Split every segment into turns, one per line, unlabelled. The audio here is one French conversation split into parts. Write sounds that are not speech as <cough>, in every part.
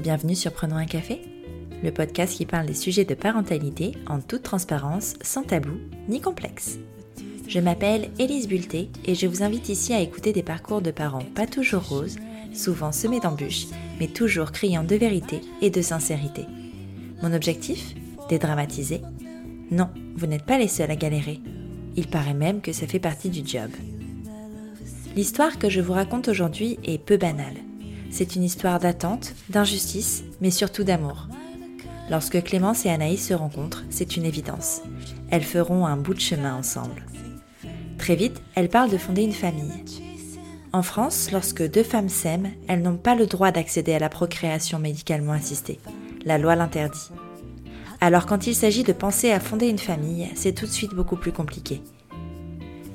bienvenue sur Prenons un café, le podcast qui parle des sujets de parentalité en toute transparence, sans tabou ni complexe. Je m'appelle Élise Bulté et je vous invite ici à écouter des parcours de parents pas toujours roses, souvent semés d'embûches, mais toujours criant de vérité et de sincérité. Mon objectif Dédramatiser Non, vous n'êtes pas les seuls à galérer. Il paraît même que ça fait partie du job. L'histoire que je vous raconte aujourd'hui est peu banale. C'est une histoire d'attente, d'injustice, mais surtout d'amour. Lorsque Clémence et Anaïs se rencontrent, c'est une évidence. Elles feront un bout de chemin ensemble. Très vite, elles parlent de fonder une famille. En France, lorsque deux femmes s'aiment, elles n'ont pas le droit d'accéder à la procréation médicalement assistée. La loi l'interdit. Alors quand il s'agit de penser à fonder une famille, c'est tout de suite beaucoup plus compliqué.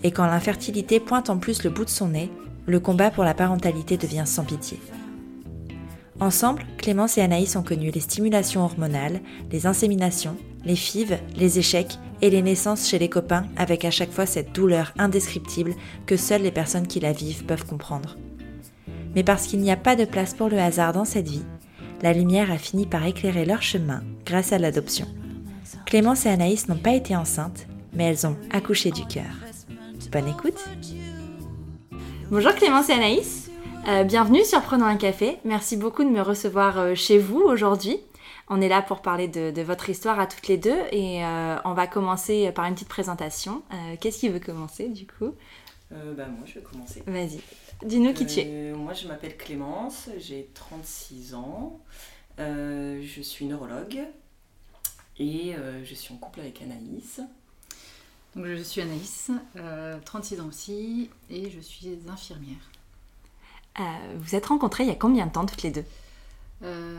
Et quand l'infertilité pointe en plus le bout de son nez, le combat pour la parentalité devient sans pitié. Ensemble, Clémence et Anaïs ont connu les stimulations hormonales, les inséminations, les fives, les échecs et les naissances chez les copains avec à chaque fois cette douleur indescriptible que seules les personnes qui la vivent peuvent comprendre. Mais parce qu'il n'y a pas de place pour le hasard dans cette vie, la lumière a fini par éclairer leur chemin grâce à l'adoption. Clémence et Anaïs n'ont pas été enceintes, mais elles ont accouché du cœur. Bonne écoute
Bonjour Clémence et Anaïs, Euh, bienvenue sur Prenons un café. Merci beaucoup de me recevoir euh, chez vous aujourd'hui. On est là pour parler de, de votre histoire à toutes les deux et euh, on va commencer par une petite présentation. Euh, Qu'est-ce qui veut commencer du coup
Euh, bah, moi, je vais commencer.
Vas-y, dis-nous qui tu es.
Euh, Moi, je m'appelle Clémence, j'ai 36 ans, euh, je suis neurologue et euh, je suis en couple avec Anaïs.
Donc je suis Anaïs, euh, 36 ans aussi, et je suis infirmière.
Euh, vous êtes rencontrés il y a combien de temps toutes les deux
Euh,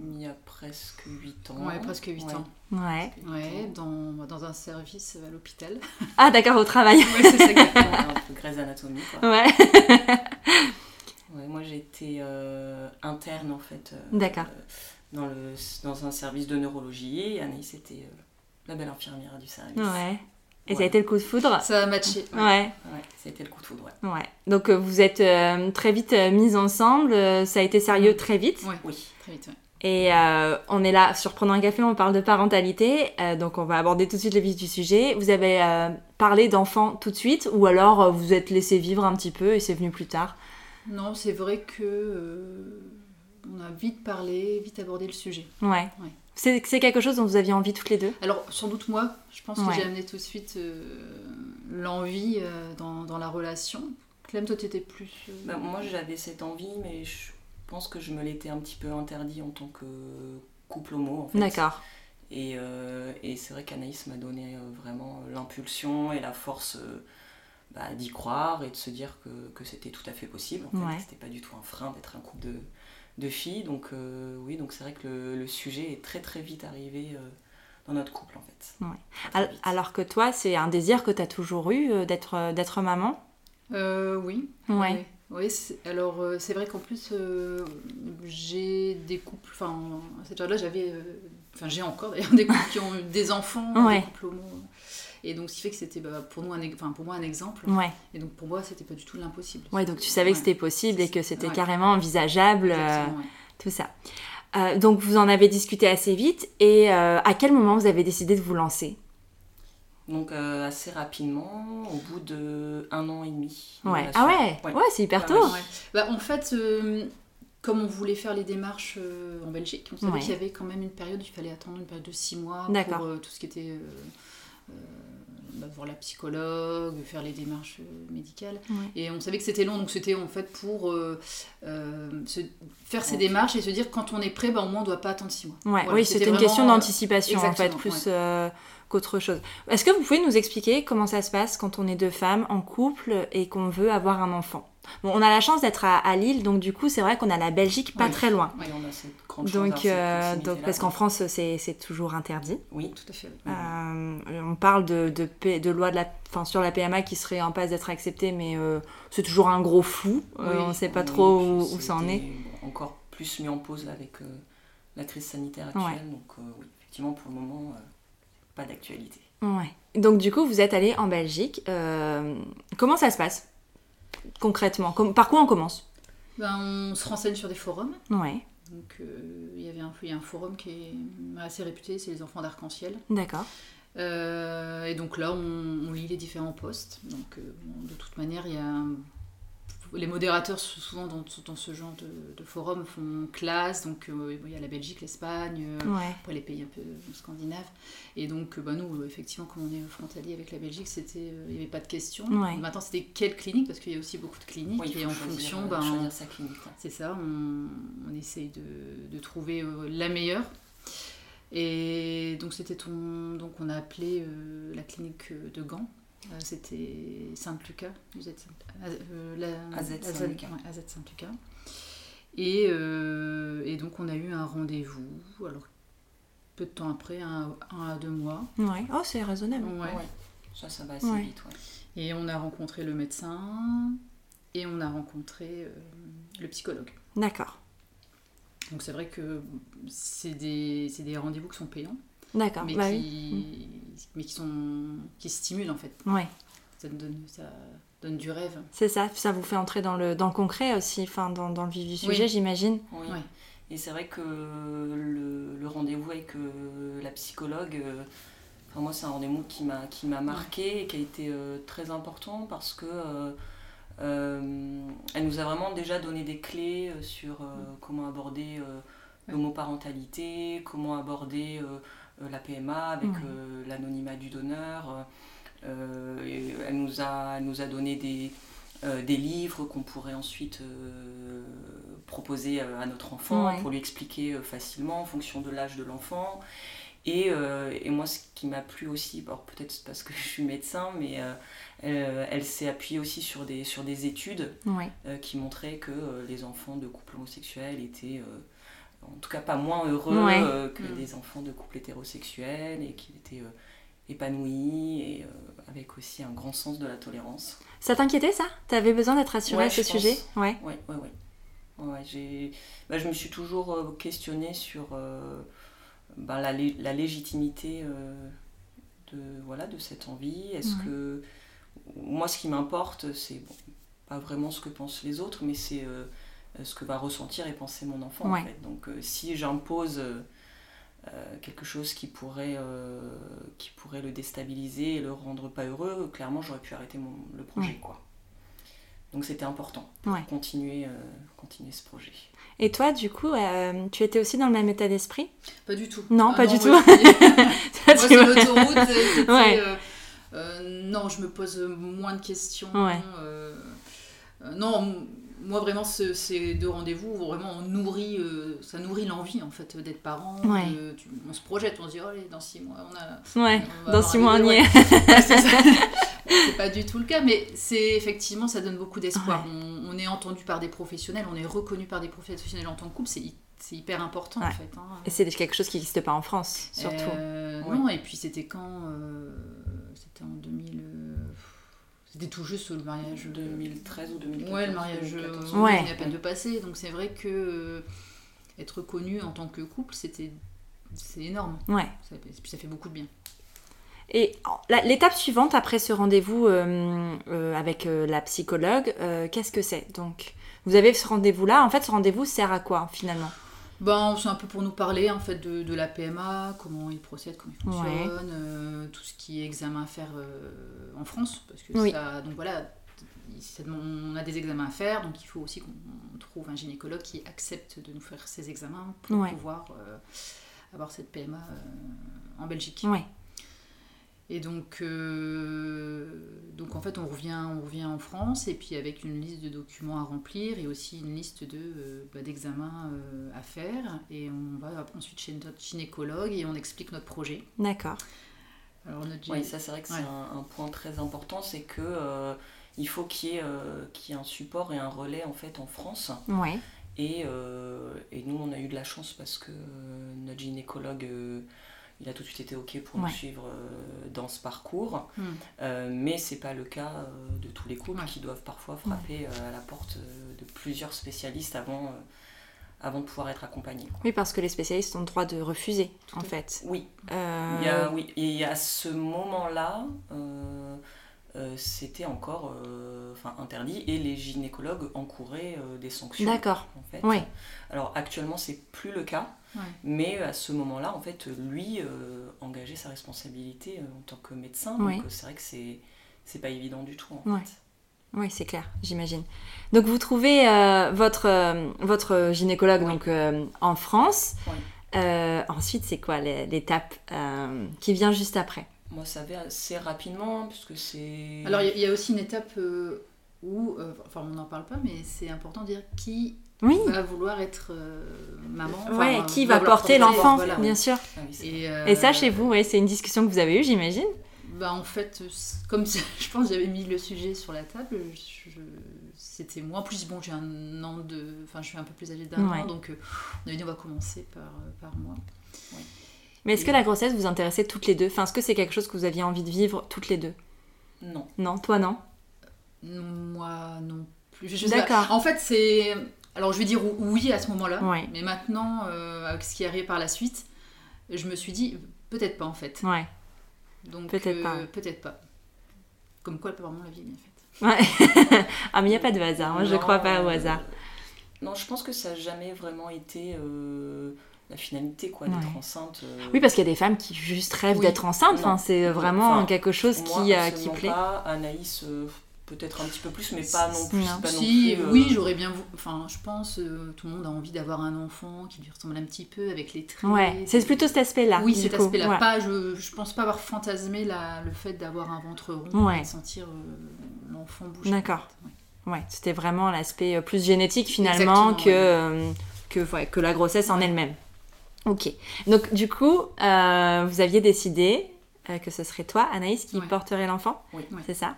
Il y a presque 8 ans.
ouais, presque 8
Oh, Ouais,
ans.
Ouais.
presque huit
Ouais,
ans.
dans, dans un service à l'hôpital.
Ah d'accord, au travail. <laughs>
Ouais, c'est ça, exactement.
Un peu Grey's Anatomy, quoi.
Ouais.
Ouais, moi, j'ai été euh, interne, en fait. euh,
D'accord.
euh, dans, le, dans un service de neurologie et Anaïs était euh, la belle infirmière du service.
Ouais. Et ça a
Ouais.
été le coup de foudre
Ça a matché. ouais.
Ouais.
Ouais, ça a été le coup de foudre, ouais.
Ouais. Donc euh, vous êtes euh, très vite euh, mises ensemble, euh, ça a été sérieux très vite.
Ouais.
Oui.
Très vite, ouais.
Et euh, on est là sur Prenons un café, on parle de parentalité, euh, donc on va aborder tout de suite le vif du sujet. Vous avez euh, parlé d'enfants tout de suite, ou alors euh, vous êtes laissé vivre un petit peu et c'est venu plus tard.
Non, c'est vrai que euh, on a vite parlé, vite abordé le sujet.
Ouais.
Ouais.
C'est c'est quelque chose dont vous aviez envie toutes les deux.
Alors sans doute moi, je pense
Ouais.
que j'ai amené tout de suite euh, l'envie euh, dans, dans la relation. Clem, toi, tu étais plus... euh,
Bah, moi j'avais cette envie, mais je pense que je me l'étais un petit peu interdit en tant que couple homo. En fait.
D'accord.
Et, euh, et c'est vrai qu'Anaïs m'a donné euh, vraiment l'impulsion et la force euh, bah, d'y croire et de se dire que, que c'était tout à fait possible. En fait.
Ouais.
C'était pas du tout un frein d'être un couple de, de filles. Donc euh, oui, donc c'est vrai que le, le sujet est très très vite arrivé euh, dans notre couple en fait.
Ouais.
Très, très
Al-
vite.
Alors que toi, c'est un désir que tu as toujours eu euh, d'être euh, d'être maman.
euh, oui,
Ouais.
Oui, c'est- alors euh, c'est vrai qu'en plus euh, j'ai des couples, enfin à cette période-là j'avais, euh, enfin j'ai encore d'ailleurs <laughs> des couples qui ont eu des enfants,
Ouais.
des couples homo. Et donc ce qui fait que c'était bah, pour, nous un, ex- enfin, pour moi un exemple.
Ouais.
Et donc pour moi c'était pas du tout l'impossible.
Ouais, donc tu savais que c'était possible et que c'était
Ouais.
carrément envisageable. euh,
Exactement, ouais.
tout ça. Euh, donc vous en avez discuté assez vite et euh, à quel moment vous avez décidé de vous lancer
Donc euh, assez rapidement, au bout de un an et demi. de
Ouais.
relation.
Ah ouais Ouais,
Ouais.
c'est hyper
Ouais,
tôt.
ouais.
Bah, en fait, euh, comme on voulait faire les démarches euh, en Belgique, on savait
Ouais.
qu'il y avait quand même une période, il fallait attendre une période de six mois
D'accord.
pour euh, tout ce qui était euh, euh, bah, voir la psychologue, faire les démarches euh, médicales.
Ouais.
Et on savait que c'était long, donc c'était en fait pour euh, euh, se- faire ces
Ok.
démarches et se dire quand on est prêt, bah, au moins on ne doit pas attendre six mois.
Ouais,
Voilà,
oui, c'était une
vraiment,
question
euh,
d'anticipation en fait,
exactement,
plus
ouais.
euh, qu'autre chose. Est-ce que vous pouvez nous expliquer comment ça se passe quand on est deux femmes en couple et qu'on veut avoir un enfant Bon, on a la chance d'être à, à Lille, donc du coup, c'est vrai qu'on a la Belgique pas
Ouais.
très loin.
Et on a cette grande chance d'avoir
Donc,
cette
euh, donc
proximité-là.
parce qu'en France, c'est c'est toujours interdit.
Oui.
Tout à fait. oui.
Euh, on parle de, de, P- de loi de la, enfin, sur la PMA qui serait en passe d'être acceptée, mais euh, c'est toujours un gros flou. Euh,
Oui,
on ne sait pas
Oui,
trop
puis
où,
ça
où
a
ça en est.
été Encore plus mis en pause là, avec euh, la crise sanitaire actuelle.
Ouais.
Donc, euh, oui, effectivement, pour le moment, euh, pas d'actualité.
Ouais. Donc, du coup, vous êtes allé en Belgique. Euh, comment ça se passe concrètement Com- Par quoi on commence
Ben, on se Bah, renseigne sur des forums.
Ouais.
Donc euh, il y avait un, il y a un forum qui est euh, assez réputé, c'est les enfants d'arc-en-ciel.
D'accord.
Euh, et donc là, on, on lit les différents postes. Donc euh, bon, de toute manière, il y a les modérateurs sou- souvent dans, dans ce genre de, de forum font classe. Donc euh, bon, il y a la Belgique, l'Espagne, euh,
Ouais.
après les pays un peu scandinaves. Et donc euh, bah, nous, euh, effectivement, comme on est frontalier avec la Belgique, c'était euh, il n'y avait pas de question.
Ouais.
Maintenant, c'était quelle clinique Parce qu'il y a aussi beaucoup de cliniques
Oui, il
et
faut
en
choisir,
fonction,
euh,
ben,
choisir sa clinique. hein.
c'est ça, on, on essaye de, de trouver euh, la meilleure. Et donc c'était ton- donc on a appelé euh, la clinique euh, de Gand. Euh, c'était Sainte-Lucas, vous êtes Saint- Az- euh, la-
AZ
Azad-
Saint-Lucas.
ouais, AZ Saint-Lucas. Et, euh, et donc on a eu un rendez-vous. Alors peu de temps après, un, un à deux mois.
Ouais. Oh, c'est raisonnable.
Ouais.
Ouais. Ça, ça va assez
Ouais.
vite. ouais.
Et on a rencontré le médecin et on a rencontré euh, le psychologue.
D'accord.
Donc c'est vrai que c'est des, c'est des rendez-vous qui sont payants,
D'accord.
mais,
bah oui. Mmh.
qui, mais qui, sont, qui stimulent en fait.
Ouais.
Ça donne, ça donne du rêve.
C'est ça. Puis ça vous fait entrer dans le, dans le concret aussi, enfin, dans, dans le vif du
Oui.
sujet, j'imagine.
Oui.
Ouais.
Et c'est vrai que le, le rendez-vous avec euh, la psychologue, euh, enfin, moi c'est un rendez-vous qui m'a qui m'a marqué et qui a été euh, très important parce que euh, euh, elle nous a vraiment déjà donné des clés euh, sur euh, comment aborder euh, l'homoparentalité, comment aborder euh, euh, la PMA avec
Ouais.
euh, l'anonymat du donneur. Euh, et elle, nous a, elle nous a donné des, euh, des livres qu'on pourrait ensuite euh, proposer euh, à notre enfant
Ouais.
pour lui expliquer euh, facilement en fonction de l'âge de l'enfant. Et, euh, et moi, ce qui m'a plu aussi, alors peut-être c'est parce que <laughs> je suis médecin, mais euh, euh, elle s'est appuyée aussi sur des, sur des études
Oui.
euh, qui montraient que euh, les enfants de couples homosexuels étaient, euh, en tout cas pas moins heureux
Ouais.
euh, que
Mm.
des enfants de couples hétérosexuels et qu'ils étaient euh, épanouis et euh, avec aussi un grand sens de la tolérance.
Ça t'inquiétait, ça T'avais besoin d'être rassurée
Ouais,
à ce
je
sujet Ouais.
Ouais, ouais, ouais. Ouais, j'ai... bah, je me suis toujours euh, questionnée sur euh, bah, la, lé- la légitimité euh, de, voilà, de cette envie. Est-ce
Ouais.
que. Moi, ce qui m'importe, c'est bon, pas vraiment ce que pensent les autres, mais c'est euh, ce que va ressentir et penser mon enfant. en
Ouais.
fait. Donc, euh, si j'impose. euh, euh, quelque chose qui pourrait, euh, qui pourrait le déstabiliser et le rendre pas heureux, clairement j'aurais pu arrêter mon, le projet. quoi. Donc c'était important pour
Ouais.
continuer, euh, continuer ce projet.
Et toi, du coup, euh, tu étais aussi dans le même état d'esprit
Pas du tout. Ah
Non, pas du tout.
Moi,
<laughs>
c'est-
Ça,
moi,
tu
c'est
vois. <laughs>
l'autoroute. et c'était,
Ouais.
euh, euh, non, je me pose moins de questions.
Ouais.
euh, euh, non, m- moi vraiment, ce- ces deux rendez-vous, vraiment, on nourrit, euh, ça nourrit l'envie en fait d'être parent.
Ouais.
de- tu- on se projette, on se dit, oh, allez, dans six mois, on a,
Ouais.
On va
Dans
avoir
six
un
mois, on y
bébé,
est.
Ah, ouais.
<laughs>
Ouais, c'est ça. C'est pas du tout le cas, mais c'est effectivement, ça donne beaucoup d'espoir. On, on est entendu par des professionnels, on est reconnu par des professionnels en tant que couple, c'est hy- c'est hyper important en
Ouais.
fait. hein.
Et c'est quelque chose qui n'existe pas en France, surtout. hein.
Euh,
Ouais.
Non, et puis c'était quand euh, C'était en 2000. euh, c'était tout juste le mariage. de-
2013 ou 2014.
Ouais, le mariage euh,
2014.
Ouais.
venait à peine de passer, donc c'est vrai que euh, être connu en tant que couple, c'était. C'est énorme,
Ouais.
ça, ça fait beaucoup de bien.
Et en- la- l'étape suivante, après ce rendez-vous euh, euh, avec euh, la psychologue, euh, qu'est-ce que c'est Donc, vous avez ce rendez-vous-là. En fait, ce rendez-vous sert à quoi, finalement
Ben, c'est un peu pour nous parler en fait de, de la PMA, comment ils procèdent, comment ils fonctionnent,
Ouais.
euh, tout ce qui est examen à faire euh, en France, parce que
Oui.
ça, donc voilà, ça demande- on a des examens à faire, donc il faut aussi qu'on trouve un gynécologue qui accepte de nous faire ces examens pour
Ouais.
pouvoir euh, avoir cette PMA euh, en Belgique.
Ouais.
Et donc, euh, donc en fait, on revient, on revient en France et puis avec une liste de documents à remplir et aussi une liste de, euh, bah, d'examens euh, à faire. Et on va ensuite chez notre gynécologue et on explique notre projet.
D'accord.
Alors notre gyn-
Oui, ça c'est vrai que c'est
Ouais.
un, un point très important, c'est que euh, il faut qu'il y, ait, euh, qu'il y ait un support et un relais en fait en France.
Ouais.
Et, euh, et nous, on a eu de la chance parce que euh, notre gynécologue, euh, il a tout de suite été OK pour
Ouais.
nous suivre euh, dans ce parcours.
Hmm.
Euh, mais c'est pas le cas euh, de tous les couples
Ouais.
qui doivent parfois frapper euh, à la porte euh, de plusieurs spécialistes avant, euh, avant de pouvoir être accompagnés. quoi.
Oui, parce que les spécialistes ont le droit de refuser, en
à
fait.
Oui,
Euh,
il y a, oui, et à ce moment-là, euh, euh, c'était encore euh, enfin, interdit et les gynécologues encouraient euh, des sanctions.
D'accord.
en fait.
Oui.
Alors actuellement, c'est plus le cas,
Ouais.
mais à ce moment-là, en fait, lui euh, engageait sa responsabilité euh, en tant que médecin.
Oui.
Donc euh, c'est vrai que c'est c'est pas évident du tout. En
Ouais.
fait.
Oui, c'est clair, j'imagine. Donc vous trouvez euh, votre, euh, votre gynécologue
Oui.
donc, euh, en France.
Oui.
Euh, ensuite, c'est quoi l'é- l'étape euh, qui vient juste après
Moi, ça va assez rapidement hein, puisque c'est.
Alors, il y a- il y, a aussi une étape euh, où, euh, enfin, on n'en parle pas, mais c'est important de dire qui
Oui,
va vouloir être euh, maman.
ouais,
enfin,
qui va
vouloir
porter l'enfant,
voilà.
bien sûr.
Ah oui, c'est-
Et, euh,
Et ça, chez vous, ouais, c'est une discussion que vous avez eue, j'imagine
Bah en fait, c'est- comme ça, <laughs> je pense que j'avais mis le sujet sur la table, je- c'était moi. En plus, bon, j'ai un an de... Enfin, je suis un peu plus âgée d'un
Ouais.
an, donc euh, on avait dit on va commencer par, euh, par moi.
Mais est-ce que la grossesse vous intéressait toutes les deux Enfin, est-ce que c'est quelque chose que vous aviez envie de vivre toutes les deux
Non.
Non, toi non
Non, Moi non plus. Je- je sais pas.
D'accord.
En fait, c'est... Alors, je vais dire ou- oui à ce moment-là,
Ouais.
mais maintenant, euh, avec ce qui arrive par la suite, je me suis dit peut-être pas en fait.
Ouais. <laughs>
Donc,
Peut-être
euh,
pas.
Peut-être pas. Comme quoi, apparemment, la vie est bien faite.
Ouais. <laughs> ah, mais il n'y a pas de hasard, moi je
Non,
crois pas au
euh,
hasard.
Non, je pense que ça n'a jamais vraiment été euh, la finalité quoi d'être
Ouais.
enceinte. euh,
Oui, parce qu'il y a des femmes qui juste rêvent
Oui.
d'être enceintes,
Non.
enfin, c'est
Non.
vraiment
Enfin,
quelque chose
Moi,
qui, euh, qui
absolument
plaît.
pas. Anaïs, euh, peut-être un petit peu plus, mais pas non plus.
Non.
pas non
si,
plus, euh,
oui, j'aurais bien voulu. Enfin, je pense euh, tout le monde a envie d'avoir un enfant qui lui ressemble un petit peu avec les traits.
Ouais, c'est plutôt cet aspect-là.
Oui,
du
cet
coup.
aspect-là.
Ouais.
Pas, je, je pense pas avoir fantasmé la- le fait d'avoir un ventre rond
Ouais.
et de sentir euh, l'enfant bouger.
D'accord.
en fait. Ouais.
Ouais, c'était vraiment l'aspect euh, plus génétique finalement
Exactement,
que,
ouais.
euh, que, ouais, que la grossesse en elle-même. Ok. Donc du coup, euh, vous aviez décidé euh, que ce serait toi, Anaïs, qui
Ouais.
porterait l'enfant,
Oui.
Ouais.
c'est ça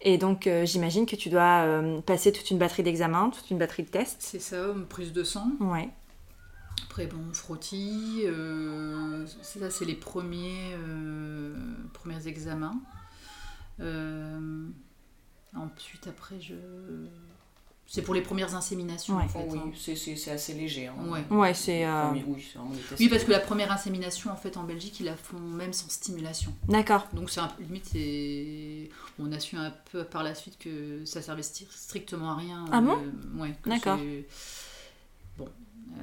Et donc euh, j'imagine que tu dois euh, passer toute une batterie d'examens, toute une batterie de tests.
C'est ça, une prise de sang.
Ouais.
Après, bon, frottis. euh, c'est ça, c'est les premiers, euh, premiers examens. Euh, ensuite, après, je. C'est pour les premières inséminations,
Ouais.
en fait.
oui,
hein.
c'est- c'est c'est assez léger. hein.
Ouais.
Ouais, c'est, euh,
Oui, oui, c'est vraiment des tests.
Oui, parce que la première insémination, en fait, en Belgique, ils la font même sans stimulation. <laughs>
D'accord.
Donc, c'est un peu limite, et on a su un peu par la suite que ça servait sti- strictement à rien.
Ah bon
Euh, Ouais. que
D'accord.
c'est- Bon. euh,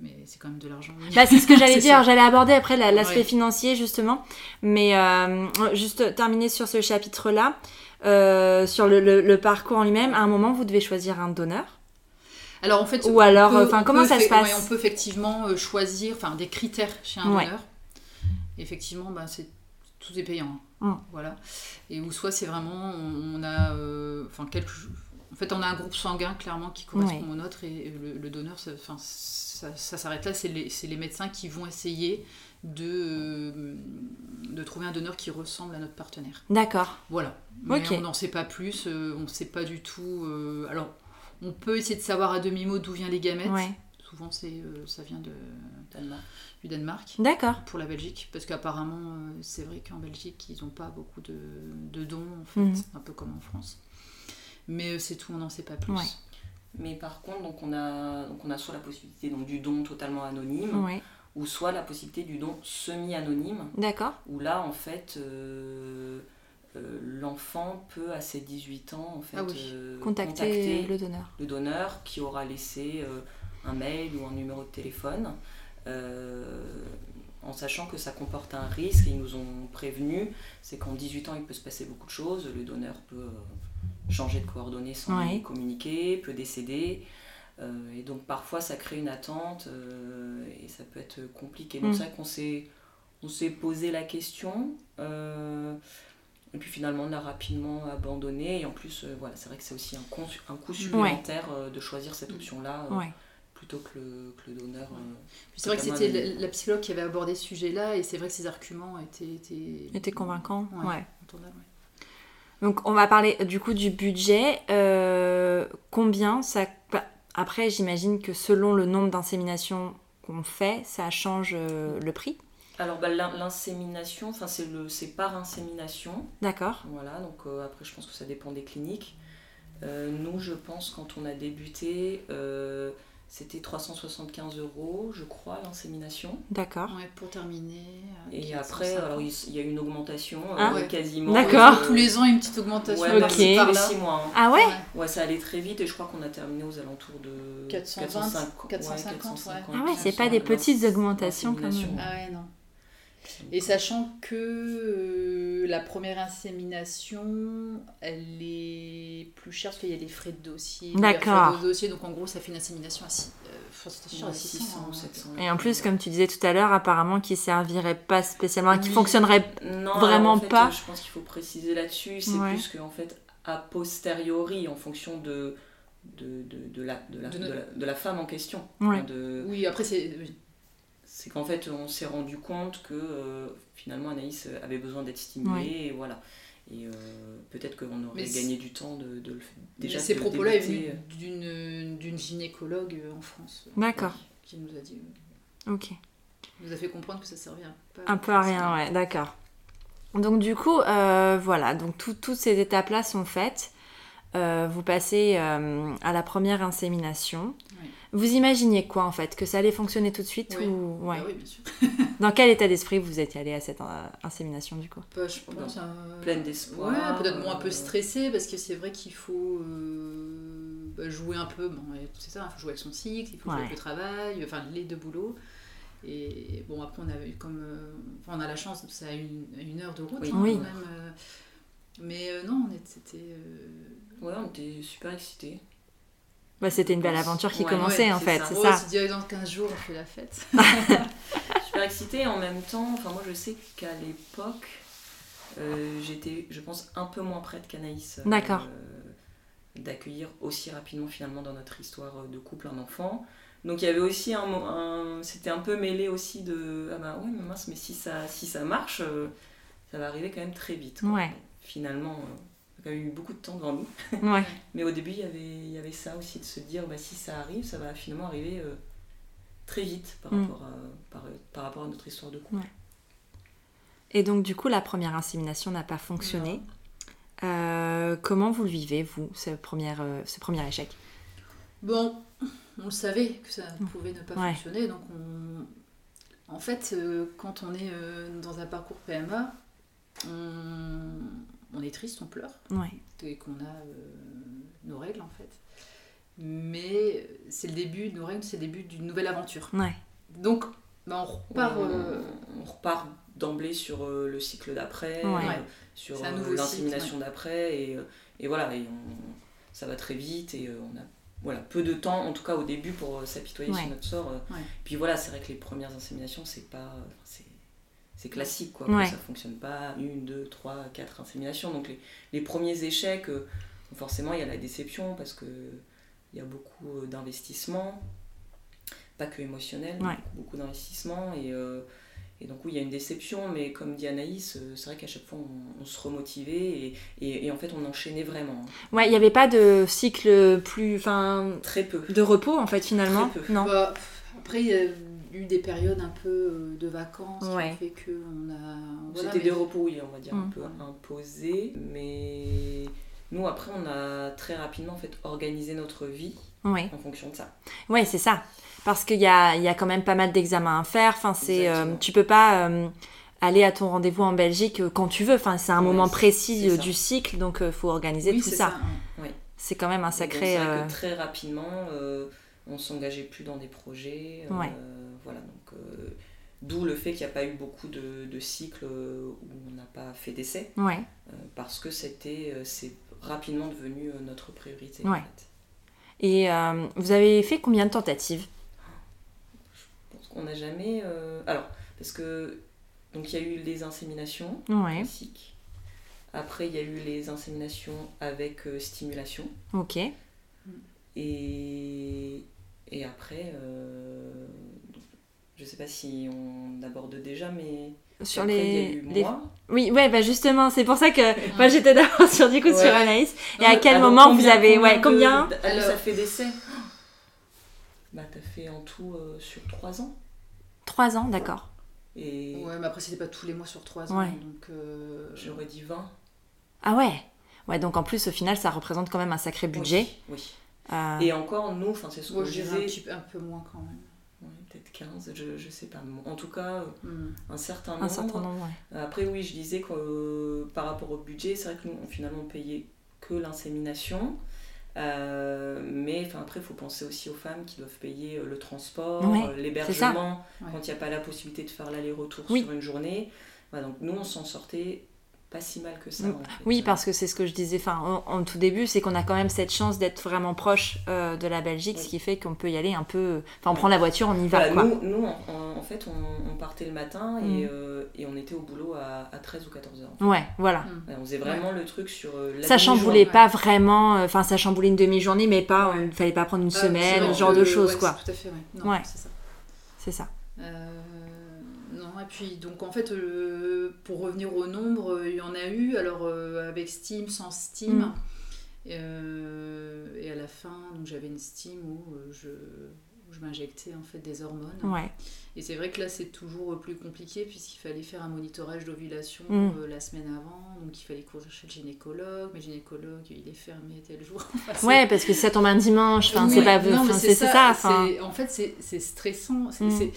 mais c'est quand même de l'argent.
Bah, c'est ce que j'allais
<laughs> C'est
dire,
ça.
j'allais aborder après la- l'aspect
Ouais.
financier justement, mais euh, juste terminer sur ce chapitre-là, euh, sur le, le- le parcours en lui-même, à un moment vous devez choisir un donneur.
Alors, en fait,
Ou alors, euh,
peut-
enfin,
on
comment
peut
ça se
fait-
passe
ouais, On peut effectivement euh, choisir enfin, des critères chez un
Ouais.
donneur. Effectivement, ben, c'est tout est payant. hein.
Mm.
Voilà. Et ou soit c'est vraiment, on, on a, euh, enfin, quelque, en fait, on a un groupe sanguin clairement qui correspond au nôtre et euh, le, le donneur, ça, enfin, ça, ça s'arrête là. C'est les, c'est les médecins qui vont essayer de, euh, de trouver un donneur qui ressemble à notre partenaire.
D'accord.
Voilà. Mais
Ok.
on n'en sait pas plus, euh, on ne sait pas du tout. euh, alors, on peut essayer de savoir à demi-mot d'où viennent les gamètes.
Ouais.
Souvent, c'est, euh, ça vient de,
Danemark.
du Danemark
D'accord.
pour la Belgique, parce qu'apparemment, euh, c'est vrai qu'en Belgique, ils n'ont pas beaucoup de, de dons, en fait,
Mhm.
un peu comme en France. Mais euh, c'est tout, on n'en sait pas plus.
Ouais.
Mais par contre, donc on a, donc on a soit la possibilité donc, du don totalement
Mm.
anonyme,
Ouais.
ou soit la possibilité du don semi-anonyme,
D'accord.
où là, en fait, euh, euh, l'enfant peut, à ses 18 ans, en fait,
Ah oui.
euh,
Contacter,
contacter
le donneur.
le donneur qui aura laissé euh, un mail ou un numéro de téléphone, euh, en sachant que ça comporte un risque, et ils nous ont prévenu, c'est qu'en 18 ans, il peut se passer beaucoup de choses, le donneur peut euh, changer de coordonnées sans
Ouais.
lui communiquer, peut décéder, euh, et donc parfois ça crée une attente, euh, et ça peut être compliqué. Donc
Mm.
c'est vrai qu'on s'est, on s'est posé la question. euh, et puis finalement, on l'a rapidement abandonné. Et en plus, euh, voilà, c'est vrai que c'est aussi un, con- un coût supplémentaire euh, de choisir cette option-là euh,
Mm. Ouais.
plutôt que le, que le donneur. euh.
Puis C'est vrai que
Notamment
c'était
les-
la, la psychologue qui avait abordé ce sujet-là, et c'est vrai que ses arguments étaient. étaient,
Était convaincant.
Ouais.
ouais.
incontournables, ouais.
Donc on va parler euh, du coup du budget. Euh, combien ça... bah, Après j'imagine que selon le nombre d'inséminations qu'on fait, ça change euh, le prix.
Alors, bah, l'in- l'insémination, enfin, c'est le- c'est par insémination.
D'accord.
Voilà, donc euh, après, je pense que ça dépend des cliniques. Euh, nous, je pense, quand on a débuté, euh, C'était 375 euros, je crois, l'insémination.
D'accord.
Ouais, pour terminer. euh, à
Et
450.
après, euh, alors, il s- il y a eu une augmentation euh,
Ah.
Ouais.
quasiment.
D'accord.
euh,
tous les ans, une petite augmentation.
Ouais,
Ok.
par-ci,
par
par-là.
6 mois. hein.
Ah ouais
Ouais.
Ouais, ça allait très vite et je crois qu'on a terminé aux alentours de
420,
405,
450, ouais.
450.
Ah ouais, c'est pas des petites augmentations quand même.
Ah ouais, non. Et sachant que euh, la première insémination, elle est plus chère parce qu'il y a les frais de dossier. les
D'accord.
frais de dossier, donc en gros, ça fait une insémination à six- euh, enfin, c'était cher, à 600. hein.
Et en plus, comme tu disais tout à l'heure, apparemment qui servirait pas spécialement, qui
Oui.
fonctionnerait.
Non,
Vraiment
en fait,
pas.
euh, Je pense qu'il faut préciser là-dessus. C'est
Ouais.
plus que en fait, a posteriori, en fonction de, de, de, de la, de, la,
De notre-
de la- de la femme en question.
Ouais.
Enfin, de-
Oui, après, c'est. oui.
C'est qu'en fait, on s'est rendu compte que euh, finalement, Anaïs avait besoin d'être stimulée.
Ouais.
Et voilà. Et euh, peut-être qu'on aurait
Mais c'est-
gagné du temps de, de le déjà.
Mais ces
de
propos-là est
débuter,
venu
euh,
d'une d'une gynécologue euh, en France. euh,
D'accord.
Qui nous a dit. euh,
Ok.
qui nous a fait comprendre que ça servait un peu
Un peu à rien, ouais, d'accord. Donc du coup, euh, voilà, donc tout- toutes ces étapes-là sont faites. Euh, vous passez euh, à la première insémination.
Oui.
Vous imaginiez quoi en fait Que ça allait fonctionner tout de suite
Oui.
ou... ouais.
Ah oui, bien sûr.
Dans quel état d'esprit vous étiez allé à cette euh, insémination du coup
Bah, je pense. euh,
Pleine d'espoir.
Ouais, peut-être bon, un peu
euh,
stressé parce que c'est vrai qu'il faut euh, bah, jouer un peu, bon, ouais, c'est ça, il faut jouer avec son cycle, il faut jouer
Ouais.
avec le travail, enfin les deux boulots. Et bon, après, on a eu comme. euh, enfin, on a la chance, c'est à une, à une heure de route
Oui.
hein,
Oui.
quand même. euh, mais euh, non, on est- c'était. euh,
Ouais, on était super excités.
Bah, C'était une belle aventure qui
Ouais,
commençait
ouais,
en fait, c'est
Oh,
ça.
On se dit, allez, dans 15 jours, on fait la fête.
super excitée et en même temps, enfin moi je sais qu'à l'époque, euh, j'étais, je pense, un peu moins prête qu'Anaïs. euh,
D'accord.
D'accueillir aussi rapidement finalement dans notre histoire euh, de couple un enfant. Donc il y avait aussi un, mo- un- c'était un peu mêlé aussi de ah bah oui mais mince mais si ça si ça marche, euh, ça va arriver quand même très vite. quoi.
Ouais.
Finalement, euh, on a quand même eu beaucoup de temps devant nous.
<laughs> Ouais.
Mais au début il y avait il y avait ça aussi de se dire bah si ça arrive, ça va finalement arriver euh, très vite par
Mm.
rapport à par, euh, par rapport à notre histoire de couple.
Et donc du coup, la première insémination n'a pas fonctionné. Euh, comment vous le vivez, vous, ce premier, euh, ce premier échec
Bon, on le savait que ça pouvait ne pas
Mm. Ouais.
fonctionner, donc on... en fait, euh, quand on est euh, dans un parcours PMA, on, on est triste, on pleure,
Ouais.
et qu'on a euh, nos règles en fait. Mais c'est le début de nos règles, c'est le début d'une nouvelle aventure.
Ouais.
Donc, bah, on repart.
on,
euh,
on repart d'emblée sur euh, le cycle d'après,
Ouais.
euh,
Ouais.
sur
C'est un
euh,
nouveau
l'insémination d'après, et, euh, et voilà, et on- ça va très vite, et euh, on a voilà, peu de temps, en tout cas au début, pour euh, s'apitoyer
Ouais.
sur notre sort. euh.
Ouais.
Puis voilà, c'est vrai que les premières inséminations, c'est pas. euh, c'est- c'est classique, quoi.
Ouais.
que Ça fonctionne pas, une, deux, trois, quatre inséminations. Donc les, les premiers échecs, euh, forcément, il y a la déception parce que il y a beaucoup euh, d'investissements, pas que émotionnels,
Ouais.
beaucoup, beaucoup d'investissements. Et, euh, et donc, oui, il y a une déception, mais comme dit Anaïs, euh, c'est vrai qu'à chaque fois, on, on se remotivait et, et- et en fait, on enchaînait vraiment. hein.
Ouais, il n'y avait pas de cycle plus. Enfin,
Très peu.
de repos en fait finalement.
Très peu.
Non.
bah, pff, après, il y a eu des périodes un peu euh, de vacances
Ouais.
qui ont fait qu'on a. voilà,
C'était des
mais-
repos, oui, on va dire, un
Mm.
peu imposés. Mais nous, après, on a très rapidement en fait, organisé notre vie
Ouais,
en fonction de ça.
ouais c'est ça. Parce qu'il y a, il y a quand même pas mal d'examens à faire. Enfin, c'est, euh,
Exactement.
tu peux pas euh, aller à ton rendez-vous en Belgique euh, quand tu veux. Enfin, c'est un
Ouais,
moment
c'est-
précis
c'est
euh,
ça.
du cycle, donc il faut organiser
Oui,
tout
c'est
ça.
ça. hein.
C'est quand même un sacré.
Donc, c'est vrai
euh,
que très rapidement, euh, on s'engageait plus dans des projets. euh,
Ouais.
Voilà, donc euh, d'où le fait qu'il n'y a pas eu beaucoup de, de cycles euh, où on n'a pas fait d'essai,
Ouais.
euh, parce que c'était, euh, c'est rapidement devenu euh, notre priorité.
Ouais.
En fait.
Et euh, vous avez fait combien de tentatives
Je pense qu'on n'a jamais. euh, Alors, parce que donc il y a eu les inséminations
Ouais.
classiques. Après, il y a eu les inséminations avec euh, stimulation.
Ok.
Et, et après, euh, je sais pas si on aborde déjà, mais
Sur
après, il y a
les.
eu
les-
moi.
Oui, ouais, bah justement, c'est pour ça que moi j'étais d'abord <laughs> sur du coup
Ouais.
sur Anaïs. Et à
Ah,
quel
donc,
moment vous
combien-
avez, ouais, combien
de- d- ah, Ça
Alors.
fait d'essais. Bah t'as fait en tout euh, sur 3 ans.
Trois ans, d'accord.
Et
Ouais, mais après, c'était pas tous les mois sur trois ans.
Ouais.
Donc, euh,
j'aurais dit 20.
Ah ouais. Ouais, donc en plus au final, ça représente quand même un sacré budget.
Oui. oui.
Euh,
Et encore, nous, enfin, c'est ce que
Moi,
je
je dirais un,
disais,
petit peu- un peu moins quand même.
ouais, peut-être 15, je, je sais pas. En tout cas, euh,
Hmm.
un certain nombre.
un certain nombre. ouais.
Après, oui, je disais que euh, par rapport au budget, c'est vrai que nous, on finalement payait que l'insémination. Euh, mais enfin, après, il faut penser aussi aux femmes qui doivent payer euh, le transport,
Ouais,
euh, l'hébergement,
Ouais.
quand il n'y a pas la possibilité de faire l'aller-retour
Oui.
sur une journée. Voilà, donc nous, on s'en sortait pas si mal que ça.
Mm.
en fait.
Oui, parce que c'est ce que je disais enfin, en, en tout début, c'est qu'on a quand même cette chance d'être vraiment proche euh, de la Belgique, ce qui fait qu'on peut y aller un peu. euh, Enfin, on prend la voiture, on y va.
Voilà,
quoi.
nous, nous, en- en, en fait, on, on partait le matin
Mm.
et, euh, et on était au boulot à, à 13 ou 14 heures.
Ouais, voilà.
Voilà, on faisait vraiment le truc sur euh, la
Ça
demi-journée.
chamboulait
ouais.
pas vraiment, euh, enfin ça chamboulait une demi-journée, mais pas, euh,
Ouais.
il fallait pas prendre une
Ah,
semaine,
c'est
ce
vrai
genre
que-
de choses
ouais,
quoi.
c'est Tout à fait, ouais. Non,
Ouais.
c'est ça.
C'est ça.
Euh, non, et puis donc en fait, euh, pour revenir au nombre, euh, il y en a eu, alors euh, avec Steam, sans Steam.
Mm.
Euh, et à la fin, donc, j'avais une Steam où euh, je, où je m'injectais en fait des hormones.
Ouais.
Et c'est vrai que là, c'est toujours plus compliqué puisqu'il fallait faire un monitorage d'ovulation
Mm.
euh, la semaine avant, donc il fallait courir chez le gynécologue. Mais le gynécologue, il est fermé tel jour. <laughs> Enfin, c'est-
Ouais, parce que ça tombe un dimanche, enfin
oui,
c'est pas,
non, mais
enfin, c'est c'est ça. enfin.
c'est- En fait, c'est c'est stressant. C'est-
Mm.
c'est-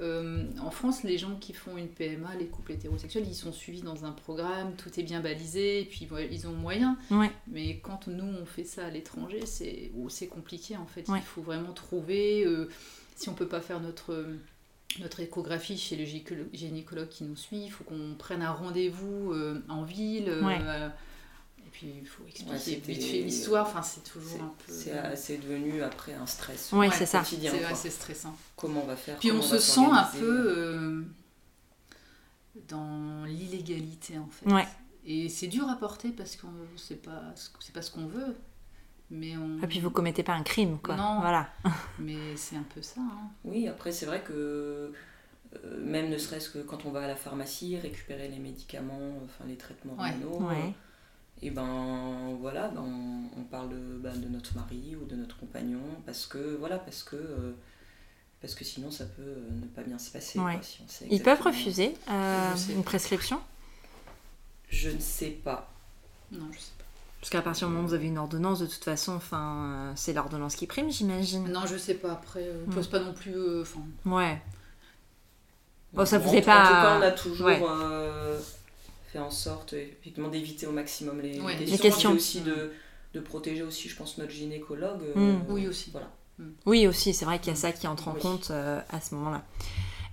euh, en France, les gens qui font une PMA, les couples hétérosexuels, ils sont suivis dans un programme, tout est bien balisé, et puis ouais, ils ont moyen.
Ouais.
Mais quand nous, on fait ça à l'étranger, c'est oh, c'est compliqué en fait.
Ouais.
Il faut vraiment trouver. euh, si on peut pas faire notre. euh, Notre échographie chez le gynécolo- gynécologue qui nous suit, il faut qu'on prenne un rendez-vous euh, en ville. euh,
Ouais.
euh, et puis il faut
Ouais,
expliquer
c'était-
vite fait l'histoire. Enfin, c'est toujours un
C'est-
peu.
C'est euh, c'est devenu après un stress
Ouais,
ouais,
c'est ça.
quotidien.
C'est vrai,
quoi.
c'est stressant.
Comment on va faire
Puis on
comment va
se sent un
s'organiser.
peu euh, dans l'illégalité en fait.
Ouais.
Et c'est dur à porter parce qu'on sait pas, ce- c'est pas ce qu'on veut, mais on.
Et Ah, puis vous commettez pas un crime quoi.
Non.
Voilà.
Mais c'est un peu ça. hein.
Oui, après, c'est vrai que euh, même ne serait-ce que quand on va à la pharmacie récupérer les médicaments, enfin les traitements
Ouais.
hormonaux,
Ouais.
et ben voilà, ben, on, on parle de, ben, de notre mari ou de notre compagnon parce que voilà, parce que euh, parce que sinon ça peut euh, ne pas bien se passer.
Ouais.
quoi, si on sait
Ils peuvent
exactement.
refuser euh,
Je sais.
une prescription
Je ne sais pas.
Non, je sais pas.
parce qu'à partir du moment où vous avez une ordonnance, de toute façon, enfin, euh, c'est l'ordonnance qui prime, j'imagine.
Non, je sais pas. Après, euh, on
Mm.
pose pas non plus. euh, Enfin,
Ouais. Bon, ça
En-
vous est
en
pas-
tout cas, on a toujours
Ouais.
euh, fait en sorte euh, effectivement d'éviter au maximum les,
Ouais,
les
les
questions,
questions.
et puis aussi de, de protéger aussi, je pense, notre gynécologue. euh,
Mm.
Oui, aussi.
Voilà.
Oui, aussi, c'est vrai qu'il y a ça qui entre en
Oui.
compte euh, à ce moment-là.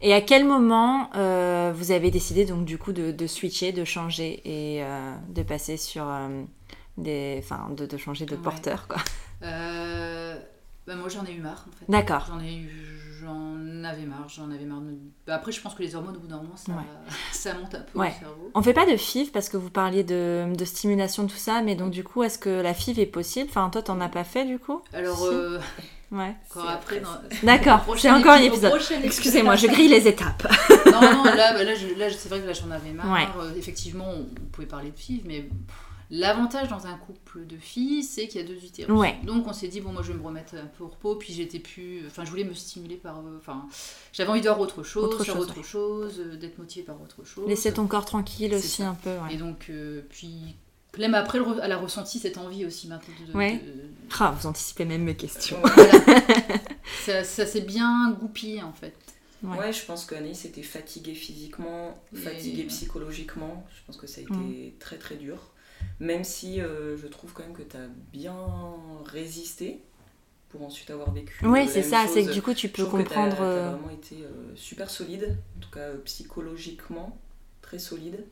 Et à quel moment euh, vous avez décidé donc du coup de, de switcher, de changer et euh, de passer sur euh, des, enfin, de, de changer de
Ouais.
porteur quoi.
Euh, bah, moi, j'en ai eu marre en fait.
D'accord.
J'en ai eu- j'en avais marre, j'en avais marre. de- Bah, Après, je pense que les hormones, au bout d'un moment, ça,
Ouais.
<laughs> ça monte un peu
Ouais.
au cerveau.
On fait pas de FIV parce que vous parliez de, de stimulation tout ça, mais donc du coup est-ce que la FIV est possible Enfin toi t'en as pas fait du coup
Alors,
Si.
euh,
<laughs> Ouais.
encore
C'est
après,
après
dans-
D'accord.
Prochain
J'ai encore un
épi- au
épisode.
prochain épisode.
Excusez-moi, je grille les étapes.
Non, non, là, bah, là, je- là, je- c'est vrai que là, j'en avais marre.
Ouais.
Euh, effectivement, on pouvait parler de filles, mais pff, l'avantage dans un couple de filles, c'est qu'il y a deux utérus.
Ouais.
Donc, on s'est dit, bon, moi, je vais me remettre un peu au repos, puis j'étais plus. Enfin, je voulais me stimuler par. euh, Enfin, j'avais envie de voir autre chose,
Autre
faire
chose,
autre chose, euh, d'être motivée par autre
<laughs>
chose.
Laissez ton corps tranquille
C'est
aussi
ça.
un peu. Ouais.
Et donc, euh, puis. Clem, après, elle re- elle a ressenti cette envie aussi maintenant de- de-
Ouais.
de,
Ah, vous anticipez même mes questions.
Voilà. ça, ça s'est bien goupillé en fait.
Ouais.
Ouais. je pense qu'Anaïs était fatiguée physiquement,
Et-
fatiguée
ouais.
psychologiquement. Je pense que ça a été
Mm.
très très dur. Même si euh, je trouve quand même que tu as bien résisté pour ensuite avoir vécu.
Ouais,
euh,
c'est
la même
ça. C'est que
chose.
du coup tu
Je
peux
trouve que t'as-
comprendre.
t'as
euh,
vraiment été euh, super solide, en tout cas euh, psychologiquement très solide.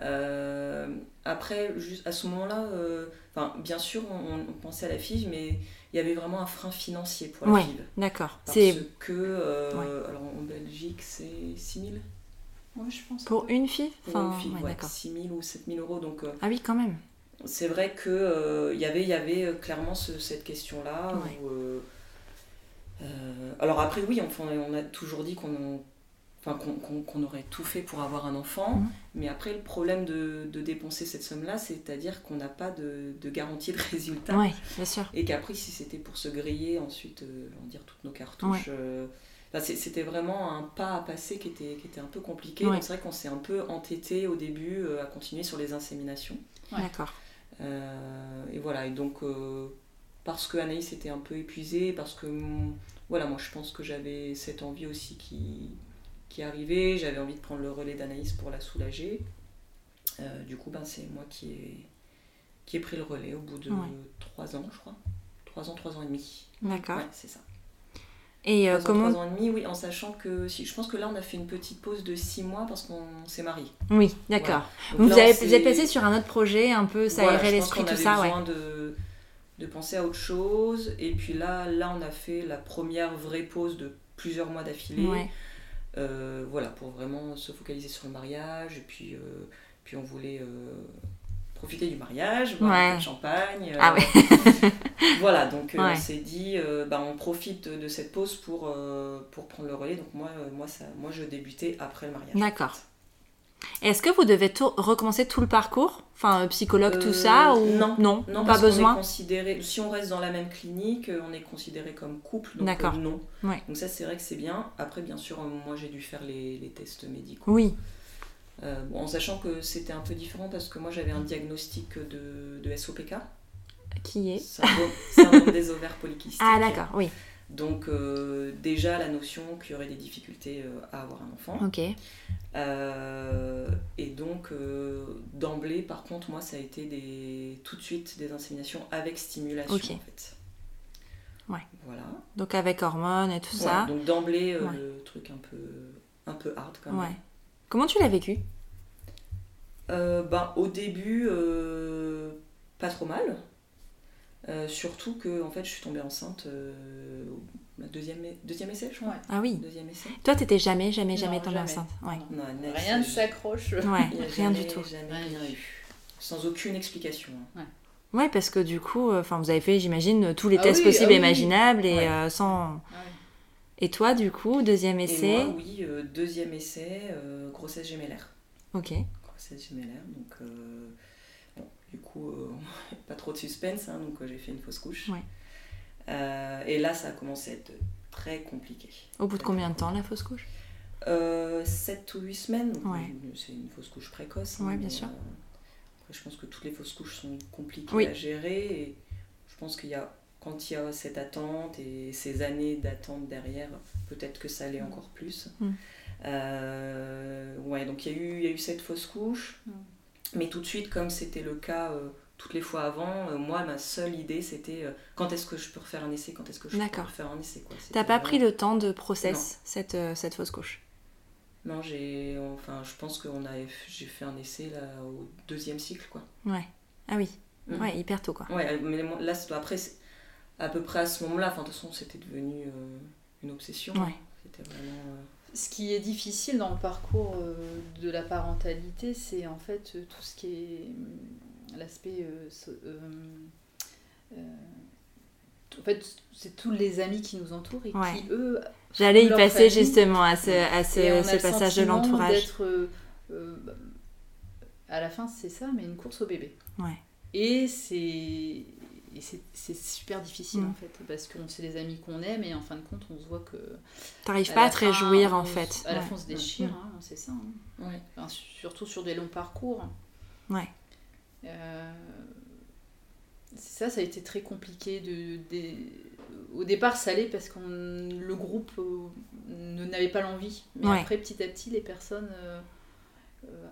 Euh, après, juste à ce moment-là, euh, enfin, bien sûr, on, on pensait à la FIV, mais il y avait vraiment un frein financier pour la
Ouais.
FIV.
D'accord.
Parce
C'est
que, euh, alors en Belgique, c'est 6 000
Ouais, je pense.
Pour une fille
pour
Enfin,
une FIV,
ouais,
ouais,
d'accord.
6 000 ou 7 000 euros. Donc, euh,
Ah oui, quand même.
c'est vrai que euh, il y avait il y avait euh, clairement ce- cette question là
Ouais.
euh, alors après oui enfin, on a toujours dit qu'on en- enfin, qu'on qu'on- qu'on aurait tout fait pour avoir un enfant
Mhm.
mais après le problème de, de dépenser cette somme là c'est à dire qu'on n'a pas de, de garantie de <laughs> résultat
Oui, bien sûr.
et qu'après si c'était pour se griller ensuite euh, on va dire toutes nos cartouches euh, enfin, c'est- c'était vraiment un pas à passer qui était, qui était un peu compliqué
Ouais.
donc c'est vrai qu'on s'est un peu entêté au début euh, à continuer sur les inséminations
Ouais.
D'accord.
euh, et voilà, et donc, euh, parce que Anaïs était un peu épuisée, parce que mm, voilà, moi je pense que j'avais cette envie aussi qui, qui arrivait, j'avais envie de prendre le relais d'Anaïs pour la soulager. Euh, du coup, ben, c'est moi qui ai, qui ai pris le relais au bout de
Ouais.
trois ans, je crois. Trois ans, trois ans et demi.
D'accord.
Ouais, c'est ça.
Ah Et euh,
Trois ans,
comment
trois ans et demi, oui, en sachant que si, je pense que là, on a fait une petite pause de six mois parce qu'on s'est mariés.
Oui, d'accord. Donc,
Donc là,
Vous,
on
avez,
s'est-
vous êtes passé sur un autre projet, un peu, ça
Voilà,
aérait
je pense
l'esprit,
qu'on
tout
avait
ça, ouais.
besoin de, de penser à autre chose. Et puis là, là, on a fait la première vraie pause de plusieurs mois d'affilée.
Ouais.
Euh, voilà, pour vraiment se focaliser sur le mariage. Et puis, euh, puis on voulait euh, profiter du mariage, boire un
Ouais.
peu de champagne.
Ah
euh, <laughs> voilà, donc euh,
Ouais.
on s'est dit, euh, bah, on profite de cette pause pour, euh, pour prendre le relais. Donc moi, euh, moi, ça, moi, je débutais après le mariage.
D'accord. Est-ce que vous devez tout- recommencer tout le parcours Enfin, euh, psychologue, tout ça
Euh,
ou...
non.
Non,
Non,
pas
parce qu'on est
besoin.
considéré, si on reste dans la même clinique, euh, on est considéré comme couple, donc
D'accord.
euh, non.
Ouais.
Donc ça, c'est vrai que c'est bien. Après, bien sûr, euh, moi, j'ai dû faire les, les tests médicaux.
Oui,
Euh, bon, en sachant que c'était un peu différent parce que moi, j'avais un diagnostic de, de SOPK,
qui est
syndrome, <laughs> syndrome des ovaires polykystiques.
Ah, d'accord, oui.
Donc euh, déjà, la notion qu'il y aurait des difficultés euh, à avoir un enfant.
Ok.
Euh, et donc, euh, d'emblée, par contre, moi, ça a été des, tout de suite des inséminations avec stimulation,
Ok.
en fait.
Ouais.
Voilà.
Donc, avec hormones et tout
Ouais,
ça.
donc, d'emblée, euh,
Ouais.
le truc un peu, un peu hard,
euh,
quand même.
Ouais. Comment tu l'as vécu
Euh, ben, au début, euh, pas trop mal. Euh, surtout que, en fait, je suis tombée enceinte euh, au ma deuxième, e- deuxième essai, je crois.
Ouais.
Ah oui.
Deuxième essai.
Toi, t'étais jamais, jamais,
Non,
jamais tombée
jamais.
enceinte. Ouais.
Non, Anaïs,
Rien ne
euh,
s'accroche.
Ouais,
il y a
rien du
jamais-
tout.
jamais
Rien.
rien eu. Sans aucune explication. hein.
Ouais, parce que du coup, euh, enfin, vous avez fait, j'imagine, tous les
Ah
tests
oui,
possibles
ah
et
oui.
imaginables et
Ouais.
euh, sans.
Ah ouais.
Et toi, du coup, deuxième
Et
essai.
moi, oui, euh, deuxième essai, euh, grossesse gémellaire.
Ok.
Grossesse gémellaire, donc euh, bon, du coup, euh, <laughs> pas trop de suspense, hein, donc euh, j'ai fait une fausse couche.
Ouais.
Euh, et là, ça a commencé à être très compliqué.
Au bout de combien de temps la fausse couche
Euh, 7 ou 8 semaines, donc,
Ouais.
euh, c'est une fausse couche précoce.
Ouais, bien
mais,
sûr.
euh, après, je pense que toutes les fausses couches sont compliquées
Oui.
à gérer et je pense qu'il y a, quand il y a cette attente et ces années d'attente derrière, peut-être que ça l'est encore plus.
Mm.
Euh, ouais, donc il y, a eu- il y a eu cette fausse couche,
Mm.
mais tout de suite, comme c'était le cas euh, toutes les fois avant, euh, moi, ma seule idée c'était euh, quand est-ce que je peux refaire un essai, quand est-ce que je peux
D'accord.
refaire un essai. quoi. C'était
T'as pas
Euh,
vraiment-
pris le temps de process cette, euh, cette fausse couche
non, j'ai. Enfin, je pense que j'ai fait un essai là, au deuxième cycle, quoi.
Ouais. Ah oui.
Mm.
Mhm.
Ouais, hyper tôt, quoi.
Ouais, mais moi, là, c'est- après, c'est- à peu près à ce moment-là, enfin, de toute façon, c'était devenu euh, une obsession.
Ouais.
C'était vraiment. euh,
Ce qui est difficile dans le parcours euh, de la parentalité, c'est en fait euh, tout ce qui est euh, l'aspect. euh, so- euh, euh, en fait, c'est tous les amis qui nous entourent et
Ouais.
qui, eux,
J'allais y
Leur
passer
famille.
justement à ce, à ce,
et on a
ce
le
passage de
sentiment
l'entourage.
d'être, euh, euh, bah, à la fin, c'est ça, mais une course au bébé.
Ouais.
Et c'est. et c'est- c'est super difficile
Mm.
en fait, parce que c'est les amis qu'on aime et en fin de compte on se voit que.
T'arrives
à
pas
la
à te
fin,
réjouir en
on se-
fait.
À la
Ouais.
fin on se déchire, hein, c'est ça. hein.
Ouais.
Enfin, surtout sur des longs parcours.
Ouais.
Euh, c'est ça, ça a été très compliqué. De, des- Au départ, ça allait parce que le groupe euh, ne- n'avait pas l'envie. Mais
Ouais.
après, petit à petit, les personnes. euh, euh,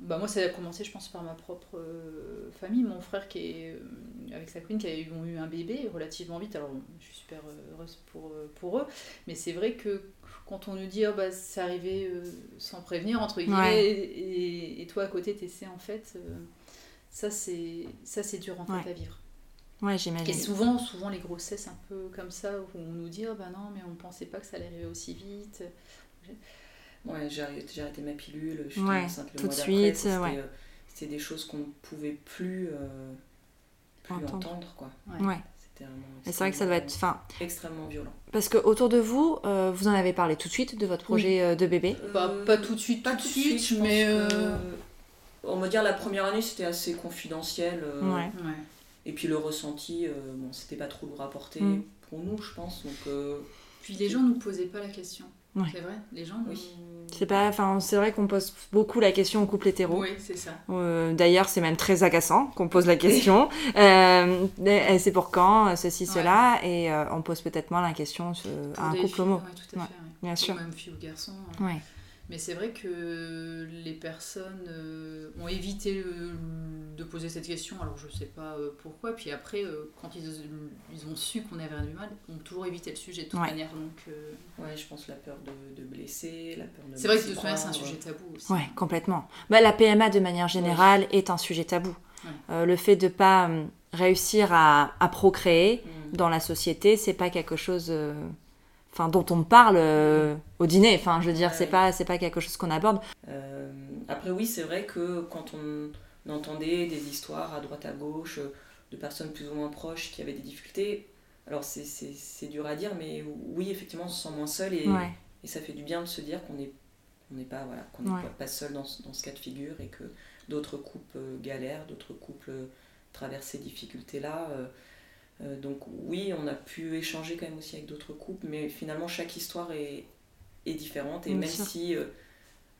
bah moi, ça a commencé, je pense, par ma propre euh, famille. Mon frère, qui est euh, avec sa queen, qui a eu, ont eu un bébé relativement vite. Alors, je suis super heureuse pour, euh, pour eux. Mais c'est vrai que quand on nous dit, oh, bah, c'est arrivé euh, sans prévenir, entre guillemets,
Ouais.
et, et toi à côté, t'essaies, en fait, euh, ça, c'est ça, c'est dur en fait
Ouais.
à vivre.
Ouais,
Et
j'imagine.
souvent, souvent les grossesses un peu comme ça, où on nous dit, ah bah non, mais on pensait pas que ça allait arriver aussi vite.
Ouais, j'ai arrêté, j'ai arrêté ma pilule, je suis
Ouais,
enceinte le
tout
mois
de
d'après,
suite,
c'était,
ouais.
euh, C'était des choses qu'on ne pouvait plus, euh, plus
Entendre.
entendre. quoi.
Ouais.
C'était vraiment.
Mais c'est vrai que ça doit être.
extrêmement-
Enfin,
Extrêmement violent.
parce que autour de vous, euh, vous en avez parlé tout de suite de votre projet euh, de bébé.
Pas,
Euh,
pas tout de suite,
Pas
tout de suite,
je pense
mais.
que-
euh,
On va dire la première année, c'était assez confidentiel. euh,
Ouais.
ouais.
Et puis le ressenti, euh, bon, c'était pas trop nous rapporté
Mm.
pour nous, je pense. Donc, euh,
Puis les gens nous posaient pas la question.
Ouais.
C'est vrai, les gens, oui.
C'est pas, enfin, c'est vrai qu'on pose beaucoup la question au couple hétéro.
Oui, c'est ça.
Euh, D'ailleurs, c'est même très agaçant qu'on pose la
<laughs>
question. Euh, euh, c'est pour quand Ceci,
Ouais.
cela. Et euh, on pose peut-être moins la question euh,
Pour
à un
des
couple
filles,
homo.
ouais, tout à
Ouais,
fait. ouais.
Bien
Ou
sûr.
même fille ou garçon. hein.
Ouais.
Mais c'est vrai que les personnes euh, ont évité euh, de poser cette question, alors je sais pas euh, pourquoi. Puis après, euh, quand ils, ils ont su qu'on avait du mal, ont toujours évité le sujet de toute
Ouais.
manière. Donc, euh,
Ouais, je pense la peur de, de blesser, la peur de.
c'est
mal
vrai que de
s'y
toute manière, c'est un
prendre.
sujet tabou aussi.
Ouais, complètement. Bah, la PMA, de manière générale, est un sujet tabou.
Ouais.
Euh, le fait de pas euh, réussir à, à procréer
Mm.
dans la société, c'est pas quelque chose. euh, Enfin, dont on parle euh, au dîner. Enfin, je veux dire, c'est
Ouais.
pas, c'est pas quelque chose qu'on aborde.
Euh, après, oui, c'est vrai que quand on entendait des histoires à droite à gauche euh, de personnes plus ou moins proches qui avaient des difficultés, alors c'est- c'est c'est dur à dire, mais oui, effectivement, on se sent moins seul et,
Ouais.
et ça fait du bien de se dire qu'on est- on n'est pas, voilà, qu'on n'est
Ouais.
pas- pas seul dans, ce- dans ce cas de figure et que d'autres couples euh, galèrent, d'autres couples euh, traversent ces difficultés-là. euh, euh, donc oui, on a pu échanger quand même aussi avec d'autres couples, mais finalement chaque histoire est, est différente et
Bien
même
sûr.
si euh,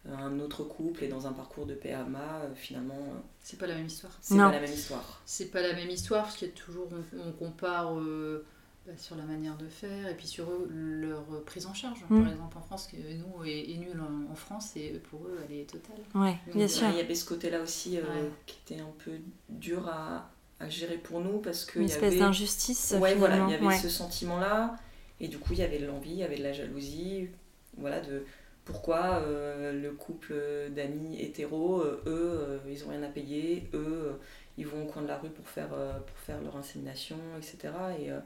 un autre couple est dans un parcours de PMA, euh, finalement euh,
C'est pas la même histoire.
c'est
Non.
pas la même histoire.
C'est pas la même histoire parce qu'il y a toujours, on, on compare euh, bah, sur la manière de faire et puis sur eux, leur euh, prise en charge.
Mm.
Par exemple, en France, que nous est, est nulle en, en France et pour eux, elle est totale.
Ouais,
Donc,
bien
ouais,
sûr.
Il y avait ce côté-là aussi euh,
Ouais.
qui était un peu dur à, à gérer pour nous parce qu'il
Une
y
espèce
avait
d'injustice.
Ouais, voilà,
finalement.
il y avait
Ouais.
ce sentiment-là, et du coup, il y avait de l'envie, il y avait de la jalousie, voilà, de pourquoi euh, le couple d'amis hétéros, euh, eux, euh, ils ont rien à payer, eux, euh, ils vont au coin de la rue pour faire, euh, pour faire leur insémination, etc. Et, euh,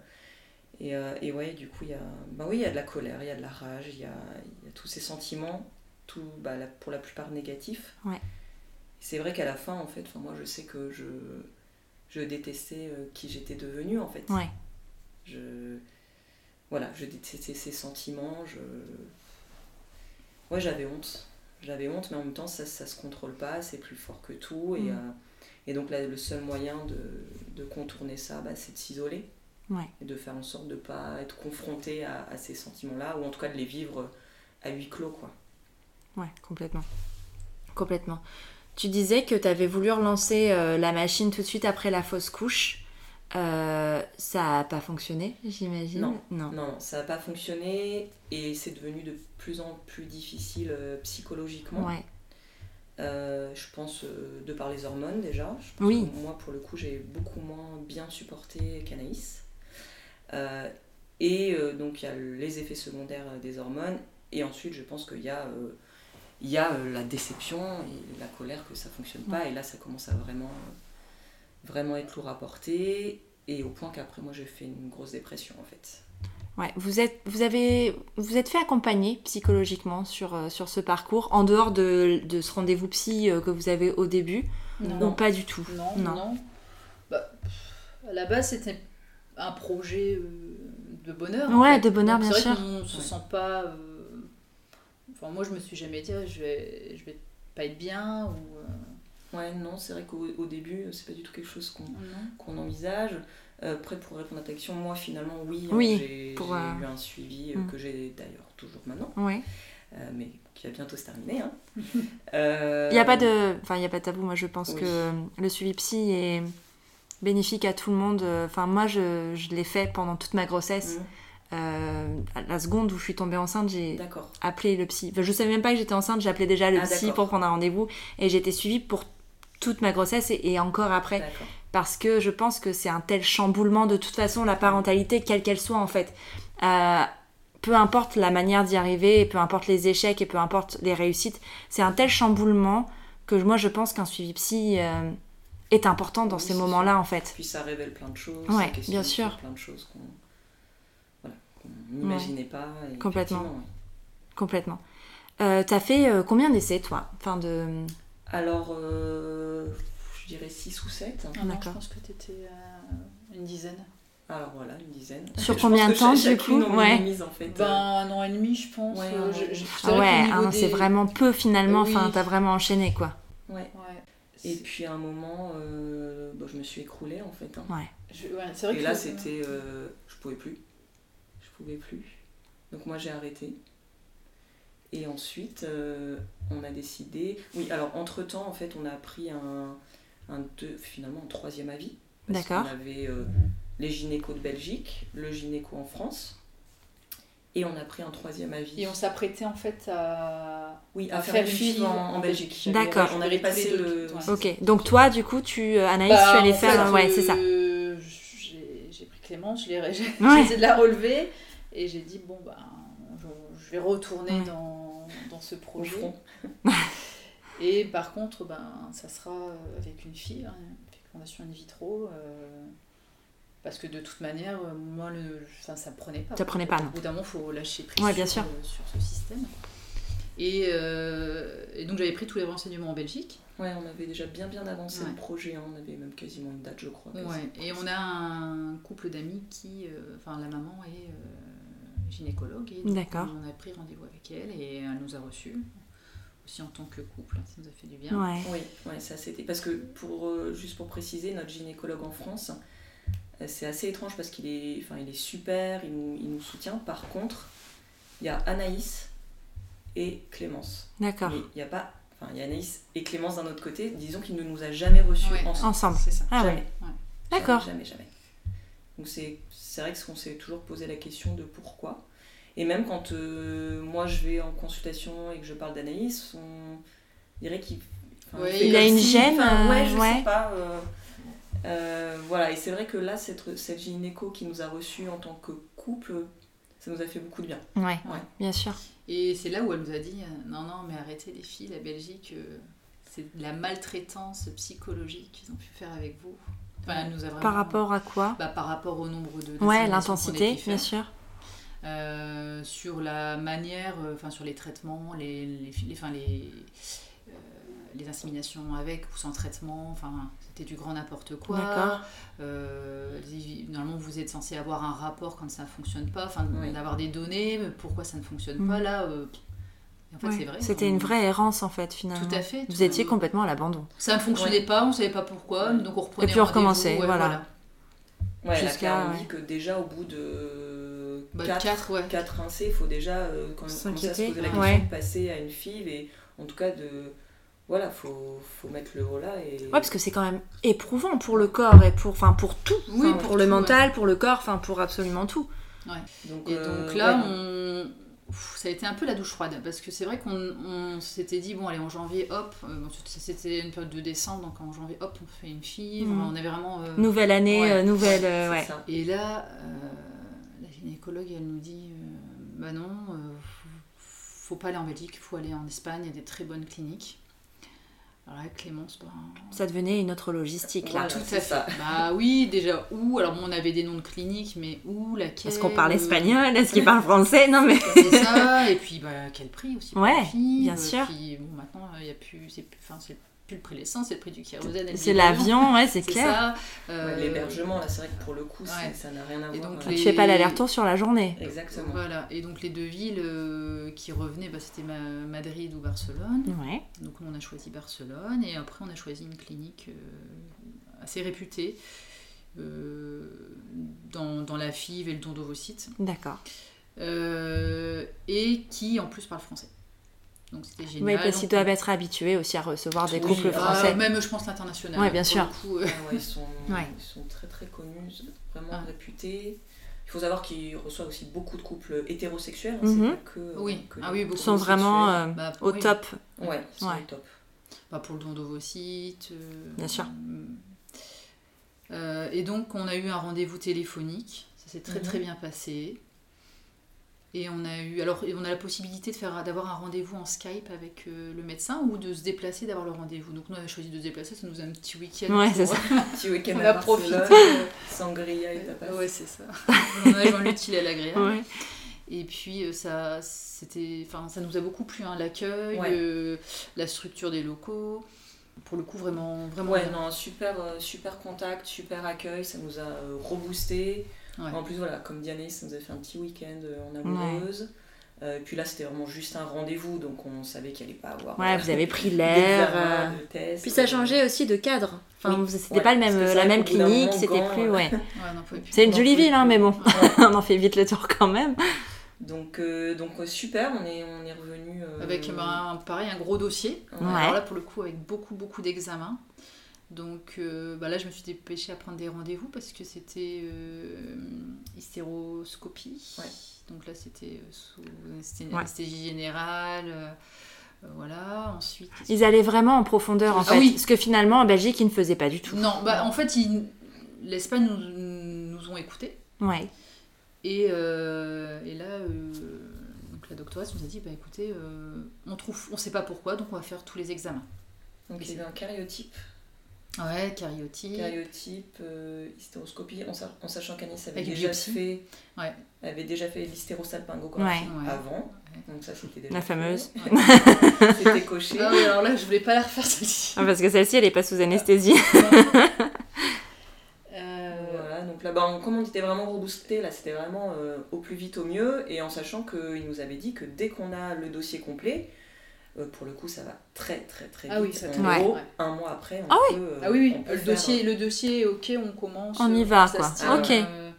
et, euh, et ouais, du coup, il y a, bah oui, il y a de la colère, il y a de la rage, il y a, il y a tous ces sentiments, tout, bah, la- pour la plupart négatifs.
Ouais.
C'est vrai qu'à la fin, en fait, enfin, moi, je sais que je, je détestais euh, qui j'étais devenue, en fait.
Ouais.
Je... Voilà, je détestais ces sentiments. Je... Ouais, j'avais honte. J'avais honte, mais en même temps, ça, ça se contrôle pas, c'est plus fort que tout. Et,
Mm.
euh, et donc, là, le seul moyen de, de contourner ça, bah, c'est de s'isoler.
Ouais.
Et de faire en sorte de pas être confronté à, à ces sentiments-là, ou en tout cas de les vivre à huis clos, quoi.
Ouais, complètement. Complètement. Tu disais que tu avais voulu relancer euh, la machine tout de suite après la fausse couche. Euh, ça a pas fonctionné, j'imagine.
Non.
non.
Non, ça n'a pas fonctionné, et c'est devenu de plus en plus difficile euh, psychologiquement.
Ouais.
Euh, je pense euh, de par les hormones déjà. Je pense
Oui.
que moi, pour le coup, j'ai beaucoup moins bien supporté qu'Anaïs. Euh, et euh, donc, il y a les effets secondaires euh, des hormones. Et ensuite, je pense qu'il y a, euh, il y a euh, la déception et la colère que ça fonctionne pas. Et là, ça commence à vraiment, euh, vraiment être lourd à porter. Et au point qu'après, moi, j'ai fait une grosse dépression en fait.
Ouais. Vous êtes, vous avez, vous êtes fait accompagner psychologiquement sur, euh, sur ce parcours, en dehors de, de ce rendez-vous psy euh, que vous avez au début, ou
Non.
pas du tout.
Non,
Non.
non. Bah, pff, à la base, c'était un projet euh, de bonheur. en
Ouais,
fait.
de bonheur,
Donc,
bien
c'est vrai
sûr.
qu'on se
Ouais.
sent pas. euh, Enfin, moi, je me suis jamais dit, Ah, je vais, je vais pas être bien ou. euh,
Ouais, non, c'est vrai qu'au au début, c'est pas du tout quelque chose qu'on
non.
qu'on envisage. Euh, Après, pour répondre à ta question, moi finalement, oui, hein,
Oui,
j'ai
pour,
j'ai
euh,
eu un suivi euh,
mm.
que j'ai d'ailleurs toujours maintenant,
Ouais.
euh, mais qui va bientôt se terminer. hein. Euh,
Il n'y a pas de, enfin, il y a pas de tabou. Moi, je pense
Oui.
que euh, le suivi psy est bénéfique à tout le monde. Enfin, moi, je, je l'ai fait pendant toute ma grossesse.
Mm,
Euh, à la seconde où je suis tombée enceinte, j'ai
D'accord.
appelé le psy. Enfin, je savais même pas que j'étais enceinte, j'appelais déjà le
Ah,
psy
d'accord.
pour prendre un rendez-vous et j'étais suivie pour toute ma grossesse et, et encore après
D'accord.
parce que je pense que c'est un tel chamboulement de toute façon la parentalité quelle qu'elle soit en fait. Euh, peu importe la manière d'y arriver, et peu importe les échecs et peu importe les réussites, c'est un tel chamboulement que moi je pense qu'un suivi psy euh, est important dans
Oui,
ces
c'est
moments-là en fait.
Puis ça révèle plein de choses,
Ouais,
ça questionne
bien sûr.
sur plein de choses qu'on voilà, qu'on n'imaginait pas. et
Complètement.
effectivement, oui.
Complètement. Euh, T'as fait euh, combien d'essais toi Enfin de
Alors, euh, je dirais 6 ou 7.
Ah non, je
D'accord.
pense que t'étais à une dizaine.
Alors voilà, une dizaine.
Sur
Je
combien
pense
de
que
temps,
cha-
du
chacune
coup
en
Ouais.
minimise, en fait.
Ben, un an et demi, je pense.
Ouais,
Euh,
un an.
je- je-
Ah
c'est
Ah
vrai qu'au
ouais,
niveau
un an,
des-
c'est vraiment peu finalement.
Oui.
Enfin, t'as vraiment enchaîné quoi.
euh, ouais.
Ouais.
Et puis à un moment, euh, bah, je me suis écroulée en fait. hein.
Je- ouais, c'est vrai
Et
que
là, c'était. euh, je pouvais plus. Je pouvais plus. Donc, moi, j'ai arrêté. Et ensuite, euh, on a décidé. Oui, alors entre-temps, en fait, on a pris un, un deux, finalement un troisième avis. Parce
D'accord.
qu'on avait euh, les gynécos de Belgique, le gynéco en France. Et on a pris un troisième avis.
Et on s'apprêtait en fait à.
Oui, à, faire, une FIV en, en Belgique.
D'accord.
On avait passé le.
Ouais.
Ok, donc toi, du coup, tu, euh, Anaïs,
Bah,
tu allais
en
faire.
fait,
ouais,
euh,
c'est ça.
j'ai- J'ai pris Clémence, je l'ai <laughs> j'ai- j'ai
Ouais.
essayé de la relever et j'ai dit bon, bah, je, je vais retourner
Ouais.
dans, dans ce
Au
projet.
front.
Et par contre, ben, ça sera euh, avec une fille, hein, fécondation in vitro. euh, parce que de toute manière, euh, moi, le, enfin, ça me prenait pas.
Ça prenait pas, non.
Au bout d'un moment, il faut lâcher prise
Ouais, bien
sur,
sûr.
euh, sur ce système. Et, euh, et donc, j'avais pris tous les renseignements en Belgique.
Ouais, on avait déjà bien bien avancé
Ouais.
le projet. hein. On avait même quasiment une date, je crois. quasi.
Ouais. Et on a un couple d'amis qui. euh, Enfin, la maman est euh, gynécologue. Et donc,
D'accord.
On a pris rendez-vous avec elle et elle nous a reçus. Aussi en tant que couple, ça nous a fait du bien.
Ouais.
Oui, ouais, ça c'était. Parce que, pour, euh, juste pour préciser, notre gynécologue en France, euh, c'est assez étrange parce qu'il est, enfin, il est super, il nous, il nous soutient. Par contre, il y a Anaïs et Clémence.
D'accord.
Mais il n'y a pas. Enfin, il y a Anaïs et Clémence d'un autre côté. Disons qu'il ne nous a jamais reçus
Ouais.
ensemble.
Ensemble.
C'est ça.
Ah ouais.
Jamais. Jamais,
D'accord.
Jamais, jamais. Donc c'est c'est vrai que qu'on s'est toujours posé la question de pourquoi. Et même quand euh, moi je vais en consultation et que je parle d'analyse, on dirait qu'il enfin,
Ouais,
fait
il a
comme
une
si,
gêne,
enfin,
euh,
ouais, je
ouais.
sais pas. euh, euh, voilà, et c'est vrai que là, cette, cette gynéco qui nous a reçus en tant que couple, ça nous a fait beaucoup de bien.
Ouais.
Ouais.
Bien sûr.
Et c'est là où elle nous a dit euh, non, non, mais arrêtez les filles, la Belgique, euh, c'est de la maltraitance psychologique qu'ils ont pu faire avec vous. Enfin, elle nous a vraiment-
Par rapport à quoi
bah, par rapport au nombre de.
Ouais,
décès qu'on a
l'intensité,
pu faire.
bien sûr.
Euh, sur la manière, euh, enfin sur les traitements, les, les, les- enfin, les, euh, les inséminations avec ou sans traitement, enfin c'était du grand n'importe quoi.
D'accord.
Euh, les- normalement vous êtes censé avoir un rapport quand ça ne fonctionne pas, enfin
Oui.
d'avoir des données, mais pourquoi ça ne fonctionne
Mm.
pas là. euh, et en fait
Ouais.
c'est vrai.
C'était
on-
une vraie errance en fait finalement.
Tout à fait.
Vous
tout-
étiez complètement à l'abandon.
Ça ne fonctionnait pas, on ne savait pas pourquoi,
Ouais.
donc on reprenait.
Et puis on
rendez-vous,
recommençait,
ouais,
voilà.
Ouais, la
Jusqu'à,
Claire nous
ouais.
dit que déjà au bout de
Bah,
4
quatre, ouais.
4 rincés, il faut déjà euh, quand commencer à se
S'inquiéter.
poser la question
Ouais.
de passer à une FIV et en tout cas de voilà, faut faut mettre le haut là et
Ouais, parce que c'est quand même éprouvant pour le corps et pour, enfin, pour tout.
Oui,
Enfin,
pour
le
tout,
mental, pour le corps, enfin, pour absolument tout.
donc,
Et
euh,
donc là,
ouais,
on... Ouf, ça a été un peu la douche froide, parce que c'est vrai qu'on on s'était dit, bon, allez, en janvier, hop, euh, bon, c'était une période de décembre, donc en janvier, hop, on fait une fille,
Mhm.
on avait vraiment... euh,
Nouvelle année,
Ouais.
euh, nouvelle.
c'est
euh, ouais.
ça.
Et là, euh, la gynécologue, elle nous dit, euh, bah non, euh, faut- faut pas aller en Belgique, faut aller en Espagne, il y a des très bonnes cliniques. Alors là, Clémence, ben,
Ça devenait une autre logistique là.
Voilà,
tout
Ah, c'est
à
ça.
bah oui, déjà, où Alors bon, on avait des noms de cliniques, mais où, laquelle
Est-ce qu'on parle
euh,
espagnol Est-ce qu'il parle français Non mais.
C'est ça, et puis bah, à quel prix aussi pour
Ouais,
la fille,
bien
euh,
sûr.
Puis bon, maintenant, il y a plus, c'est plus, enfin, c'est plus le prix de l'essence, <laughs> c'est le prix du kérosène. et
C'est
de l'avion,
l'avion, ouais, c'est
c'est
clair.
ça.
Ouais,
euh,
l'hébergement là, c'est vrai que pour le coup, c'est-
ouais.
ça n'a rien à
Et
voir.
donc
voilà.
Tu
les-
fais pas l'aller-retour sur la journée.
Exactement.
Voilà, et donc les deux villes euh, qui revenaient, bah, c'était ma- Madrid ou Barcelone.
Ouais.
Donc nous, on a choisi Barcelone, et après on a choisi une clinique euh, assez réputée euh, dans, dans la FIV et le don d'ovocytes,
D'accord.
euh, et qui en plus parle français. Donc c'était génial.
Oui, parce qu'ils
On-
doivent être habitués aussi à recevoir des
Oui,
couples
ah,
français.
Euh, même, je pense, l'international.
Ouais, bien
Pour
sûr.
le coup, euh,
Ouais, ouais, ils
<laughs>
sont
Ouais.
ils sont très très connus, vraiment
Ah.
réputés. Il faut savoir qu'ils reçoivent aussi beaucoup de couples hétérosexuels, hein,
Mhm.
c'est pas que
Oui.
que
Ah oui,
des
beaucoup.
Ils sont vraiment euh,
bah,
au
oui,
top.
Ouais, ils sont
Ouais.
au top. <laughs>
bah, pour le don d'ovocytes. euh,
Bien sûr.
euh, et donc, on a eu un rendez-vous téléphonique. Ça s'est très,
Mhm.
très bien passé. Et on a eu. Alors, et on a la possibilité de faire d'avoir un rendez-vous en Skype avec euh, le médecin ou de se déplacer, d'avoir le rendez-vous. Donc, nous, on avait choisi de se déplacer. Ça nous a un petit week-end.
Ouais,
pour- <laughs>
c'est ça.
Petit week-end
On
à
a profité.
Barcelone, euh, sangria et tapas.
ouais, c'est ça. <laughs> on a joint l'utile à l'agréable.
Ouais.
Et puis euh, ça, c'était, enfin, ça nous a beaucoup plu, hein, l'accueil,
Ouais.
euh, la structure des locaux. Pour le coup, vraiment, vraiment.
Ouais,
bien.
non, super, euh, super contact, super accueil, ça nous a euh, reboosté.
Ouais.
En plus, voilà, comme Diane, ça nous a fait un petit week-end euh, en amoureuse. Euh, puis là, c'était vraiment juste un rendez-vous, donc on savait qu'il allait pas avoir.
Ouais,
euh,
vous avez pris
des
l'air.
examens,
euh,
de tests,
Puis ça
euh,
changeait aussi de cadre. Enfin,
Oui.
vous- c'était
Ouais,
pas le
parce
même, euh,
que c'est
la
vrai
même
qu'au bout d'un moment,
clinique, c'était
Gand,
plus.
euh,
Ouais. <laughs>
Ouais, on n'en pouvait plus.
C'est une
On en
jolie
pouvait
ville, hein,
plus.
mais bon.
Ouais.
on en fait vite le tour quand même.
Donc, euh, donc euh, super, on est, on est revenu. euh,
Avec ben, pareil un gros dossier.
ouais.
Ouais.
Alors là pour le coup avec beaucoup beaucoup d'examens. Donc euh, bah là je me suis dépêchée à prendre des rendez-vous parce que c'était euh, hystéroscopie.
Ouais.
Donc là c'était euh, sous c'était une
Ouais.
anesthésie générale. euh, euh, voilà ensuite.
Ils allaient vraiment en profondeur en
Ah
fait.
oui.
Ce que finalement en Belgique ils ne faisaient pas du tout.
Non bah en fait ils- l'Espagne nous, nous ont écoutés.
Ouais.
Et, euh, et là, euh, donc la doctoresse nous a dit, bah écoutez, euh, on trouve, on sait pas pourquoi, donc on va faire tous les examens.
Donc il y avait un cariotype,
Ouais, cariotype.
cariotype, euh, hystéroscopie, en, sa- en sachant qu'Anis avait
Avec
déjà
biopsie.
fait,
Ouais.
avait déjà fait l'hystérosalpingographie
Ouais.
avant, donc ça c'était déjà
La
fait.
fameuse.
c'était coché.
Ah oui, alors là, je voulais pas la refaire celle-ci.
Ah, parce que celle-ci elle est pas sous anesthésie.
Euh,
Voilà, donc là, bah, on- comme on était vraiment reboosté, là c'était vraiment euh, au plus vite, au mieux, et en sachant qu'il nous avait dit que dès qu'on a le dossier complet, euh, pour le coup ça va très très très vite.
Ah oui, ça
En
va.
gros,
Ouais.
un mois après, on
Ah
peut, euh,
Ah oui,
on
oui,
peut
le
faire-
dossier, le dossier, ok, on commence.
On y
euh,
va,
ça
quoi.
se tient,
Ok.
euh,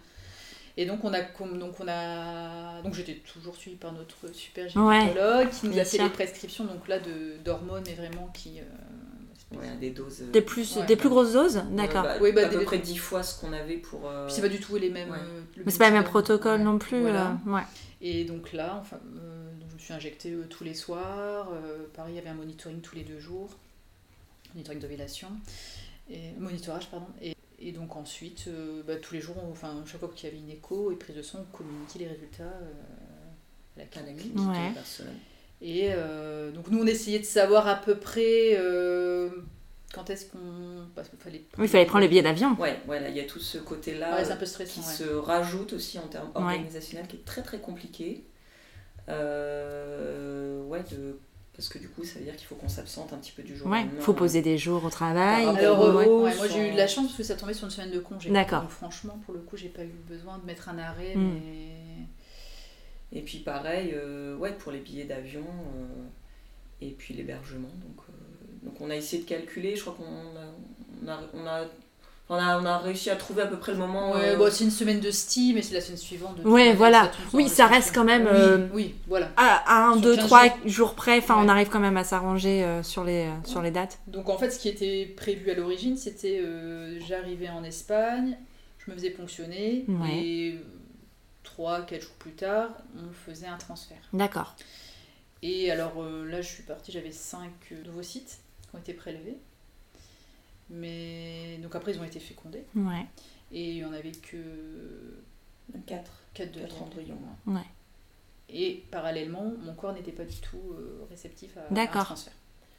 et donc on a, com- donc on a, donc j'étais toujours suivie par notre super
Ouais.
gynécologue qui nous
Bien
a fait
sûr.
les prescriptions, donc là de d'hormones et vraiment qui. euh,
Ouais, des doses. euh,
Des plus,
Ouais.
des plus grosses doses D'accord.
euh, bah,
Oui, bah,
à
des-
peu près 10 fois ce qu'on avait pour. euh,
Puis c'est pas du tout les mêmes.
Ouais.
euh, le
Mais c'est pas le même
médicament.
protocole
Ouais.
non plus.
Voilà.
euh, ouais.
Et donc là, enfin, euh, donc je me suis injectée euh, tous les soirs. euh, pareil, il y avait un monitoring tous les deux jours, monitoring d'ovulation, et monitorage pardon. Et, et donc ensuite, euh, bah, tous les jours, on- enfin chaque fois qu'il y avait une écho et prise de son, on communiquait les résultats euh, à la
à la
clinique.
clinique de
Ouais.
Barcelone.
Et euh, donc nous, on essayait de savoir à peu près euh, quand est-ce qu'on, parce qu'il fallait.
Oui, il fallait prendre le billet d'avion.
Ouais, ouais, là, il y a tout ce côté-là
Ouais, c'est
euh,
un peu stressant.
qui
ouais.
se rajoute aussi en termes
Ouais.
organisationnels, qui est très très compliqué. Euh, ouais, de- parce que du coup, ça veut dire qu'il faut qu'on s'absente un petit peu du jour
Ouais.
au lendemain.
Faut poser des jours au travail.
Ah,
Alors,
ouais,
euh,
ouais.
ouais, moi j'ai eu de la chance parce que ça tombait sur une semaine de congé.
D'accord.
Donc, franchement, pour le coup, j'ai pas eu besoin de mettre un arrêt.
Mm.
mais-
Et puis pareil, euh, ouais, pour les billets d'avion euh, et puis l'hébergement. Donc, euh, donc on a essayé de calculer, je crois qu'on a, on a, on a, on a, on a réussi à trouver à peu près le moment.
Ouais,
euh,
bon, c'est une semaine de Steam mais c'est la semaine suivante. de toute
Ouais,
façon,
voilà.
tombe sur
Oui,
un
ça
week-end.
reste quand même,
Oui,
euh,
oui, voilà.
À, à un,
Sur
deux,
15
trois jours près, enfin on
Ouais.
arrive quand même à s'arranger euh, sur, les, euh, sur les dates.
Donc en fait, ce qui était prévu à l'origine, c'était euh, j'arrivais en Espagne, je me faisais ponctionner
Ouais.
et 3-4 jours plus tard, on faisait un transfert.
D'accord.
Et alors euh, là, je suis partie, j'avais 5 nouveaux sites qui ont été prélevés. Mais donc après, ils ont été fécondés.
Ouais.
Et il n'y en avait que bah,
Quatre.
4 de
Quatre embryons, hein.
ouais.
Et parallèlement, mon corps n'était pas du tout euh, réceptif à, à un
D'accord.
transfert.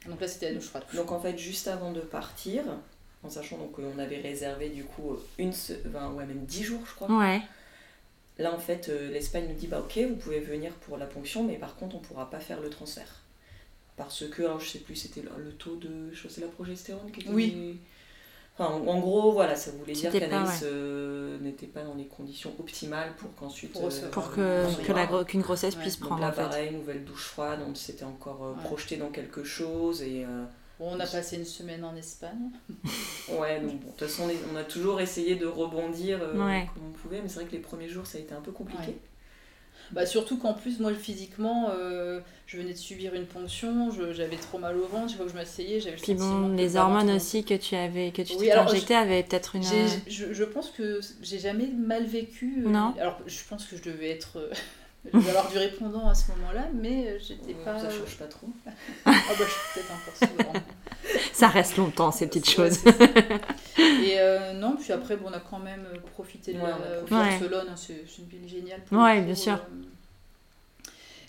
Donc là, c'était à nous, je crois.
Donc en fait, juste avant de partir, en sachant donc qu'on avait réservé du coup euh, une, se- enfin, ouais, même 10 jours, je crois.
Ouais.
Là, en fait, euh, l'Espagne nous dit bah ok, vous pouvez venir pour la ponction, mais par contre, on pourra pas faire le transfert. Parce que, alors, je sais plus, c'était le, le taux de. Je crois que c'est la progestérone qui était.
Oui.
Enfin, en, en gros, voilà, ça voulait dire
C'était pas,
qu'Anaïs euh, n'était pas dans les conditions optimales pour qu'ensuite.
Pour recevoir.
Pour
Euh,
que,
oui.
que la gro- qu'une grossesse
Ouais.
puisse
Donc
prendre
là,
en fait.
pareil, nouvelle douche froide, on s'était encore euh,
Ouais.
projeté dans quelque chose et. euh,
Bon, on a passé une semaine en Espagne.
Ouais, donc bon, de toute façon, on, est- on a toujours essayé de rebondir euh,
Ouais.
comme on pouvait, mais c'est vrai que les premiers jours, ça a été un peu compliqué.
Ouais. Bah, surtout qu'en plus, moi, physiquement, euh, je venais de subir une ponction, je- j'avais trop mal au ventre, chaque fois que je m'asseyais, j'avais le
Puis
sentiment
bon,
que
les
le ventre-
hormones aussi que tu avais, que tu
hein. Oui,
t'étais
alors,
injectées avaient peut-être une.
J'ai-
euh,
Je, je pense que j'ai jamais mal vécu. euh,
Non.
Alors, je pense que je devais être. euh, <laughs> je devais avoir du répondant à ce moment-là, mais euh, j'étais
Euh,
pas.
Ça change pas trop.
Ah bah, je suis peut-être encore sous grande.
Ça reste longtemps ces petites
Ouais,
choses.
c'est ça.
<laughs>
Et euh, non, puis après, bon, on a quand même euh, profité de
Ouais, on
la
a profité.
Barcelone, hein, c'est c'est une ville géniale. pour
Ouais,
le coup,
bien sûr.
euh.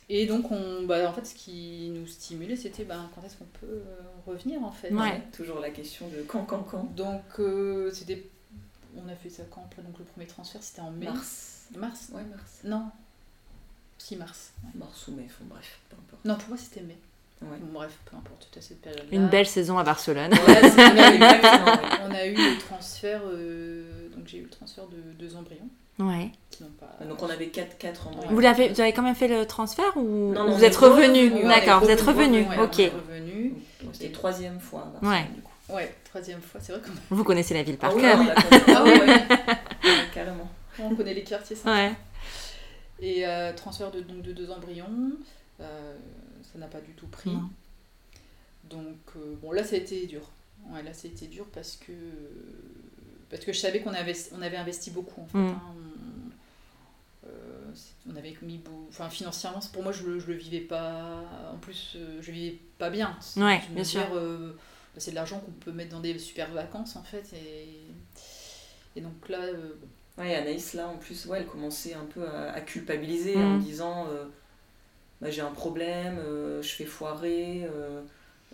Et donc, on, bah, en fait, ce qui nous stimulait, c'était bah, quand est-ce qu'on peut euh, revenir, en fait.
Ouais.
Toujours la question de quand, quand, quand
Donc, euh, c'était... On a fait ça quand après Donc, le premier transfert, c'était en mai.
Mars.
Mars
Ouais, mars.
Non. 6 mars. ouais.
Mars ou mai, enfin bref, peu importe.
Non, pour moi, c'était mai.
Ouais.
Bon, bref, peu importe, toute cette période-là.
Une belle saison à Barcelone.
Ouais, c'était
Ouais,
mai, mais-
exactement, ouais.
On a eu le transfert, euh, donc j'ai eu le transfert de deux embryons
Ouais.
qui n'ont pas.
Euh, Donc on avait 4, 4 embryons.
Vous l'avez, vous avez quand même fait le transfert ou
Non, non,
vous
on
êtes
est
revenu
revenus,
D'accord,
Ouais,
vous êtes revenu.
ouais,
ok.
on est revenu.
Donc, C'était troisième fois. à Barcelone,
Ouais.
du coup.
Ouais, troisième fois, c'est vrai qu'on <laughs>
Vous connaissez la ville par
Ah ouais,
cœur.
on l'a fait.
Ah ouais, ouais.
Ouais, carrément.
on connaît les quartiers. ça.
Ouais.
Et euh, transfert de, donc, de deux embryons, euh, ça n'a pas du tout pris.
Non.
Donc, euh, bon, là, ça a été dur. Ouais, là, ça a été dur parce que, parce que je savais qu'on avait, on avait investi beaucoup, en fait.
Mm.
hein. On, euh, c'est- on avait mis beau... Enfin, financièrement, c'est- pour moi, je le, je le vivais pas... En plus, euh, je le vivais pas bien. C'est-
Ouais,
je me
bien
dis,
sûr.
euh, bah, c'est de l'argent qu'on peut mettre dans des super vacances, en fait. Et, et donc là, euh,
Ouais, et Anaïs, là, en plus, ouais, elle commençait un peu à, à culpabiliser
Mm.
en disant euh, bah, j'ai un problème, euh, je fais foirer, euh,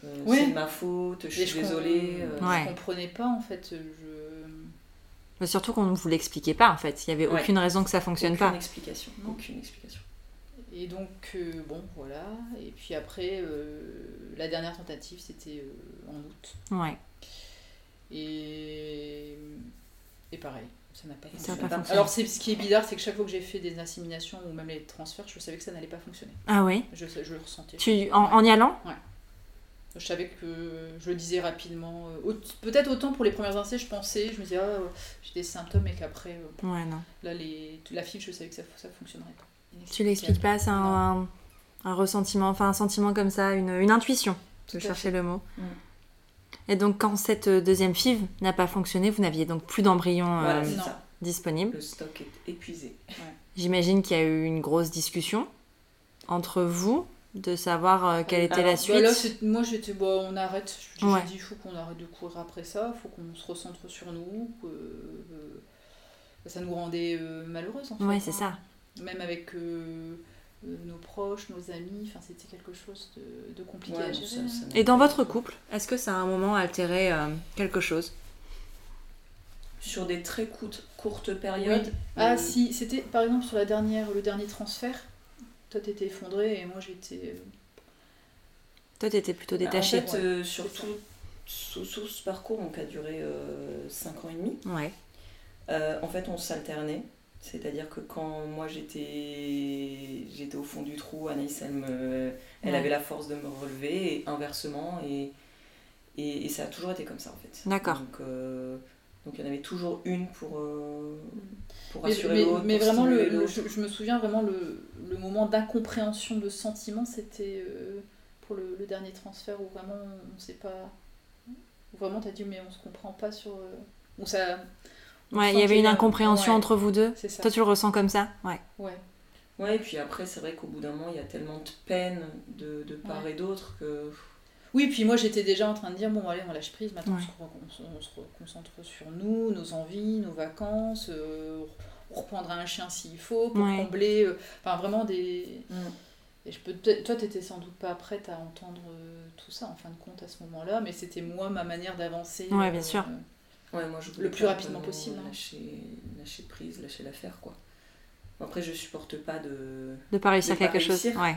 euh,
Ouais.
c'est de ma faute, je
Et
suis
com-
désolée. euh.
je
Ouais.
comprenais pas en fait. Je...
Mais surtout qu'on ne vous l'expliquait pas en fait. Il n'y avait
Ouais.
aucune raison que ça fonctionne
Aucune
pas.
explication.
Non.
Aucune explication.
Et donc, euh, bon, voilà. Et puis après, euh, la dernière tentative, c'était euh, en août.
Ouais.
Et, et pareil, ça n'a pas
Ça
fonctionné.
n'a pas
pas-
fonctionné.
Alors, c'est, ce qui est bizarre, c'est que chaque fois que j'ai fait des inséminations ou même les transferts, je savais que ça n'allait pas fonctionner.
Ah ouais
Je, je le ressentais.
tu, en, en y allant
Je savais que je le disais rapidement. euh, aut- Peut-être autant pour les premières insées, je pensais, je me disais, ah, euh, j'ai des symptômes et qu'après, euh,
Ouais, non.
là, les... la fiche, je savais que ça, ça fonctionnerait pas.
Tu l'expliques pas, c'est un, un, un ressentiment, enfin un sentiment comme ça, une, une intuition. Je
à
cherchais le mot.
Mm.
Et donc, quand cette euh, deuxième FIV n'a pas fonctionné, vous n'aviez donc plus d'embryons
Voilà,
euh,
c'est
non. Mm.
ça.
disponibles.
Le stock est épuisé.
J'imagine qu'il y a eu une grosse discussion entre vous de savoir euh, quelle était
Alors,
la
bah
suite.
là, c'est- moi, j'étais, bon, on arrête. Je- J'ai
Ouais.
dit, il faut qu'on arrête de courir après ça, il faut qu'on se recentre sur nous. que, euh, ça nous rendait euh, malheureuses, en fait.
ouais, c'est
hein.
ça.
Même avec euh, euh, nos proches, nos amis, enfin, c'était quelque chose de, de compliqué
Ouais,
à
non,
gérer.
ça-
hein.
ça n'a
Et dans
pas
votre
été-
couple, est-ce que ça a un moment altéré euh, quelque chose
Sur des très courtes, courtes périodes.
Ah
euh,
si, c'était par exemple sur la dernière, le dernier transfert. Toi, t'étais effondrée et moi, j'étais... euh,
Toi, t'étais plutôt détachée.
En fait, euh, sur,
C'est ça.
tout- sous, sous ce parcours donc, qui a duré 5 ans et demi,
Ouais.
euh, en fait, on s'alternait. C'est-à-dire que quand moi j'étais j'étais au fond du trou, Anaïs, elle, me, elle
Ouais.
avait la force de me relever, et inversement, et, et, et ça a toujours été comme ça en fait.
D'accord.
Donc, euh, donc il y en avait toujours une pour, euh, pour
Mais,
assurer
mais-
l'autre.
mais
pour
vraiment, le,
stimuler
le-
l'autre.
je, je me souviens vraiment le, le moment d'incompréhension de sentiment, c'était euh, pour le, le dernier transfert où vraiment on ne sait pas. Où vraiment t'as dit, mais on se comprend pas sur. euh, où ça. on
Ouais,
sent
il y
qu'il
avait une
a-
incompréhension
ouais,
entre vous deux.
C'est ça.
Toi, tu le ressens comme ça Ouais.
Ouais.
Ouais, et puis après, c'est vrai qu'au bout d'un moment, il y a tellement de peine de, de part et d'autre que.
Oui, puis moi j'étais déjà en train de dire, bon, allez, on lâche prise, maintenant
Ouais.
on, se, re- on se- on se reconcentre sur nous, nos envies, nos vacances, euh, on reprendra un chien s'il faut, pour
Ouais.
combler. euh, Enfin, vraiment des.
Mm.
Et je peux te- toi, t'étais sans doute pas prête à entendre euh, tout ça en fin de compte à ce moment-là, mais c'était moi ma manière d'avancer. euh,
Ouais, bien sûr.
Ouais, moi, je voulais
Le plus
pas
rapidement
vraiment
possible, hein.
Lâcher, lâcher prise, lâcher l'affaire, quoi. Après, je supporte pas de.
De pas réussir
De pas
quelque chose.
réussir.
Ouais.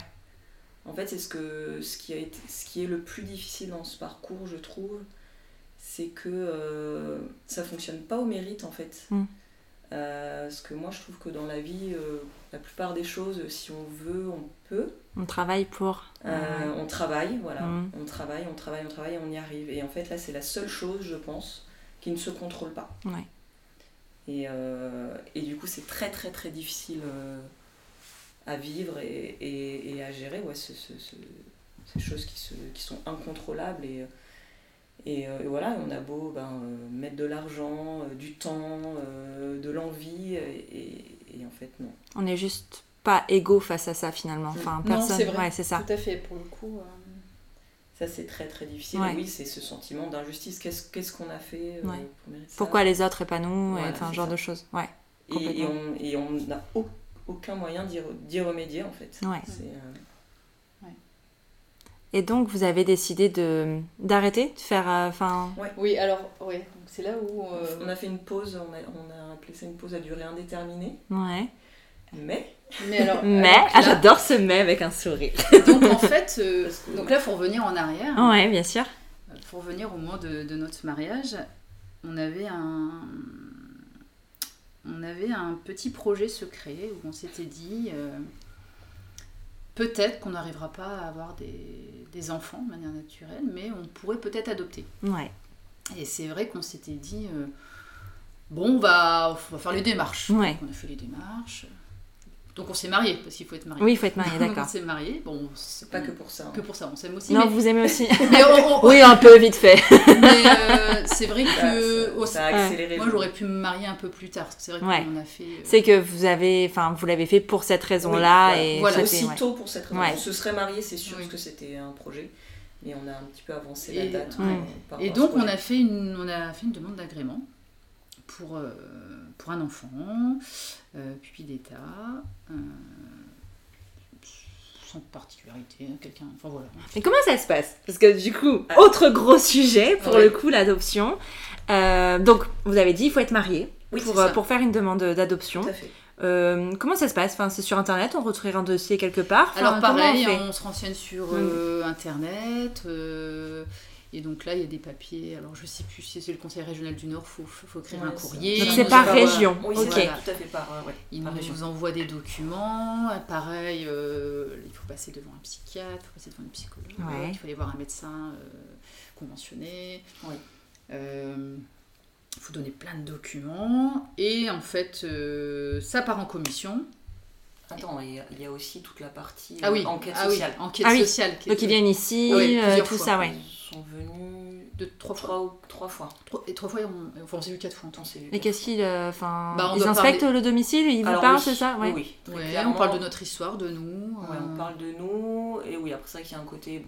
En fait, c'est ce, que, ce, qui a été, ce qui est le plus difficile dans ce parcours, je trouve, c'est que euh, ça fonctionne pas au mérite, en fait.
Mm.
Euh, parce que moi, je trouve que dans la vie, euh, la plupart des choses, si on veut, on peut.
On travaille pour.
Ah
Euh, on travaille, voilà.
Ah Mm.
On travaille, on travaille, on travaille, on y arrive. Et en fait, là, c'est la seule chose, je pense, qui ne se contrôle pas.
Ouais.
Et, euh, et du coup, c'est très, très, très difficile euh, à vivre et, et- et à gérer, ouais, ce- ce- ce- ces choses qui, se, qui sont incontrôlables. Et, et, euh, et voilà, on a beau ben, euh, mettre de l'argent, euh, du temps, euh, de l'envie, et, et en fait, non.
On n'est juste pas égaux face à ça finalement. Enfin,
Non,
personne.
c'est vrai.
Ouais, c'est ça.
Tout à fait, pour le coup. euh,
Ça, c'est très, très difficile.
Ouais.
Et Oui, c'est ce sentiment d'injustice. Qu'est-ce qu'est-ce qu'on a fait euh,
Ouais.
pour mériter ça
Pourquoi les autres et pas nous et
Voilà,
Enfin,
c'est
genre
ça.
de choses. Ouais.
et, et
Complètement.
on et on n'a au- aucun moyen d'y re- d'y remédier en fait.
Ouais.
C'est, euh,
Et donc, vous avez décidé de d'arrêter, de faire. euh, Enfin.
Oui, alors, ouais, donc c'est là où. euh,
<laughs>
On a fait une pause, on a, on a appelé ça une pause à durée indéterminée,
ouais.
mais
Mais alors.
Mais.
Euh, alors que
Ah,
là-
j'adore ce mais avec un sourire. <laughs>
donc en fait, euh,
Parce que- bah,
donc là, faut revenir en arrière.
Ouais, bien sûr.
Pour revenir au moment de, de notre mariage, on avait un, on avait un petit projet secret où on s'était dit euh, peut-être qu'on n'arrivera pas à avoir des, des enfants de manière naturelle, mais on pourrait peut-être adopter.
Ouais.
Et c'est vrai qu'on s'était dit euh, bon, bah, on va faire les démarches.
Ouais.
Donc, on a fait les démarches.
Donc on s'est marié parce qu'il faut être marié.
Oui, il faut être marié,
<laughs>
Donc, <laughs>
d'accord.
On s'est marié. Bon, c'est
Pas que pour ça. hein.
que pour ça, on s'aime aussi.
Non,
mais
vous aimez
<laughs>
aussi.
mais on- on-
oui, un peu vite fait.
mais, euh, c'est vrai
Ça- ça-
que au-
ça a accéléré.
moi j'aurais pu me marier un peu plus tard. parce que C'est vrai
Ouais.
qu'on a fait. euh,
C'est que vous avez, enfin, vous l'avez fait pour cette raison-là
Oui,
et
voilà.
c'était- ouais.
aussitôt pour cette raison.
Ouais.
On se serait mariés, c'est sûr,
Oui.
parce que c'était un projet, mais on a un petit peu avancé
Et-
la date.
ouais.
euh, par
Et
rapport à
donc
ce
on
projet.
a fait une, on a fait une demande d'agrément pour, euh, pour un enfant, euh, pupille d'État, euh, sans particularité, hein, quelqu'un. Enfin voilà.
Mais comment ça se passe Parce que du coup,
Ah.
autre gros sujet pour
Ouais.
le coup, l'adoption. Euh, donc, vous avez dit, il faut être marié
Oui,
pour,
c'est
euh,
ça.
pour faire une demande d'adoption.
Tout à fait.
Euh, comment ça se passe enfin, C'est sur Internet, on retire un dossier quelque part. Enfin,
Alors
comment
pareil, hein,
on fait Mm.
on, se renseigne sur euh, internet. euh, et donc là, il y a des papiers. Alors je sais plus si c'est le Conseil régional du Nord, faut, faut, faut créer un
Ouais, ça-
courrier. hein,
Donc,
ils
c'est
nous
par
envoient-
région.
Oui,
Ok.
c'est ça, tout à fait par. euh, ouais,
Ils
par région.
nous envoient des documents. Ah, Pareil, euh, il faut passer devant un psychiatre, il faut passer devant une psychologue,
Ouais.
il faut aller voir un médecin euh, conventionné.
Oui.
Euh, il faut donner plein de documents. Et en fait, euh, ça part en commission.
Attends, il y a- il y a aussi toute la partie
Ah oui,
euh, enquête
ah oui,
sociale.
enquête
Ah oui.
sociale. qui est-
Donc, ils viennent ici,
Ah oui,
euh,
plusieurs
tout
fois.
ça, ouais.
Ils sont venus
de trois fois.
trois, ou- trois fois.
Trois- et trois fois, on, enfin, on s'est vu quatre fois en tout.
On s'est-
Et qu'est-ce qu'ils. euh, Enfin,
Bah, on
ils
doit
inspectent
parler-
le domicile, ils vous
Alors,
parlent,
oui,
c'est ça
Oui,
Ouais.
oui, très
Ouais, on
clairement.
parle de notre histoire, de nous.
Ouais,
euh,
on parle de nous, et oui, après ça, qu'il y a un côté. Bon,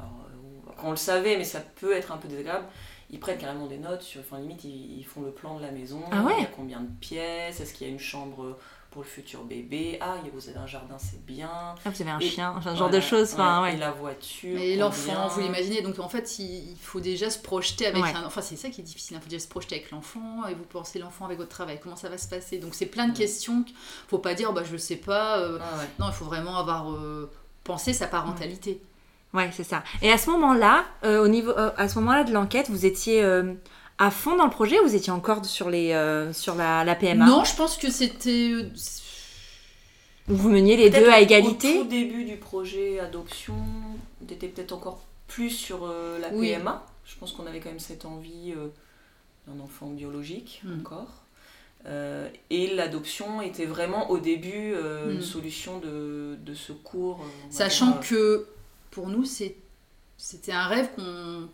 alors, euh, après, on le savait, mais ça peut être un peu désagréable. Ils prennent carrément des notes, sur, enfin, limite, ils, ils font le plan de la maison.
Ah ouais
Il y a combien de pièces Est-ce qu'il y a une chambre pour le futur bébé Ah, il- vous avez un jardin, c'est bien.
Ah, vous avez un
Et-
chien, ce genre
Voilà,
de choses. Enfin,
ouais,
ouais.
Et la voiture.
Et l'enfant,
combien
vous l'imaginez. Donc en fait, il il faut déjà se projeter avec
Ouais.
un Enfin, c'est ça qui est difficile. Il faut déjà se projeter avec l'enfant et vous pensez l'enfant avec votre travail. Comment ça va se passer Donc c'est plein de
Mm.
Ouais.
questions. qu- Faut pas dire, bah je sais pas. euh,
Ah ouais.
Non, il faut vraiment avoir euh, pensé sa parentalité.
Mm. Ouais, c'est ça. Et à ce moment-là, euh, au niveau, euh, à ce moment-là de l'enquête, vous étiez euh, à fond dans le projet ou vous étiez encore sur les, euh, sur la, la PMA
Non, je pense que c'était. euh,
Vous meniez les deux à
Au
égalité
tout début du projet adoption, on était peut-être encore plus sur euh, la
Oui.
PMA. Je pense qu'on avait quand même cette envie euh, d'un enfant biologique
Hmm.
Mm.
encore. Euh, et l'adoption était vraiment au début
Hmm.
euh,
Mm.
une solution de, de secours. euh, on va
Sachant
dire, euh,
que pour nous, c'est- c'était un rêve qu'on.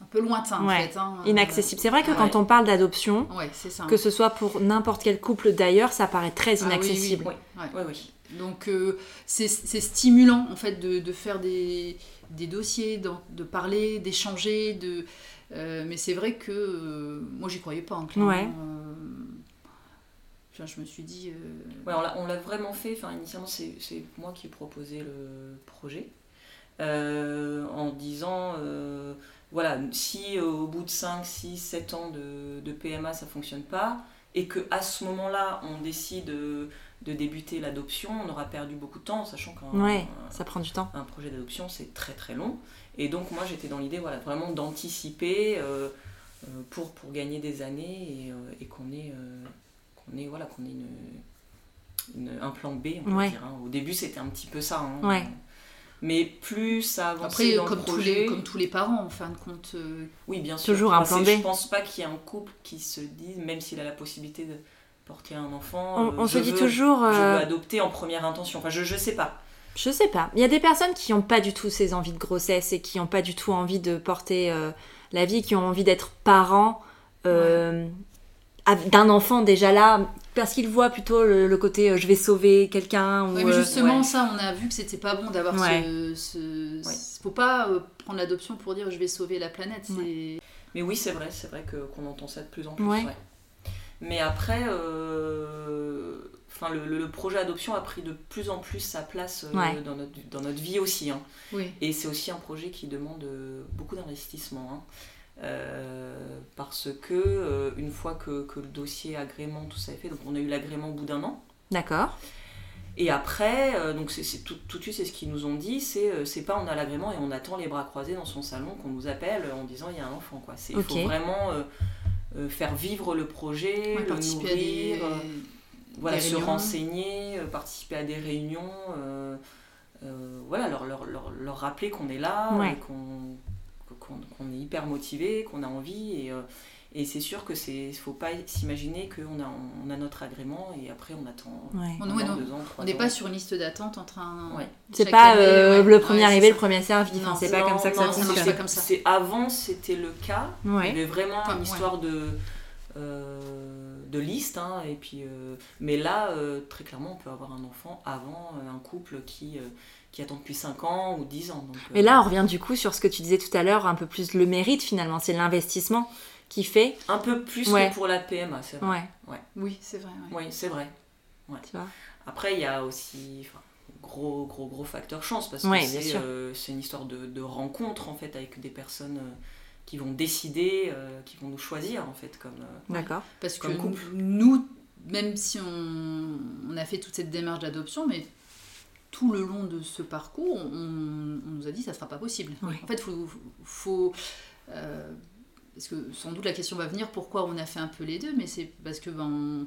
un peu lointain en
Ouais.
fait. hein.
inaccessible. C'est vrai que quand
Ouais.
on parle d'adoption,
Ouais, c'est ça. hein.
que ce soit pour n'importe quel couple d'ailleurs, ça paraît très
Ah oui, oui,
inaccessible.
oui. ouais, oui.
Donc euh, c'est c'est stimulant en fait de, de faire des, des dossiers, d'en- de, parler, d'échanger, de. euh, mais c'est vrai que euh, moi j'y croyais pas. hein, clairement.
Ouais.
Euh, enfin, je me suis dit. euh,
Ouais, on l'a- on l'a vraiment fait. Enfin, initialement, c'est c'est moi qui ai proposé le projet euh, en disant euh, voilà, si euh, au bout de 5, 6, 7 ans de, de PMA ça fonctionne pas et que à ce moment-là on décide euh, de débuter l'adoption, on aura perdu beaucoup de temps, sachant qu'un
Ouais.
un-
Ça prend du temps.
un projet d'adoption, c'est très très long. Et donc moi j'étais dans l'idée voilà, vraiment d'anticiper euh, euh, pour, pour gagner des années et, euh, et qu'on ait, euh, qu'on ait, voilà, qu'on ait une, une- un plan B, on peut
Ouais.
dire. hein. Au début c'était un petit peu ça. hein.
Ouais.
Mais plus ça avançait
après,
dans
comme
le
tous,
projet,
les, comme tous les parents, en fin de compte, euh,
oui bien sûr,
Toujours un
Enfin,
plan
c'est-
B.
Je pense pas qu'il y ait un couple qui se dise, même s'il a la possibilité de porter un enfant,
On,
euh,
on se
je
dit
veux-
toujours,
je
euh,
veux adopter en première intention. Enfin je, je sais pas.
je sais pas. Il y a des personnes qui n'ont pas du tout ces envies de grossesse et qui n'ont pas du tout envie de porter euh, la vie, qui ont envie d'être parents euh, av- d'un enfant déjà là, parce qu'ils voient plutôt le, le côté euh, je vais sauver quelqu'un. Ou,
Oui, mais
euh,
justement,
ouais.
ça, on a vu que c'était pas bon d'avoir
Ouais.
ce. ce-
Ouais.
ce- Faut pas euh, prendre l'adoption pour dire je vais sauver la planète. c'est-
Mais oui, c'est vrai, c'est vrai que qu'on entend ça de plus en plus.
Ouais.
ouais. Mais après, euh, enfin, le, le- le projet adoption a pris de plus en plus sa place euh,
Ouais.
dans, notre, dans notre vie aussi. hein.
Oui.
Et c'est aussi un projet qui demande euh, beaucoup d'investissement. hein. Euh, parce que euh, une fois que, que le dossier agrément tout ça est fait, donc on a eu l'agrément au bout d'un an.
D'accord.
Et après, euh, donc c'est- c'est tout, tout de suite, c'est ce qu'ils nous ont dit, c'est euh, c'est pas on a l'agrément et on attend les bras croisés dans son salon qu'on nous appelle en disant il y a un enfant quoi. C'est- Il
Ok.
faut vraiment euh, euh, faire vivre le projet,
Ouais,
le
participer à
nourrir,
des-
euh, voilà,
des
se
réunions.
renseigner, euh, participer à des réunions, euh, euh, voilà, leur, leur, leur, leur rappeler qu'on est là,
Ouais.
et qu'on qu'on qu'on est hyper motivé, qu'on a envie et, euh, Et c'est sûr que c'est, faut pas s'imaginer qu'on a, on a notre agrément et après on attend
Ouais.
un
On- ouais,
an,
non.
deux ans, trois
On n'est
ans.
pas sur une liste d'attente en train.
Ouais.
C'est
Chaque
pas
année,
euh,
ouais.
le premier
Ouais,
arrivé,
c'est
le premier servi.
Non,
Enfin, c'est
c'est-
pas comme ça que ça
non,
marche
fonctionne.
pas comme ça.
C'est avant, c'était le cas. Il y
Ouais.
avait vraiment
Enfin,
une
ouais.
histoire de, euh, de liste. hein, et puis, euh, mais là, euh, très clairement, on peut avoir un enfant avant euh, un couple qui, euh, qui attend depuis 5 ans ou 10 ans. Donc, euh,
Mais là, on revient du coup sur ce que tu disais tout à l'heure, un peu plus le mérite finalement, c'est l'investissement qui fait.
un peu plus
Ouais.
que pour la PMA, c'est vrai.
Ouais,
Oui, c'est vrai. ouais.
Oui, c'est vrai.
tu vois.
Après, il y a aussi enfin, gros, gros, gros facteur chance parce
Ouais,
que
bien
c'est
sûr.
euh, c'est une histoire de, de rencontre en fait avec des personnes euh, qui vont décider, euh, qui vont nous choisir en fait comme. euh,
D'accord.
Parce que
Comme couple.
nous, même si on, on a fait toute cette démarche d'adoption, mais tout le long de ce parcours, on, on nous a dit ça sera pas possible.
Ouais.
En fait, faut, faut euh, parce que sans doute la question va venir pourquoi on a fait un peu les deux, mais c'est parce que ben,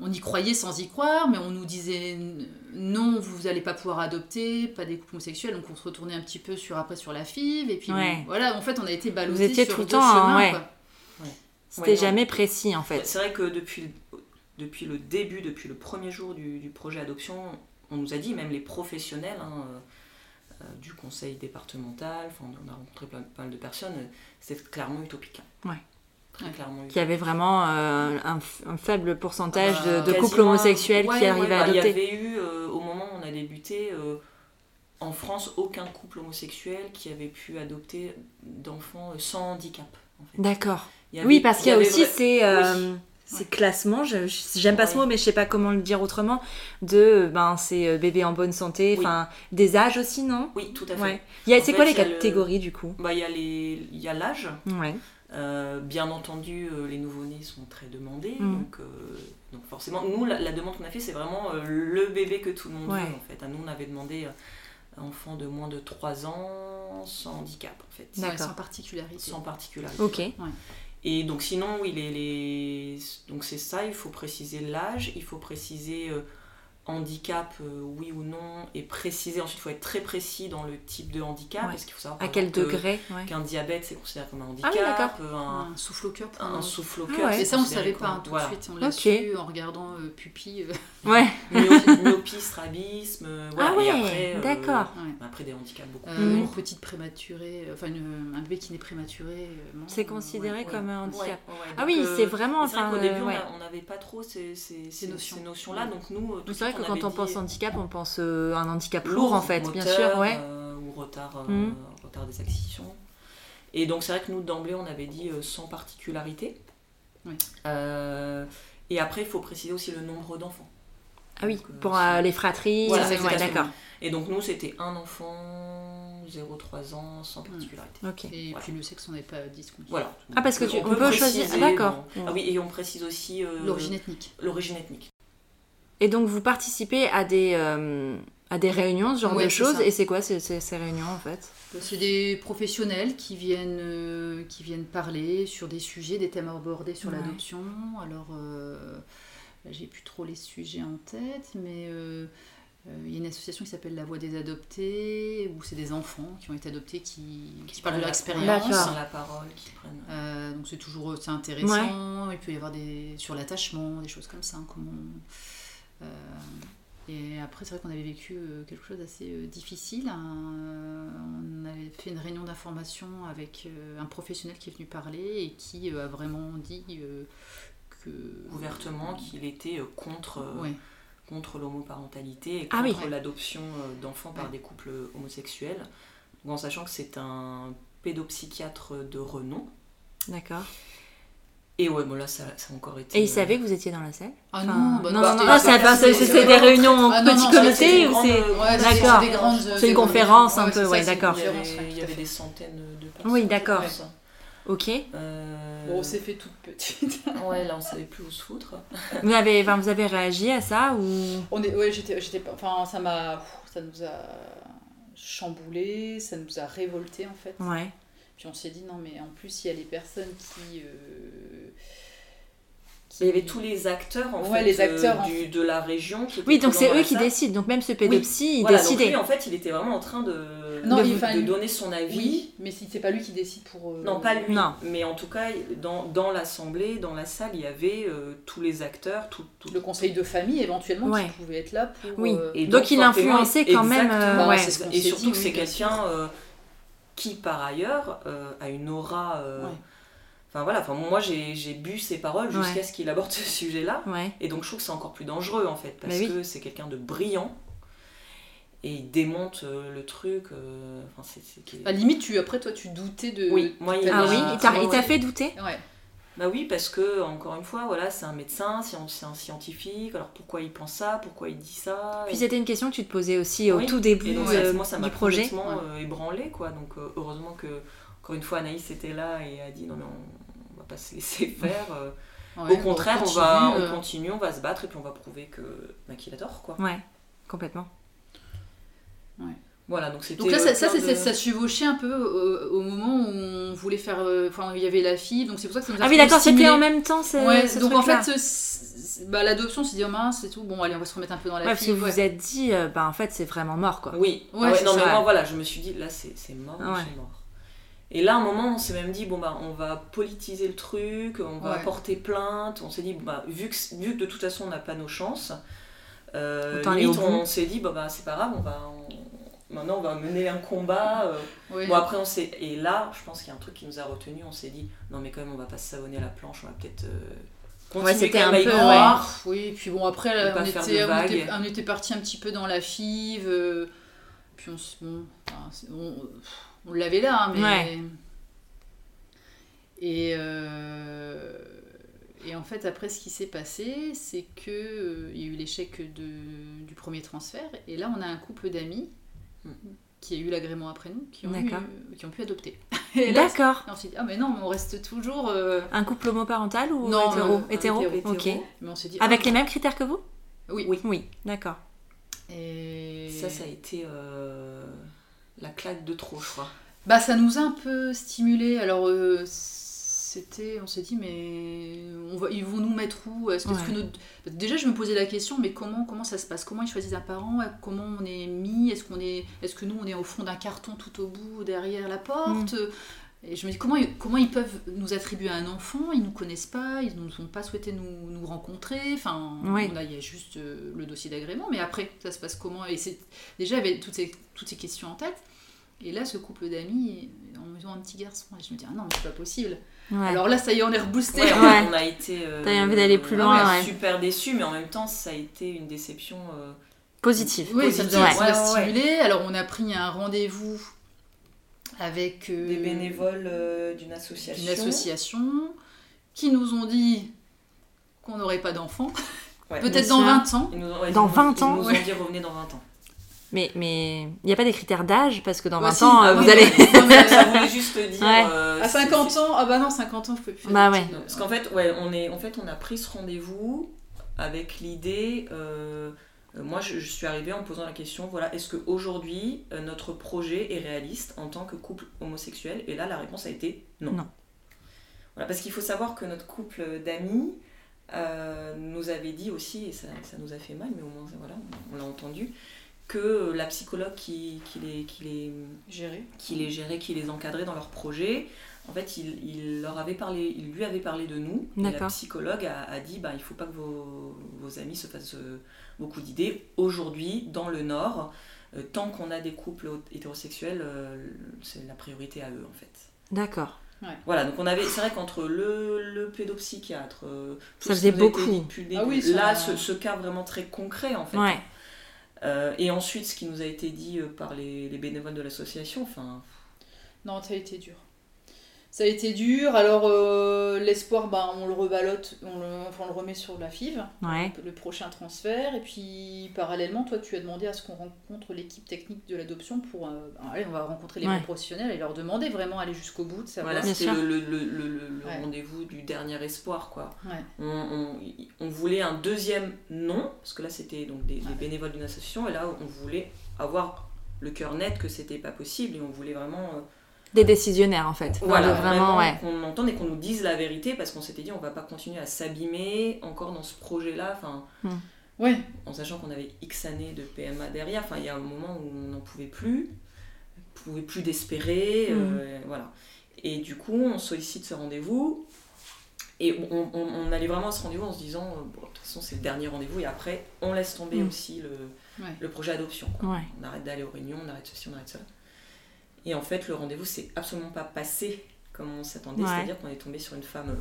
on, on y croyait sans y croire, mais on nous disait n- non, vous allez pas pouvoir adopter, pas des couples homosexuels, donc on se retournait un petit peu sur après sur la FIV, et puis
Ouais.
bon, voilà, en fait on a été ballottés
étiez
sur
tout le
deux
temps, hein,
chemins,
ouais.
quoi.
C'était
Ouais, non.
jamais précis en fait.
C'est vrai que depuis, le- depuis le début, depuis le premier jour du, du projet adoption, on nous a dit, même les professionnels hein, euh, euh, du conseil départemental, enfin, on a rencontré plein, pas mal de personnes, euh, c'est clairement utopique. hein.
Ouais.
Très
Ouais.
clairement
Qu'il y avait vraiment euh, un, f- un faible pourcentage
Ah bah,
de, de couples
quasiment un-
homosexuels qui
ouais,
arrivaient
ouais,
à
Bah, Il y
adopter.
avait eu, euh, au moment où on a débuté, euh, en France, aucun couple homosexuel qui avait pu adopter d'enfants euh, sans handicap. en fait.
D'accord.
Il y avait-
Oui, parce qu'il y a
il y avait
aussi
vra-
ces, euh, ces classements, je- je- j'aime pas ce
Ouais.
mot, mais je sais pas comment le dire autrement, de ben, ces euh, bébés en bonne santé,
Oui.
enfin des âges aussi, non
Oui, tout à fait.
Ouais. Il y a-
En
C'est quoi
fait,
les
il y a le-
catégories du coup
Bah, il y a les- il y a l'âge.
Ouais.
Euh, bien entendu, euh, les nouveau-nés sont très demandés,
Mm.
donc, euh, donc forcément, nous, la, la demande qu'on a fait, c'est vraiment euh, le bébé que tout le monde
Ouais.
veut, en fait. Ah, Nous, on avait demandé euh, enfant de moins de 3 ans, sans handicap, en fait,
D'accord.
Ouais, sans particularité.
sans particularité.
Ok.
Et donc, sinon, oui, les, les- donc c'est ça, il faut préciser l'âge, il faut préciser euh, handicap, euh, oui ou non, et préciser, ensuite, il faut être très précis dans le type de handicap,
Ouais.
parce qu'il faut savoir
À
par
quel
exemple, que-
degré ouais.
qu'un diabète, c'est considéré comme un
Ah
handicap,
oui,
un
un souffle au cœur pour
un
un
souffle au
Ah
cœur.
ouais.
c'est
Et ça, on ne
considéré
savait pas
comme-
hein, tout
voilà.
de suite. On l'a
Ok.
su en regardant euh, pupille.
<laughs>
euh,
Ouais.
Myopie, myopie, strabisme, euh, voilà.
Ah ouais,
Et après, euh,
d'accord.
ouais.
Après des handicaps beaucoup
Euh,
plus
Mhm.
Une
lourds.
petite prématurée, euh, enfin une- un bébé qui n'est prématuré. euh, non,
C'est
euh,
considéré
ouais.
comme un handicap.
Ouais, ouais, ouais.
Ah
Donc,
oui,
euh,
c'est vraiment.
c'est vrai
Enfin,
qu'au
euh,
début, on
ouais.
a- on n'avait pas trop ces, ces, ces-
notions.
ces notions-là. Donc, nous, euh, tout
C'est vrai
de
que
suite,
quand on
avait
pense
dit,
handicap, on pense euh, à un handicap
euh,
lourd, en fait, bien
moteur,
sûr, ouais.
euh, ou retard, euh,
Mhm.
retard des acquisitions. Et donc, c'est vrai que nous, d'emblée, on avait dit euh, sans particularité.
Oui.
Euh, et après, il faut préciser aussi le nombre d'enfants.
Ah oui,
Donc, euh,
pour
c'est-
euh, les fratries,
Voilà,
euh,
c'est
ouais,
ça.
d'accord.
Et donc, nous, c'était un enfant, 0,3 ans, sans particularité.
Ok.
Et
Voilà.
puis le sexe, on n'est pas discuté.
Voilà.
Ah, parce que tu-
Donc,
on peut choisir-
préciser,
ah, d'accord.
bon. Ah oui, et on précise aussi euh,
L'origine ethnique.
l'origine ethnique.
Et donc, vous participez à des, euh, à des réunions, ce genre
Ouais,
de
c'est
choses.
ça.
Et c'est quoi ces, ces- ces réunions, en fait
Euh, C'est des professionnels qui viennent, euh, qui viennent parler sur des sujets, des thèmes abordés sur
Ouais.
l'adoption. Alors, euh, là, j'ai plus trop les sujets en tête, mais euh, euh, il y a une association qui s'appelle La Voix des Adoptés, où c'est des enfants qui ont été adoptés qui, qui parlent de leur
Qui
expérience.
prennent la parole, qui prennent.
Euh, donc c'est toujours c'est intéressant. Il peut y avoir des sur l'attachement, des choses comme ça. hein, comment on- euh, et après c'est vrai qu'on avait vécu euh, quelque chose d'assez euh, difficile. hein. Euh, On avait fait une réunion d'information avec euh, un professionnel qui est venu parler et qui euh, a vraiment dit euh, que
ouvertement qu'il était euh, contre, euh,
Ouais.
contre l'homoparentalité et
Ah oui.
contre l'adoption euh, d'enfants par
Ouais.
des couples homosexuels. Donc, en sachant que c'est un pédopsychiatre de renom.
D'accord.
Et ouais, bon là, ça, ça a encore été.
Et ils
euh,
savaient que vous étiez dans la salle
Ah
Enfin,
non, bah
non,
non,
non,
c'était-
non, c'est- enfin, c'est
c'est-
c'est des
c'est-
réunions
Ah non,
petit
non, ça,
c'était
comité
une
ou
grande-
c'est.
euh,
Ouais,
grande-
c'est-
D'accord.
c'est des grandes- euh,
C'est
des
une
grandes-
conférence un
ouais,
peu,
c'est
ouais,
ça, c'est une
d'accord.
Il y avait,
conférence, ouais,
il y
tout à
avait
fait.
des centaines de personnes.
Oui, d'accord.
Ouais, ça.
Ok.
Euh,
Bon, on s'est fait toute petite.
ouais, là, on savait plus où se foutre.
Vous avez, enfin, vous avez réagi à ça ou
On est, ouais, j'étais, j'étais pas- enfin, ça m'a, pff, ça nous a chamboulé, ça nous a révolté en fait.
Ouais.
Puis on s'est dit non, mais en plus il y a les personnes qui, euh, qui-
Il y avait tous les acteurs en
Ouais,
fait,
les
euh,
acteurs, en
du- de la région. qui étaient
Oui, donc
présents
c'est
dans
eux
la
qui
salle.
décident. Donc même ce pédopsie, il
Voilà, donc
décidait.
lui, en fait, il était vraiment en train de.
Non,
de,
il va-
de donner son avis.
Oui, mais si c'est pas lui qui décide pour. euh,
Non, pas lui.
Non.
Mais en tout cas, dans, dans l'assemblée, dans la salle, il y avait euh, tous les acteurs, tout, tout-
Le conseil de famille éventuellement
Ouais.
qui pouvait être là pour.
Oui.
euh,
Et
Donc, il
forcément,
influençait quand même,
exactement,
euh, ouais.
c'est ce qu'on Et
s'est
surtout
dit,
que
oui,
c'est
bien sûr.
quelqu'un euh, qui, par ailleurs, euh, a une aura. euh,
Ouais.
Enfin voilà, enfin, moi j'ai j'ai bu ses paroles jusqu'à
Ouais.
ce qu'il aborde ce sujet-là.
Ouais.
Et donc je trouve que c'est encore plus dangereux en fait, parce
Bah oui.
que c'est quelqu'un de brillant. Et il démonte euh, le truc. euh, enfin, c'est- c'est qu'il-
Bah, limite, tu, après toi, tu doutais de.
Oui, moi, il
Ah
Ah
m'a-
oui, il t'a- il
Ouais,
t'a
ouais.
fait douter
Ouais.
Bah oui, parce que, encore une fois, voilà, c'est un médecin, c'est un, c'est un scientifique, alors pourquoi il pense ça, pourquoi il dit ça
Puis
et-
c'était une question que tu te posais aussi au
Oui.
tout début
Et donc,
euh,
ça- moi, ça m'a
du projet.
complètement
Ouais.
euh, ébranlée, quoi. Donc, euh, heureusement que, encore une fois, Anaïs était là et a dit non, mais on, on va pas se
<laughs>
laisser faire. euh.
Ouais,
Au contraire, on,
continue,
va
euh,
on continue, on va se battre et puis on va prouver que bah, qu'il a tort, quoi.
euh, Ouais, complètement.
Voilà, donc c'était.
Donc là,
euh,
ça, ça,
plein
c'est-
de-
ça chevauchait un peu euh, au, moment où on voulait faire. euh, Enfin, il y avait la fille, donc c'est pour ça que ça nous a
Ah oui, d'accord, c'était
stimulé.
en même temps. ce-
Ouais,
ce
donc en
truc-là.
fait, ce- ce- bah, l'adoption, c'est dit, oh mince, c'est tout, bon, allez, on va se remettre un peu dans la
Ouais, parce que
fille.
vous vous êtes dit, euh, bah en fait, c'est vraiment mort quoi.
Oui,
Ouais,
Ah ouais,
c'est
non,
ça,
mais
ouais.
moi, voilà, je me suis dit là, c'est c'est mort,
Ouais.
c'est mort. Et là, à un moment, on s'est même dit, bon, bah, on va politiser le truc, on va
Ouais.
porter plainte. On s'est dit, bon, bah, vu que, vu que de toute façon, on n'a pas nos chances, euh,
Autant aller
limite,
au bout.
on, s'est dit, bah, bah, c'est pas grave, on va, on- maintenant, on va mener un combat. euh.
Ouais.
Bon, après, on s'est. Et là, je pense qu'il y a un truc qui nous a retenu, on s'est dit, non, mais quand même, on va pas se savonner à la planche, on va peut-être. euh, continuer
c'était
quand même
un
à y
peu,
croire.
Oui, puis bon, après,
Faut
on
pas faire
était,
de
on, était,
vagues.
on était parti un petit peu dans la five, euh, puis on, se- bon, enfin, c'est- on, on l'avait là, hein, mais.
Ouais.
Et, euh, et en fait, après, ce qui s'est passé, c'est que euh, il y a eu l'échec de- du premier transfert, et là, on a un couple d'amis
Mm.
qui a eu l'agrément après nous, qui ont, eu- euh,
D'accord.
qui ont pu adopter. <laughs> Et là,
D'accord.
on s'est dit, ah, mais non, mais on reste toujours. euh,
Un couple homoparental ou
Non,
hétéro,
euh,
hétéro
hétéro,
Ok.
hétéro.
mais on s'est dit.
Avec les mêmes critères que vous
ah, oui.
Oui. Oui, d'accord.
Et...
Ça, ça a été euh, la claque de trop, je crois.
Bah, ça nous a un peu stimulé. Alors, euh, c'était, on s'est dit, mais on va, ils vont nous mettre où Est-ce que- est-ce que
Ouais.
notre- déjà, je me posais la question, mais comment, comment ça se passe Comment ils choisissent un parent Comment on est mis Est-ce qu'on est, est-ce que nous, on est au fond d'un carton tout au bout, derrière la porte Et je me dis, comment, ils- comment ils peuvent nous attribuer un enfant Ils nous connaissent pas, ils nous ont pas souhaité nous, nous rencontrer. Enfin,
Oui.
on a, il y a juste euh, le dossier d'agrément, mais après, ça se passe comment Et c'est déjà, j'avais toutes ces, toutes ces questions en tête. Et là, ce couple d'amis, en ont un petit garçon. Et je me dis, ah non, c'est pas possible.
Ouais.
Alors là, ça y est, on est reboosté.
Ouais, on,
Ouais.
on a été. euh,
T'avais envie d'aller plus
ah
loin, ouais.
Super déçu, mais en même temps, ça a été une déception. euh,
Positif.
<laughs> Oui, ça
Positif,
nous a
ouais,
ça nous a
ouais, ouais.
stimulé. Alors, on a pris un rendez-vous avec euh,
des bénévoles euh, d'une association.
d'une association qui nous ont dit qu'on n'aurait pas d'enfants,
Ouais.
peut-être
Bien
dans
sûr.
20 ans.
Ils nous ont, ils
Dans
nous ont-
20
ils
ans,
nous ont
ouais.
dit revenez
<laughs>
dans 20 ans.
Mais il mais, n'y a pas des critères d'âge parce que dans
Bah,
20
si,
ans,
bah
euh,
oui,
vous allez. <laughs>
mais- non, mais,
Ça
euh,
voulait juste dire.
Ouais.
euh,
à
c'est-
50 ans, ah bah non, 50 ans, je peux plus.
Bah
adopter.
Parce qu'en fait, ouais, on est, en fait, on a pris ce rendez-vous avec l'idée. euh, euh, moi, je, je suis arrivée en me posant la question voilà, est-ce qu'aujourd'hui, euh, notre projet est réaliste en tant que couple homosexuel Et là, la réponse a été non.
Non.
Voilà, parce qu'il faut savoir que notre couple d'amis euh, nous avait dit aussi, et ça, ça nous a fait mal, mais au moins, voilà, on, on l'a entendu, que la psychologue qui, qui les- qui les
Gérer.
qui les gérait, qui les encadrait dans leur projet. En fait, il, il leur avait parlé, il lui avait parlé de nous. Et la
D'accord.
psychologue a, a dit, bah, il faut pas que vos, vos amis se fassent euh, beaucoup d'idées. Aujourd'hui, dans le Nord, euh, tant qu'on a des couples hétérosexuels, euh, c'est la priorité à eux, en fait.
D'accord.
Voilà, donc on avait, c'est vrai qu'entre le, le pédopsychiatre, euh, tout
Ça
ce
faisait
qui nous a été
beaucoup.
dit depuis le
Ah
début,
oui, ça-
là, ce, ce cas vraiment très concret, en fait.
Ouais.
Euh, et ensuite, ce qui nous a été dit euh, par les, les bénévoles de l'association, enfin,
Non, ça a été dur. Ça a été dur. Alors, euh, l'espoir, bah, on le rebalote, on le, enfin, on le remet sur la FIV,
Ouais.
le prochain transfert. Et puis, parallèlement, toi, tu as demandé à ce qu'on rencontre l'équipe technique de l'adoption pour. euh, bah, allez, on va rencontrer les
Ouais.
bons professionnels et leur demander vraiment à aller jusqu'au bout de savoir.
Voilà,
Bien
c'était
sûr.
le, le- le- le- le- le
Ouais.
rendez-vous du dernier espoir, quoi.
Ouais.
On, on- y- on voulait un deuxième non, parce que là, c'était donc des, des
Ouais.
bénévoles d'une association, et là, on voulait avoir le cœur net que c'était pas possible, et on voulait vraiment, euh,
Des décisionnaires en fait. Enfin,
voilà,
de vraiment,
vraiment
ouais.
qu'on entende et qu'on nous dise la vérité, parce qu'on s'était dit, on va pas continuer à s'abîmer encore dans ce projet-là, enfin,
Ouais.
en sachant qu'on avait X années de PMA derrière, enfin, il y a un moment où on n'en pouvait plus. pouvait plus d'espérer, euh, voilà. Et du coup, on sollicite ce rendez-vous. Et on, on- on allait vraiment à ce rendez-vous en se disant, euh, bon, de toute façon, c'est le dernier rendez-vous. Et après, on laisse tomber
Mm.
aussi le,
Ouais.
le projet adoption. quoi.
Ouais.
On arrête d'aller aux réunions, on arrête ceci, on arrête ça. Et en fait, le rendez-vous s'est absolument pas passé comme on s'attendait.
Ouais.
C'est-à-dire qu'on est tombé sur une femme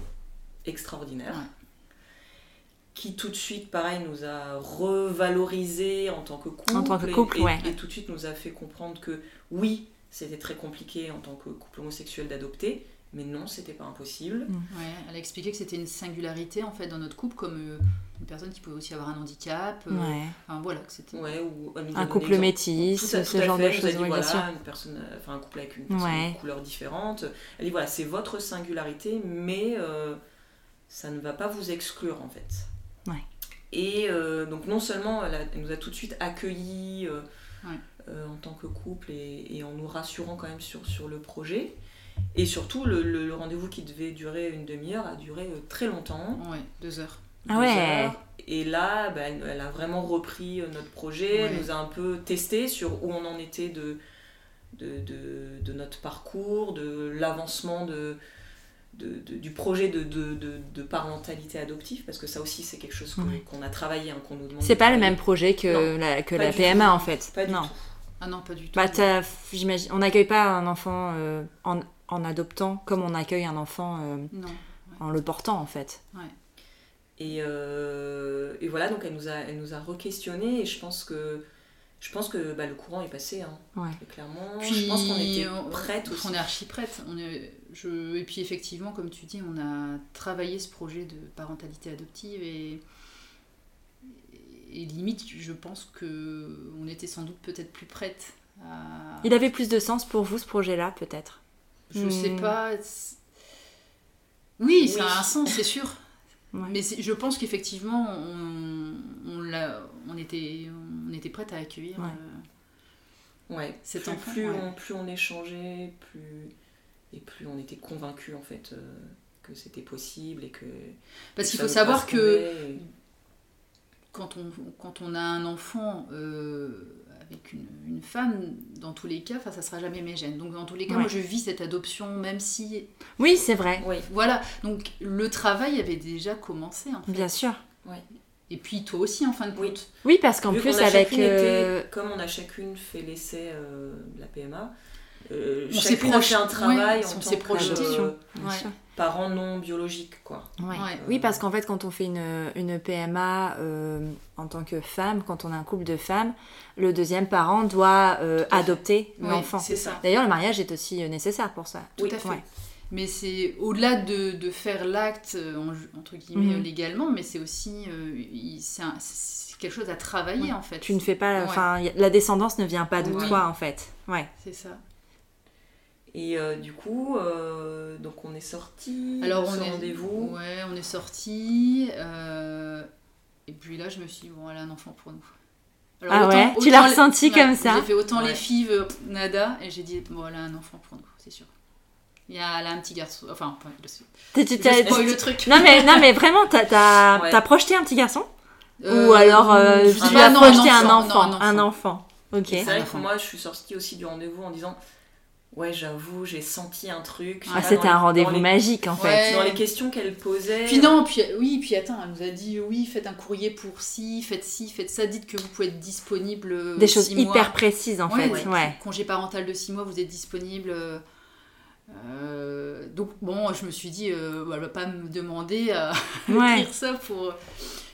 extraordinaire.
Ouais.
Qui tout de suite, pareil, nous a revalorisé en tant que couple.
En tant que
et-
couple,
et,
ouais.
et tout de suite nous a fait comprendre que oui, c'était très compliqué en tant que couple homosexuel d'adopter, mais non, c'était pas impossible.
Ouais, elle a expliqué que c'était une singularité en fait dans notre couple, comme euh, une personne qui pouvait aussi avoir un handicap. euh,
Ouais.
Enfin voilà, que c'était.
Ouais, ou elle nous a
Un
donné
couple
l'exemple.
métis,
Tout à- tout
ce
à
genre
fait,
de
elle nous
choses,
a dit,
oui, bien
voilà,
sûr.
une personne, euh, enfin, un couple avec une personne
Ouais.
de couleur différente. Elle dit voilà, c'est votre singularité, mais euh, ça ne va pas vous exclure en fait.
Ouais.
Et euh, donc non seulement elle, a- elle nous a tout de suite accueillis euh,
Ouais.
euh, en tant que couple et, et en nous rassurant quand même sur, sur le projet, et surtout le, le- le rendez-vous qui devait durer une demi-heure a duré euh, très longtemps.
Ouais, deux heures.
Ah
deux
ouais.
heures. Et là, bah, elle, elle a vraiment repris euh, notre projet, elle
Ouais.
nous a un peu testé sur où on en était de, de, de- de notre parcours, de l'avancement de, de- de- du projet de, de- de- de parentalité adoptive, parce que ça aussi c'est quelque chose que-
Ouais.
qu'on a travaillé, hein, qu'on nous demande.
C'est
de
pas le
travailler.
même projet que
Non,
la, que
pas
la
du
PMA
tout.
en fait.
Pas du
non.
tout.
Ah non, pas du tout.
Bah, t'as- j'imagine, on n'accueille pas un enfant euh, en, en adoptant comme on accueille un enfant euh,
Non.
en le portant en fait.
Et, euh, et voilà, donc elle nous a, elle nous a re-questionné et je pense que, je pense que bah, le courant est passé, hein,
Ouais.
très clairement. je pense qu'on était prêtes aussi.
On est archi prête. On est, je, et puis effectivement, comme tu dis, on a travaillé ce projet de parentalité adoptive et, et limite, je pense que on était sans doute peut-être plus prête. À...
Il avait plus de sens pour vous ce projet-là peut-être.
Je sais
Hmm.
pas. c'est- Oui,
Oui.
ça a un sens, c'est sûr.
Ouais.
Mais c'est- je pense qu'effectivement, on, on, l'a- on était, on était prête à accueillir.
Ouais.
euh,
Ouais,
Cet
plus,
enfant,
plus
ouais.
on, plus on échangeait, plus et plus on était convaincus en fait euh, que c'était possible et que
Parce
que
qu'il
ça
faut
nous
savoir que
correspondait et-
quand on, quand on a un enfant euh, avec une, une femme, dans tous les cas, enfin, ça sera jamais mes gènes. Donc, dans tous les cas,
Ouais.
moi, je vis cette adoption, même si.
Oui, c'est vrai,
Oui,
Voilà. Donc, le travail avait déjà commencé. en fait.
bien sûr.
Et puis, toi aussi, en fin de
Oui.
compte.
Oui, parce qu'en
Vu
plus
qu'on a
avec
chacune été-
euh,
comme on a chacune fait l'essai euh, de la PMA, euh,
On s'est
chacune a
proche-
fait un travail
ouais,
en
on
tant
s'est
que
projeté.
euh,
bien
Ouais.
sûr.
parent non biologique quoi. Euh,
Ouais.
Ouais.
Oui, parce qu'en fait, quand on fait une, une PMA euh, en tant que femme, quand on a un couple de femmes, le deuxième parent doit euh,
Tout à fait.
adopter
Oui,
l'enfant.
C'est ça.
D'ailleurs, le mariage est aussi euh, nécessaire pour ça.
Tout à fait.
Ouais.
Mais c'est au-delà de, de faire l'acte, euh, en ju- entre guillemets,
Mhm.
euh, légalement, mais c'est aussi. euh, il- c'est un- c'est quelque chose à
Ouais.
travailler, en fait.
Tu ne fais pas,
Ouais.
enfin, y a- la descendance ne vient pas de
Oui.
toi en fait. Ouais.
C'est ça.
Et euh, du coup, euh, donc on est sorti.
Alors
de ce
on est
rendez-vous.
Ouais, on est sorti. euh, et puis là, je me suis dit, bon, elle a un enfant pour nous.
Ah
Alors,
ouais Tu l'as
les-
ressenti comme ça
J'ai fait autant
Ouais.
les filles, euh, pff, nada, et j'ai dit, bon, elle a un enfant pour nous, c'est sûr. Il y a, elle a un petit garçon. Enfin, pas- je,
T'es- tu
je
t'as-
spoil le truc.
non mais non mais vraiment, t'as t'as-
Ouais.
t'as projeté un petit garçon
Euh,
ou alors euh,
je
tu
sais
as
pas, non,
projeté un enfant,
non,
un enfant. Ok.
C'est vrai que
enfant.
moi, je suis sortie aussi du rendez-vous en disant Ouais, j'avoue, j'ai senti un truc. je sais
Ah,
pas,
c'était un
dans les-
rendez-vous
dans les-
magique en fait.
Ouais.
Dans les questions qu'elle posait.
Puis non, puis oui, puis attends, elle nous a dit oui, faites un courrier pour ci, faites ci, faites ça, dites que vous pouvez être disponible. euh,
Des choses
six mois.
hyper précises en
Ouais,
fait.
ouais.
Ouais.
Congé parental de 6 mois, vous êtes disponible. euh, euh, donc bon, je me suis dit, euh, bah, elle va pas me demander à <laughs>
Ouais.
dire ça pour.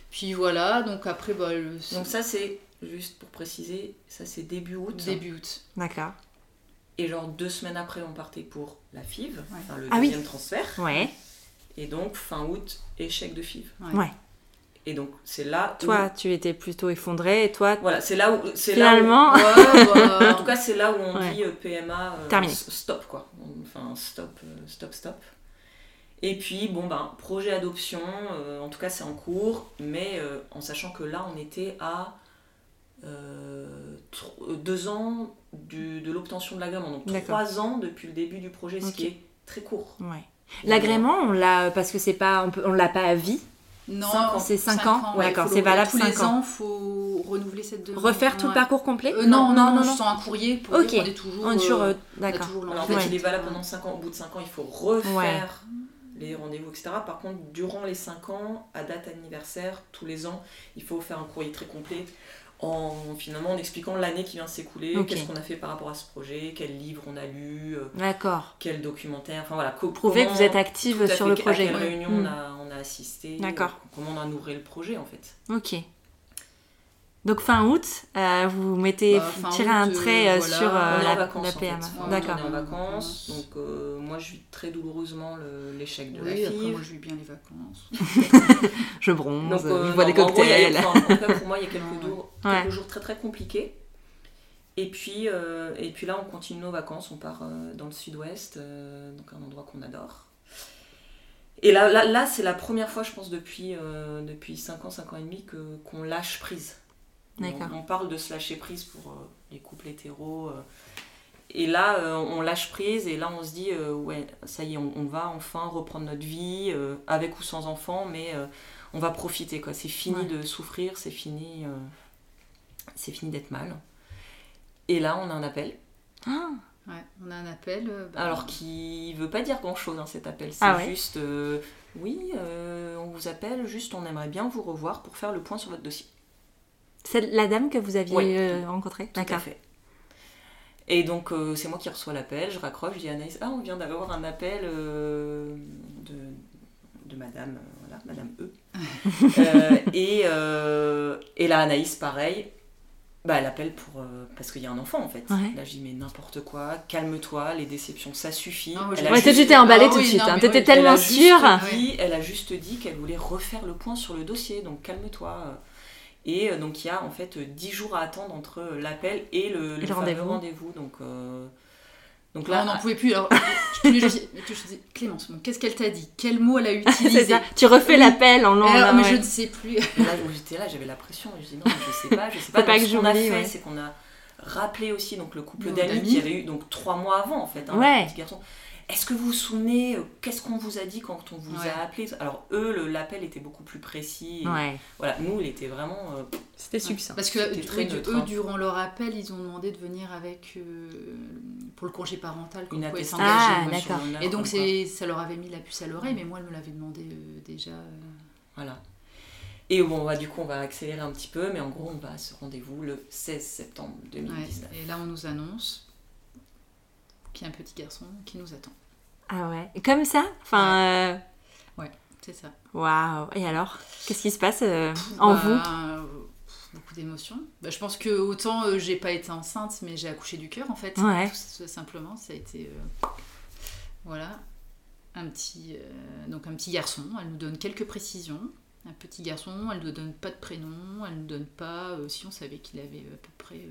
Puis voilà, donc après, bah, le
Donc, ça, c'est juste pour préciser, ça c'est début août.
début
<laughs>
août.
D'accord.
Et genre deux semaines après, on partait pour la FIV,
Ouais.
enfin, le
Ah oui.
deuxième transfert.
Ouais.
Et donc, fin août, échec de FIV.
Ouais.
Ouais.
Et donc, c'est là. où-
Toi, tu étais plutôt effondrée et toi,
Voilà, c'est là où. c'est là où-
finalement.
Ouais,
en tout
bah,
cas, c'est là où on
Ah. Ouais.
dit euh, PMA euh,
Terminé.
s- stop quoi. Enfin stop, euh, stop, stop. Et puis bon ben projet adoption, euh, en tout cas c'est en cours, mais euh, en sachant que là on était à euh, tro- euh, deux ans du- de l'obtention de l'agrément, donc
D'accord.
trois ans depuis le début du projet, ce
Ok. <laughs>
qui est très court.
Ouais. L'agrément, on l'a parce que c'est pas, on, peut- on l'a pas à vie.
Non,
Cinq ans. C'est cinq
cinq
ans Ouais,
il
d'accord,
faut
c'est
le-
valable
tous
cinq
les
ans.
ans, faut renouveler cette demande.
Refaire tout le
Ouais.
parcours complet
Euh, non, non, non, je sens un courrier pour
Ok.
dire qu'on est toujours.
On est toujours, euh,
euh, on a
d'accord.
toujours
Alors, en fait,
l'envie.
il est valable pendant 5 ans. Au bout de 5 ans, il faut refaire
Ouais.
les rendez-vous, etc. Par contre, durant les 5 ans, à date anniversaire, tous les ans, il faut faire un courrier très complet en finalement en expliquant l'année qui vient de s'écouler,
Ok.
qu'est-ce qu'on a fait par rapport à ce projet, quel livre on a lu, euh,
D'accord.
quel documentaire, enfin voilà, co-
Prouver que
comment-
vous êtes
tout à
active
fait,
sur le
à
projet.
quelle
Ouais.
réunion
Mm.
on, a, on a assisté,
D'accord.
euh, comment on a nourri le projet en fait.
Ok. Donc fin août, euh, vous mettez,
Bah, fin
vous tirez
août,
un
euh,
trait euh,
voilà,
sur euh,
on est
la,
en vacances,
la
en
PMA.
fait. On
D'accord.
est en vacances, donc euh, moi je vis très douloureusement le- l'échec de la
Oui,
fille.
après, moi, je vis bien les vacances.
Je bronze,
Donc, euh,
je bois des
non, mais en gros, il y a eu-
cocktails.
enfin, en tout cas, pour moi, il y a quelques
Ouais.
jours,
Ouais.
quelques jours très très compliqués. Et puis, euh, et puis là, on continue nos vacances, on part euh, dans le sud-ouest, euh, donc un endroit qu'on adore. Et là, là, là c'est la première fois, je pense, depuis, euh, depuis 5 ans, 5 ans et demi, que, qu'on lâche prise.
D'accord.
On, on parle de se lâcher prise pour euh, les couples hétéros. euh, et là, euh, on lâche prise, et là, on se dit, euh, ouais, ça y est, on, on va enfin reprendre notre vie, euh, avec ou sans enfant, mais euh, on va profiter, quoi. C'est fini
Ouais.
de souffrir, c'est fini, euh, c'est fini d'être mal. Et là, on a un appel,
Ah,
Ouais, on a un appel. euh, bah,
alors qui veut pas dire grand-chose, hein, cet appel. C'est
Ah ouais
juste, euh, oui, euh, on vous appelle, juste, on aimerait bien vous revoir pour faire le point sur votre dossier.
c'est la dame que vous aviez
Ouais.
euh, rencontrée
Tout à
D'accord.
fait. Et donc, euh, c'est moi qui reçois l'appel, je raccroche, je dis à Anaïs, ah, on vient d'avoir un appel euh, de, de madame, euh, voilà, madame
<laughs>
E. Euh, et, euh, et là, Anaïs, pareil, bah, elle appelle pour, euh, parce qu'il y a un enfant, en fait.
Ouais.
Là, je dis, mais n'importe quoi, calme-toi, les déceptions, ça suffit.
Ah, moi, je-
Elle a
Ouais,
juste-
toi, tu t'es emballée
Ah
tout de
oui,
suite.
non,
hein.
mais
T'étais
oui,
elle
tellement
a juste euh,
sûre.
dit- elle a juste dit qu'elle voulait refaire le point sur le dossier, donc calme-toi. Et euh, donc il y a en fait euh, 10 jours à attendre entre euh, l'appel et le, le fameux
rendez-vous.
rendez-vous, donc, euh, donc
Là,
là, ah,
on n'en pouvait plus. Alors, je- tous les jours, je dis- je dis, Clémence, bon, qu'est-ce qu'elle t'a dit Quel
<laughs>
mot elle a utilisé
<laughs> C'est ça. Tu refais
Oui.
l'appel en long.
Alors,
là,
mais
ouais.
je ne sais plus. <laughs>
Et là, où j'étais là, j'avais la pression. Et je dis non, mais je sais pas, je sais pas.
Faut pas
Donc,
que
ce qu'on a
j'oublie,
fait,
ouais.
c'est qu'on a rappelé aussi donc le couple
Nos
d'amis
amis.
qui avait eu donc trois mois avant en fait, hein,
Ouais.
le petit garçon. Est-ce que vous vous souvenez euh, qu'est-ce qu'on vous a dit quand on vous
Ouais.
a appelé Alors eux, le- l'appel était beaucoup plus précis. et
Ouais.
Voilà, nous, il était vraiment. euh,
C'était succinct.
Parce que
C'était
oui,
très
du-
neutre,
eux,
hein.
durant leur appel, ils ont demandé de venir avec euh, pour le congé parental qu'on
une
pouvait
attestation.
s'engager.
Ah,
ouais, sur
d'accord.
l'honneur,
Et donc
comme quoi.
c'est, ça leur avait mis la puce à l'oreille, mais moi elle me l'avait demandé euh, déjà. euh,
Voilà. Et bon, bah, du coup, on va accélérer un petit peu, mais en gros, on va à ce rendez-vous le 16 septembre
ouais.
2019.
Et là on nous annonce qu'il y a un petit garçon qui nous attend.
Ah ouais. Comme ça Enfin. euh,
C'est ça.
Waouh. Et alors Qu'est-ce qui se passe euh, en
Bah,
vous <laughs>
euh, Beaucoup d'émotions. Bah, je pense que autant euh, j'ai pas été enceinte, mais j'ai accouché du cœur en fait.
Ouais.
Tout s- simplement, ça a été euh, voilà un petit euh, donc un petit garçon. Elle nous donne quelques précisions. Un petit garçon. Elle nous donne pas de prénom. Elle nous donne pas euh, si on savait qu'il avait euh, à peu près.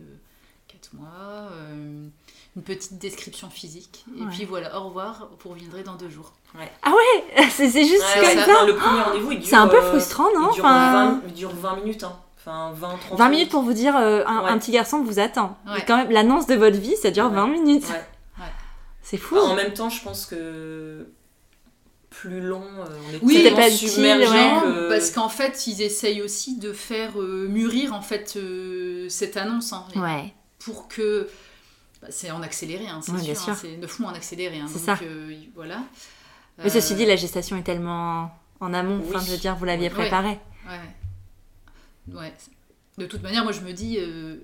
4 mois, euh, une petite description physique, et
Ouais.
puis voilà, au revoir, vous reviendrez dans deux jours.
C'est c'est juste
Ah Ouais,
comme
ouais,
ça.
enfin, le premier rendez-vous, il dure.
C'est un peu
euh,
frustrant, non
il, dure
Enfin,
20, il dure 20 minutes, hein. Enfin, 20, 30
20 minutes pour vous dire euh, un,
Ouais.
un petit garçon vous attend.
Ouais.
Mais quand même, l'annonce de votre vie, ça dure
Ouais.
20 minutes.
Ouais.
C'est fou.
Bah,
Enfin, en même temps, je pense que plus long, euh, on est
Oui,
tellement
c'était pas utile,
submergé
ouais.
que...
Parce qu'en fait, ils essayent aussi de faire euh, mûrir en fait euh, cette annonce hein, et
Ouais.
pour que bah, c'est en accéléré, hein, c'est
Ouais, bien
sûr, hein,
sûr.
c'est neuf mois en accéléré, hein,
C'est
donc,
ça.
euh, voilà.
Mais ceci
Euh,
dit, la gestation est tellement en amont. Enfin,
Oui.
je veux dire, vous l'aviez
Oui.
préparée.
Euh, ouais. Ouais. De toute manière, moi je me dis, euh,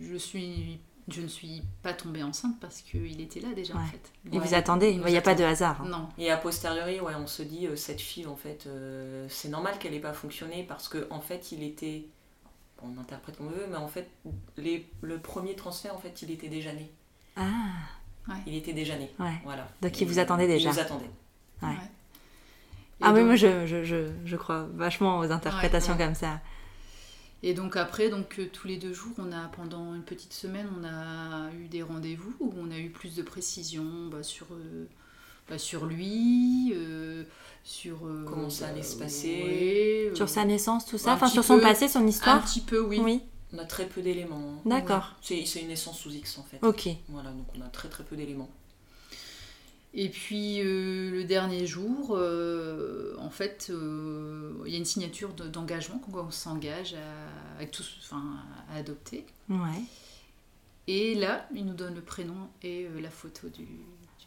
je suis, je ne suis pas tombée enceinte parce qu'il était là déjà en
Ouais.
fait.
Et
Ouais.
vous attendez. Il
Nous
n'y a pas de
attendons.
hasard. hein.
Non.
Et a posteriori, ouais, on se dit, euh, cette fille, en fait, euh, c'est normal qu'elle n'ait pas fonctionné parce que en fait, il était. bon, on interprète comme on veut, mais en fait, les- le premier transfert, en fait, il était déjà né.
Ah,
Il était déjà né.
ouais.
Voilà.
Donc,
Et,
il vous attendait
euh,
déjà.
Il vous attendait.
Ouais.
Ouais. Et
Ah oui,
donc-
moi, je, je, je, je crois vachement aux interprétations
ouais.
comme ça.
Et donc après, donc euh, tous les deux jours, on a pendant une petite semaine, on a eu des rendez-vous où on a eu plus de précisions bah, sur euh, bah, sur lui, euh, sur euh,
Comment ça allait se
euh,
passer.
ouais, euh,
Sur sa naissance, tout ça.
un
Enfin,
petit
sur son
peu.
passé, son
un
histoire.
petit peu, oui.
Oui.
On a très peu d'éléments.
D'accord.
C'est c'est une naissance sous X, en fait.
Ok.
Voilà, donc on a très très peu d'éléments.
Et puis euh, le dernier jour, euh, en fait, euh, il y a une signature de- d'engagement qu'on s'engage à, à tous, enfin, à adopter.
Ouais.
Et là, il nous donne le prénom et euh, la photo du, du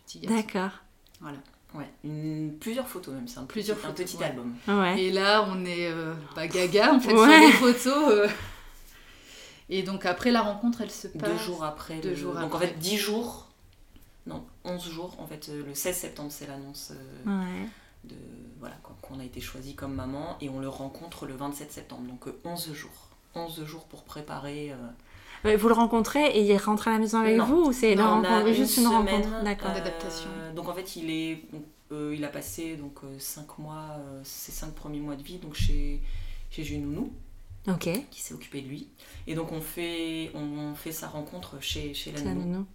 petit garçon.
D'accord.
Voilà.
Ouais, une- plusieurs photos même, c'est un,
Plusieurs
petit, un
photos,
petit
ouais.
album.
Ouais.
<laughs> Et là, on est euh, bah, gaga en fait
Ouais.
sur les photos. euh. Et donc après la rencontre, elle se passe.
Deux jours après.
deux
le-
jours
Donc en
après.
fait, 10 jours. Non, 11 jours. En fait, euh, le 16 septembre, c'est l'annonce euh,
Ouais.
de voilà quoi, qu'on a été choisi comme maman et on le rencontre le 27 septembre. Donc euh, 11 jours. 11 jours pour préparer. euh,
Ouais, Vous le rencontrez et il rentre à la maison avec
Non.
vous ou c'est la
on a
rencontre
une
juste une rencontre
semaine,
D'accord.
euh,
D'adaptation.
donc en fait, il est, donc, euh, il a passé donc 5 mois, euh, ses 5 premiers mois de vie donc chez chez Junounou
Ok.
qui s'est occupé de lui. Et donc on fait on fait sa rencontre chez chez la
C'est la
nounou.
nounou.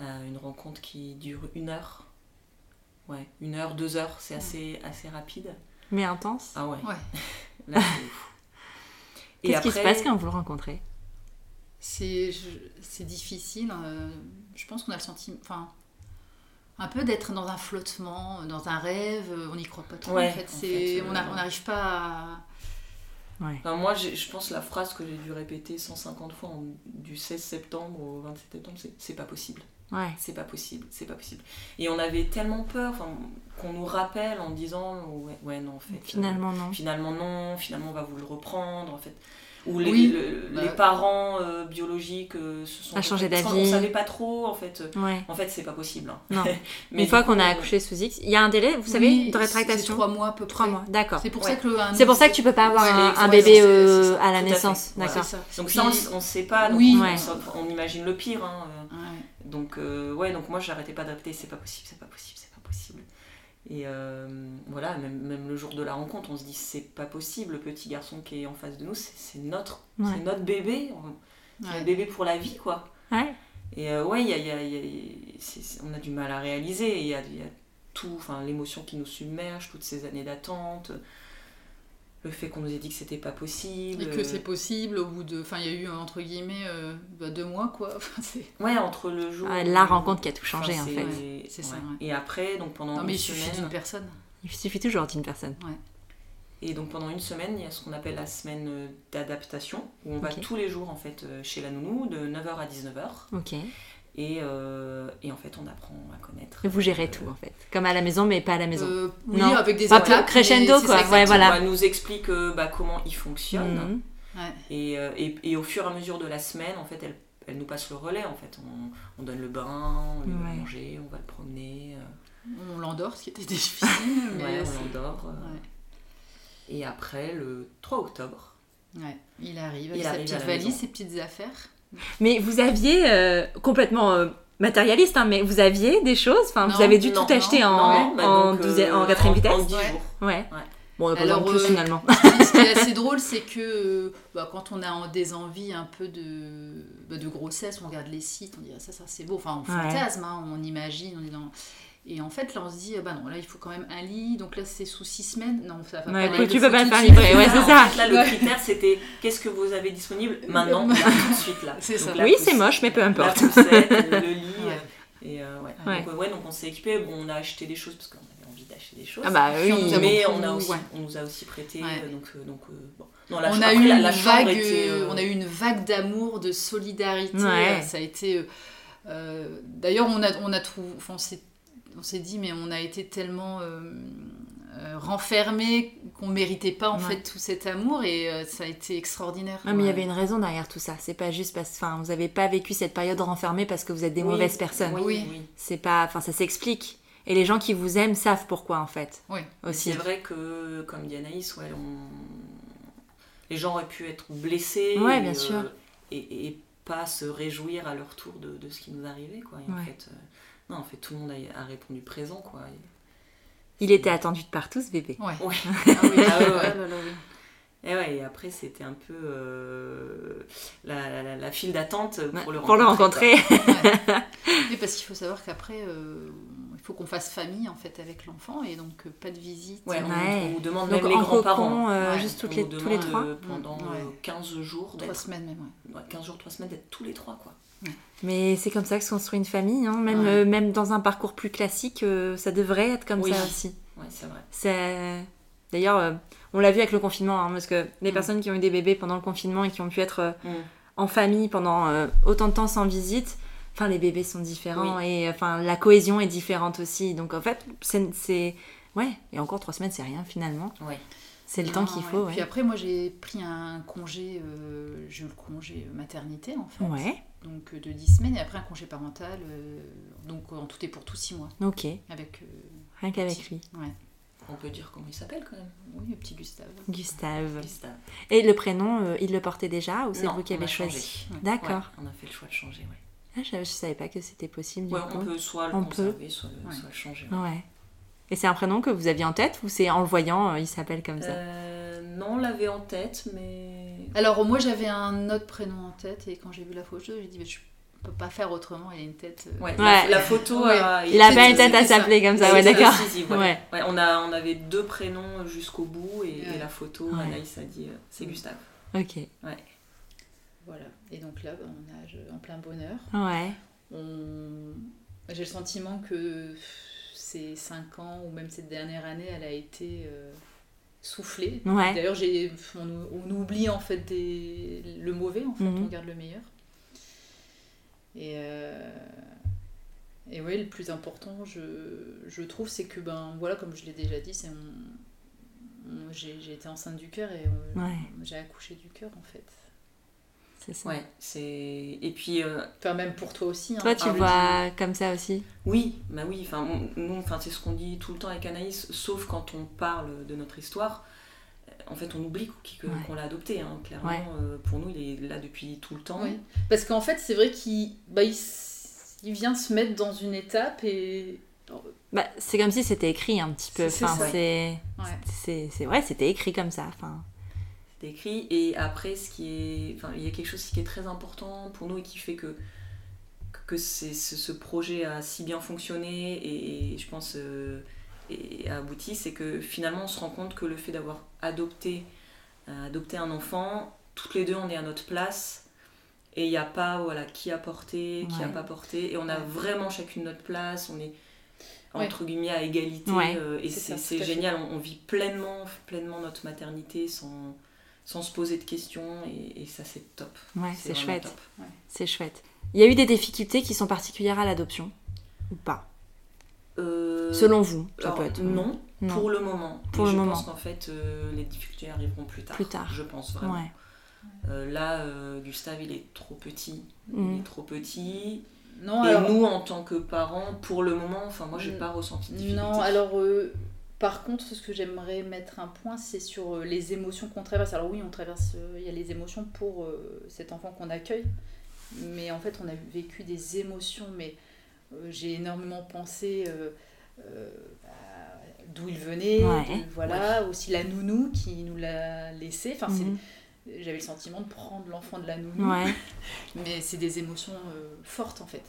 Euh, une rencontre qui dure une heure. Ouais, une heure, deux heures, c'est assez, assez rapide.
Mais intense.
Ah ouais.
Ouais.
<laughs> Là, c'est ouf. Et
Qu'est-ce qui se
après-
passe quand vous le rencontrez
C'est je- c'est difficile. euh, je pense qu'on a le sentiment, enfin, un peu d'être dans un flottement, dans un rêve. euh, On n'y croit pas trop.
Ouais,
en fait,
en
c'est
fait, euh,
on a- on n'arrive pas.
Ouais.
Enfin, moi, j'ai- je pense la phrase que j'ai dû répéter 150 fois en- du 16 septembre au 27 septembre, c'est c'est pas possible.
Ouais.
C'est pas possible, c'est pas possible. Et on avait tellement peur enfin, qu'on nous rappelle en disant ouais, ouais, non, en fait. euh,
Finalement non.
finalement non, finalement on va vous le reprendre en fait. Ou les,
Oui,
le-
bah-
les parents euh, biologiques euh, se sont
A changé
parce qu'on-
d'avis.
On savait pas trop en fait. euh, <laughs>
Ouais.
En fait, c'est pas possible. hein.
Non.
Mais
une fois
du
qu'on
coup,
a
euh,
accouché sous X, il y a un délai, vous savez, de rétractation.
Trois mois à peu près.
Trois mois. D'accord.
C'est pour
Ouais.
ça que le- un-
C'est pour ça que tu peux pas avoir
Ouais,
un, un
exactement,
bébé
c'est-
euh,
c'est ça,
à la
tout à
naissance.
fait. Voilà.
D'accord.
C'est ça.
Donc
Puis-
ça, on, s- on sait pas. Donc
Oui.
on,
Ouais.
on- on imagine le pire. hein, euh.
Ouais.
Donc euh, ouais, donc moi j'arrêtais pas d'appeler. C'est pas possible, c'est pas possible, c'est pas possible. Et euh, voilà, même, même le jour de la rencontre, on se dit c'est pas possible. Le petit garçon qui est en face de nous, c'est c'est notre,
Ouais.
c'est notre bébé. on- C'est
Ouais.
un bébé pour la vie quoi.
Ouais.
Et euh, ouais, il y a- il y a- il y a- c'est- c'est- on a du mal à réaliser. Il y a, il y a tout, enfin l'émotion qui nous submerge, toutes ces années d'attente, le fait qu'on nous ait dit que c'était pas possible.
Et que c'est possible au bout de. Enfin, il y a eu, entre guillemets, euh, bah, deux mois, quoi. <laughs> Enfin, c'est-
Ouais, entre le jour.
Ouais, Ah, la rencontre qui a tout
Enfin,
changé en
c'est-
fait.
c'est ça, ouais.
Et après, donc pendant
Non, mais
une
il suffit d'une
semaine,
personne.
Il suffit toujours d'une personne.
et donc pendant une semaine, il y a ce qu'on appelle la semaine euh, d'adaptation où on
Ok.
va tous les jours en fait euh, chez la nounou de 9h à 19h
Ok.
et, euh, et en fait, on apprend à connaître.
Vous gérez
euh,
tout hein. en fait. Comme à la maison, mais pas à la maison.
Euh, oui,
Non.
avec des
Pas
étapes,
plus- crescendo,
mais
quoi.
c'est ça,
Ouais,
exactement.
voilà.
Elle nous explique euh, bah, comment il fonctionne.
Mhm.
Ouais.
Et, euh, et- et au fur et à mesure de la semaine, en fait, elle, elle nous passe le relais. En fait, on, on donne le bain, on lui donne à
Ouais.
manger, on va le promener, euh,
On l'endort, ce qui était <laughs> difficile. mais
ouais, on
c'est-
l'endort. euh.
Ouais.
Et après, le 3 octobre,
Ouais. Il arrive avec
Il
sa
arrive à
petite
la
valise,
maison.
ses petites affaires.
Mais vous aviez euh, complètement euh, matérialiste, hein, mais vous aviez des choses. Enfin, vous
Non,
avez dû
non,
tout acheter
non,
en,
bah
en,
donc, euh,
douzième- en quatrième
en-
vitesse.
en dix
Ouais.
jours.
Ouais. Bon, bah, pas
Alors,
non plus
euh,
finalement.
ce qui est assez drôle, c'est que euh, bah, quand on a en- des envies un peu de, bah, de grossesse, on regarde les sites, on dit ah, ça, ça c'est beau, enfin on
Ouais.
fantasme, hein, on imagine, on est dans... Et en fait, là, on se dit, ah bah non, là, il faut quand même un lit, donc là, c'est sous six semaines. Non, ça va
Ouais,
pas.
écoute, tu peux pas le faire
livrer,
livrer, ouais, c'est ça.
Là, le
Ouais.
critère, c'était qu'est-ce que vous avez disponible maintenant, là, tout de suite là.
C'est
Donc,
ça.
la
Oui, c'est
pousse-
moche, mais peu
La
importe. <laughs>
poussette, le lit.
Ouais.
Et euh, ouais.
Ouais.
Donc, euh, ouais, donc on s'est équipé. Bon, on a acheté des choses parce qu'on avait envie d'acheter des choses.
Ah bah
Puis
oui.
on nous a-
mais
beaucoup-
on, a aussi,
ouais.
on nous a aussi prêté.
Ouais.
euh, Donc, euh, donc euh, bon. Non, la
On
chambre-
a, eu
après, la-
une
la chambre
vague,
était,
euh,
euh,
on a eu une vague d'amour, de solidarité.
Ouais.
euh, Ça a été. euh, euh, D'ailleurs, on a, on a trouvé. Enfin, on s'est- on s'est dit, mais on a été tellement euh, euh, renfermés qu'on méritait pas en
Ouais.
fait tout cet amour et euh, ça a été extraordinaire.
Ah,
Ouais, Ah, mais il y
Ouais.
avait une raison derrière tout ça. C'est pas juste parce, enfin, vous n'avez pas vécu cette période renfermée parce que vous êtes des
Oui,
mauvaises personnes.
Oui,
Oui.
oui.
C'est pas, enfin, ça s'explique. Et les gens qui vous aiment savent pourquoi en fait.
Oui.
Aussi.
C'est vrai que, comme dit Anaïs, ouais, on- les gens auraient pu être blessés.
Ouais,
et,
bien
euh,
sûr.
et, et pas se réjouir à leur tour de, de ce qui nous arrivait. Quoi. Et en
Ouais.
fait, euh, non, en fait, tout le monde a, a répondu présent. Quoi. Et-
Il était attendu de partout ce bébé.
Ouais.
Ouais.
Ah oui,
<laughs> Ah ouais, ouais.
oh là là, oui.
Et ouais, et après, c'était un peu euh, la, la- la- la file d'attente pour, le,
pour le rencontrer.
Oui, parce qu'il faut savoir qu'après, euh, il faut qu'on fasse famille en fait avec l'enfant et donc euh, pas de visite.
quoi. Ouais, on,
Ouais.
on nous demande
Donc
même les
en
grands-parents.
cocon, euh,
Ouais,
juste
On
toutes les,
nous
tous les
demande,
trois. Mm,
euh, pendant
Ouais.
euh, 15 jours,
Trois
d'être,
semaines même, ouais.
ouais, 15 jours, 3 semaines, d'être tous les trois, quoi.
Mais c'est comme ça que se construit une famille, hein. même,
Ouais.
euh, même dans un parcours plus classique, euh, ça devrait être comme
Oui.
ça aussi.
Ouais, c'est vrai.
C'est- D'ailleurs, euh, on l'a vu avec le confinement, hein, parce que les
Mm.
personnes qui ont eu des bébés pendant le confinement et qui ont pu être euh,
Mm.
en famille pendant euh, autant de temps sans visite, enfin les bébés sont différents et euh, enfin la cohésion est différente aussi. Donc en fait, c'est- c'est ouais, et encore trois semaines, c'est rien finalement.
Ouais.
C'est le temps
Non,
qu'il
Ah, ouais.
faut.
Puis
Ouais.
après, moi, j'ai pris un congé, euh, j'ai eu le congé maternité en fait,
Ouais,
donc euh, de 10 semaines et après un congé parental, euh, donc euh, en tout et pour tout 6 mois
ok,
avec, euh,
rien qu'avec lui,
ouais,
On peut dire comment il s'appelle, quand même.
oui, le petit Gustave.
Gustave.
Gustave.
Et le prénom, euh, il le portait déjà ou c'est
Non,
vous qui
on
avez
a
choisi
changé.
D'accord.
Ouais, on a fait le choix de changer, ouais.
Ah, je, je savais pas que c'était possible du
Ouais,
coup.
on peut soit le
On
conserver, soit, le,
Ouais.
soit le changer. ouais.
Ouais. Et c'est un prénom que vous aviez en tête ou c'est en le voyant, euh, il s'appelle comme ça
Euh, non, on l'avait en tête, mais...
Alors moi, j'avais un autre prénom en tête et quand j'ai vu la photo, j'ai dit bah, je peux pas faire autrement, il a une tête. euh,
Ouais,
Ouais.
La, la photo...
Ouais.
euh,
Il a
c'est-
pas une tête à
c'était ça.
s'appeler comme ça,
c'est
ouais, d'accord.
décisif, ouais.
Ouais.
Ouais, on, a, on avait deux prénoms jusqu'au bout, et, et
Ouais.
la photo,
Ouais.
Anaïs a dit, euh, c'est
Mm.
Gustave.
Ok.
Voilà. Et donc là, bah, on nage en plein bonheur.
Ouais.
On- J'ai le sentiment que ces cinq ans ou même cette dernière année, elle a été euh, soufflée.
Ouais.
D'ailleurs, j'ai- on, on oublie en fait des- le mauvais, en fait,
Mhm.
on garde le meilleur. Et, euh, et oui, le plus important, je, je trouve, c'est que, ben voilà, comme je l'ai déjà dit, c'est on- on- j'ai j'ai été enceinte du cœur et on-
Ouais.
j'ai accouché du cœur en fait.
C'est ça.
Ouais, c'est... Et puis, euh,
Enfin, même pour toi aussi. hein.
Toi, tu
Ah,
le
le-
vois comme ça aussi
Oui, bah oui, enfin on- nous, enfin c'est ce qu'on dit tout le temps avec Anaïs, sauf quand on parle de notre histoire. Euh, En fait, on oublie qu- que-
Ouais.
qu'on l'a adopté, hein, clairement.
Ouais.
euh, pour nous, il est là depuis tout le temps.
Oui. Parce qu'en fait, c'est vrai qu'il bah, il, s- il vient se mettre dans une étape et.
bah, C'est comme si c'était écrit un petit peu.
C'est- c'est
Enfin,
ça.
c'est
Ouais.
c'est c'est vrai, c'était écrit comme ça. Enfin,
C'est écrit. Et après, ce qui est, enfin, il y a quelque chose qui est très important pour nous et qui fait que que c'est- ce, ce projet a si bien fonctionné et, et je pense euh, et a abouti, c'est que finalement, on se rend compte que le fait d'avoir adopté euh, adopté un enfant, toutes les deux, on est à notre place. Et il n'y a pas voilà, qui a porté, qui n'a
Ouais.
pas porté. Et on a
Ouais.
vraiment chacune notre place. On est,
Ouais.
entre guillemets, à égalité.
Ouais.
euh, et
C'est
c'est
ça,
c'est
tout à fait.
génial. On, on vit pleinement, pleinement notre maternité sans, sans se poser de questions. Et, et ça, c'est top.
ouais, c'est
vraiment
chouette.
top.
C'est chouette. Il y a eu des difficultés qui sont particulières à l'adoption ou pas
Euh,
Selon vous, ça
alors,
peut être.
non,
Non.
pour le moment.
Pour
Mais
le
je
moment.
pense qu'en fait, euh, les difficultés arriveront plus tard.
Plus tard.
Je pense vraiment.
Ouais.
Euh, là, euh, Gustave, il est trop petit. Il
Mhm.
est trop petit.
Non,
Et
alors.
nous, en tant que parents, pour le moment, enfin moi, j'ai
Mm.
pas ressenti de difficulté.
Non, alors. euh, Par contre, ce que j'aimerais mettre un point, c'est sur euh, les émotions qu'on traverse. Alors oui, on traverse, euh, il y a les émotions pour euh, cet enfant qu'on accueille, mais en fait, on a vécu des émotions. Mais euh, j'ai énormément pensé euh, euh, à d'où il venait,
Ouais.
de- voilà, aussi la nounou qui nous l'a laissé. Enfin, c'est-
Mhm.
j'avais le sentiment de prendre l'enfant de la nounou.
Mmh. Ouais.
Mais c'est des émotions euh, fortes en fait.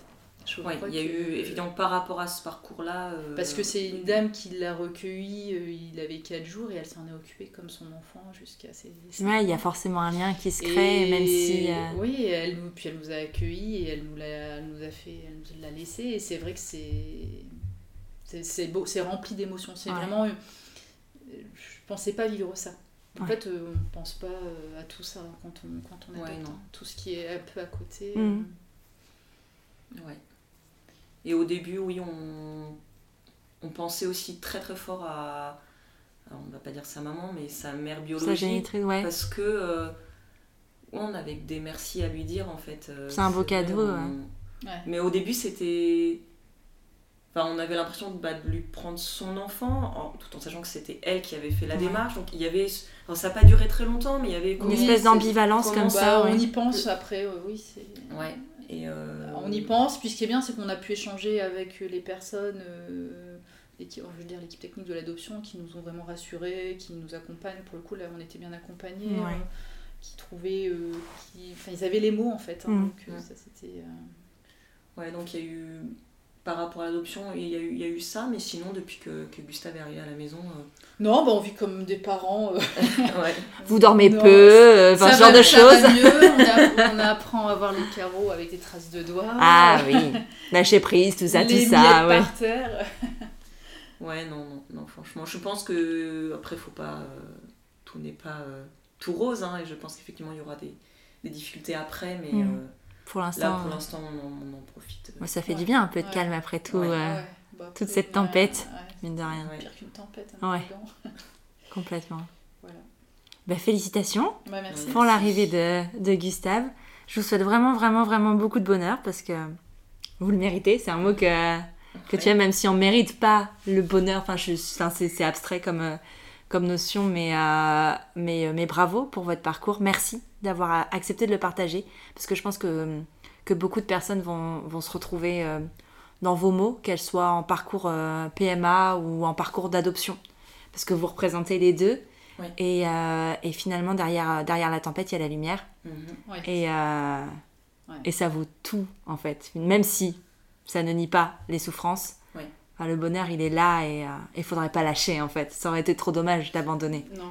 Je
Ouais,
crois
il y a
que-
eu, évidemment, par rapport à ce parcours-là. euh,
Parce que c'est une dame qui l'a recueilli, euh, il avait 4 jours et elle s'en est occupée comme son enfant jusqu'à ses. ses-
Ouais, il y a forcément un lien qui se
Et-
crée, même si. euh,
Oui, et elle nous, puis elle nous a accueillis et elle nous l'a, elle nous a fait, elle nous l'a laissé. Et c'est vrai que c'est, c'est, c'est beau, c'est rempli d'émotions. C'est
Ouais.
vraiment. euh, Je pensais pas vivre ça. En
Ouais.
fait, euh, on pense pas euh, à tout ça quand on, quand on
Ouais,
adopte,
non.
hein. Tout ce qui est un peu à côté. euh,
Mhm.
Ouais. Et au début, oui, on, on pensait aussi très très fort à. alors, on va pas dire sa maman, mais sa mère
Sa
biologique.
génitrice, ouais.
Parce que. euh, on avait que des merci à lui dire en fait. euh,
C'est un beau cadeau,
on-
ouais.
euh, ouais.
Mais au début, c'était. Enfin, on avait l'impression de, bah, de lui prendre son enfant, en- tout en sachant que c'était elle qui avait fait la
Ouais.
démarche. Donc, il y avait. ce- enfin, ça n'a pas duré très longtemps, mais il y avait.
Une
Oui,
espèce
c'est-
d'ambivalence
comment
comme
Bah,
ça.
on
ouais.
y pense après, euh, oui, c'est.
Ouais. Et, euh,
On y pense, puis ce qui est bien, c'est qu'on a pu échanger avec les personnes, euh, l'équipe, je veux dire l'équipe technique de l'adoption qui nous ont vraiment rassurés, qui nous accompagnent. Pour le coup, là, on était bien accompagnés,
Ouais.
euh, qui trouvaient, euh, qui, enfin, ils avaient les mots en fait. hein,
Mm.
donc euh,
Ouais.
ça, c'était. euh,
Ouais, donc il y a eu, par rapport à l'adoption, il y, a eu- il y a eu ça, mais sinon, depuis que, que Gustave est arrivé à la maison.
Non, bah, on vit comme des parents. euh,
euh, ouais.
<laughs> Vous dormez
Non,
peu, euh, enfin,
ça
ce genre
va-
de
ça
choses.
va mieux, on,
<laughs>
a- on apprend à voir les carreaux avec des traces de doigts.
Ah
<laughs>
oui, lâcher prise, tout ça,
les
tout ça,
miettes
ouais.
par terre.
Ouais, non, non, non, franchement. Je pense que, après, faut pas. euh, tout n'est pas euh, tout rose, hein, et je pense qu'effectivement, il y aura des, des difficultés après, mais
Mm.
euh,
Pour
là,
l'instant,
pour l'instant, on, en- on en profite.
ouais, ça fait du
Ouais.
bien un peu de
Ouais.
calme après tout,
Ouais.
euh,
Ouais, bah,
toute
après,
cette
ouais,
tempête.
ouais,
mine de rien,
Ouais.
Pire qu'une tempête. hein, un
Ouais.
ouragan.
complètement.
Voilà.
Bah, félicitations
Ouais, Bah, merci.
pour l'arrivée de, de Gustave. Je vous souhaite vraiment, vraiment, vraiment beaucoup de bonheur parce que vous le méritez. C'est un mot que, que tu
Ouais.
aimes, même si on mérite pas le bonheur. Enfin, je- enfin, c'est c'est abstrait comme, euh, comme notion, mais, euh, mais, euh, mais bravo pour votre parcours. Merci d'avoir a- accepté de le partager parce que je pense que, que beaucoup de personnes vont, vont se retrouver euh, dans vos mots, qu'elles soient en parcours euh, PMA ou en parcours d'adoption parce que vous représentez les deux.
Oui.
Et, euh, et finalement, derrière, euh, derrière la tempête, il y a la lumière.
Mhm.
Ouais.
Et, euh,
Ouais.
et ça vaut tout, en fait. Même si ça ne nie pas les souffrances,
Oui.
enfin, le bonheur, il est là et euh, il faudrait pas lâcher, en fait. Ça aurait été trop dommage d'abandonner.
Non, ouais.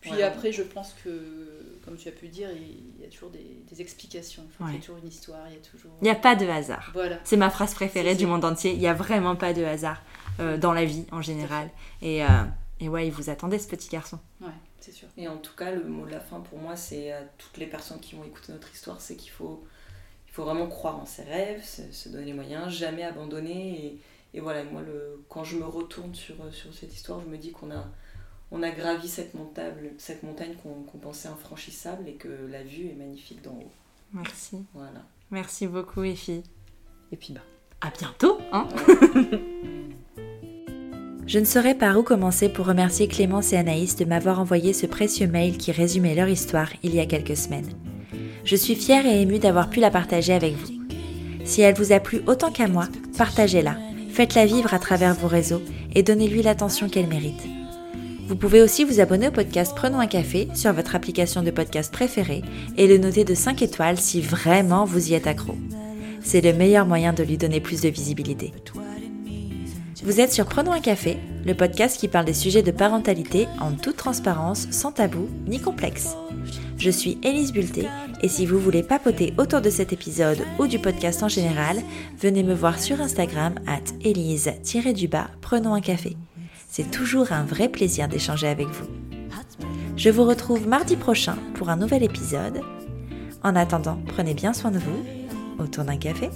Puis
Ouais.
après, je pense que, comme tu as pu le dire, il y a toujours des, des explications. Enfin, Il y
Ouais.
a toujours une histoire, il y a toujours.
Il n'y a pas de hasard.
Voilà.
C'est ma phrase préférée
C'est
du
sûr.
monde entier. Il n'y a vraiment pas de hasard euh, dans la vie, en général. Et, euh, et ouais, il vous attendait, ce petit garçon.
Ouais, c'est sûr.
Et en tout cas, le mot de la fin pour moi, c'est à toutes les personnes qui vont écouter notre histoire, c'est qu'il faut, il faut vraiment croire en ses rêves, se, se donner les moyens, jamais abandonner. Et, et voilà, moi, le, quand je me retourne sur, euh, sur cette histoire, je me dis qu'on a, on a gravi cette montagne, cette montagne qu'on qu'on pensait infranchissable et que la vue est magnifique d'en haut.
Merci.
Voilà.
Merci beaucoup, Effie.
Et puis, bah.
À bientôt, hein
<laughs> Je ne saurais par où commencer pour remercier Clémence et Anaïs de m'avoir envoyé ce précieux mail qui résumait leur histoire il y a quelques semaines. Je suis fière et émue d'avoir pu la partager avec vous. Si elle vous a plu autant qu'à moi, partagez-la, faites-la vivre à travers vos réseaux et donnez-lui l'attention qu'elle mérite. Vous pouvez aussi vous abonner au podcast Prenons un café sur votre application de podcast préférée et le noter de 5 étoiles si vraiment vous y êtes accro. C'est le meilleur moyen de lui donner plus de visibilité. Vous êtes sur Prenons un café, le podcast qui parle des sujets de parentalité en toute transparence, sans tabou ni complexe. Je suis Élise Bulté et si vous voulez papoter autour de cet épisode ou du podcast en général, venez me voir sur Instagram at élise-du-bas Prenons un café. C'est toujours un vrai plaisir d'échanger avec vous. Je vous retrouve mardi prochain pour un nouvel épisode. En attendant, prenez bien soin de vous autour d'un café.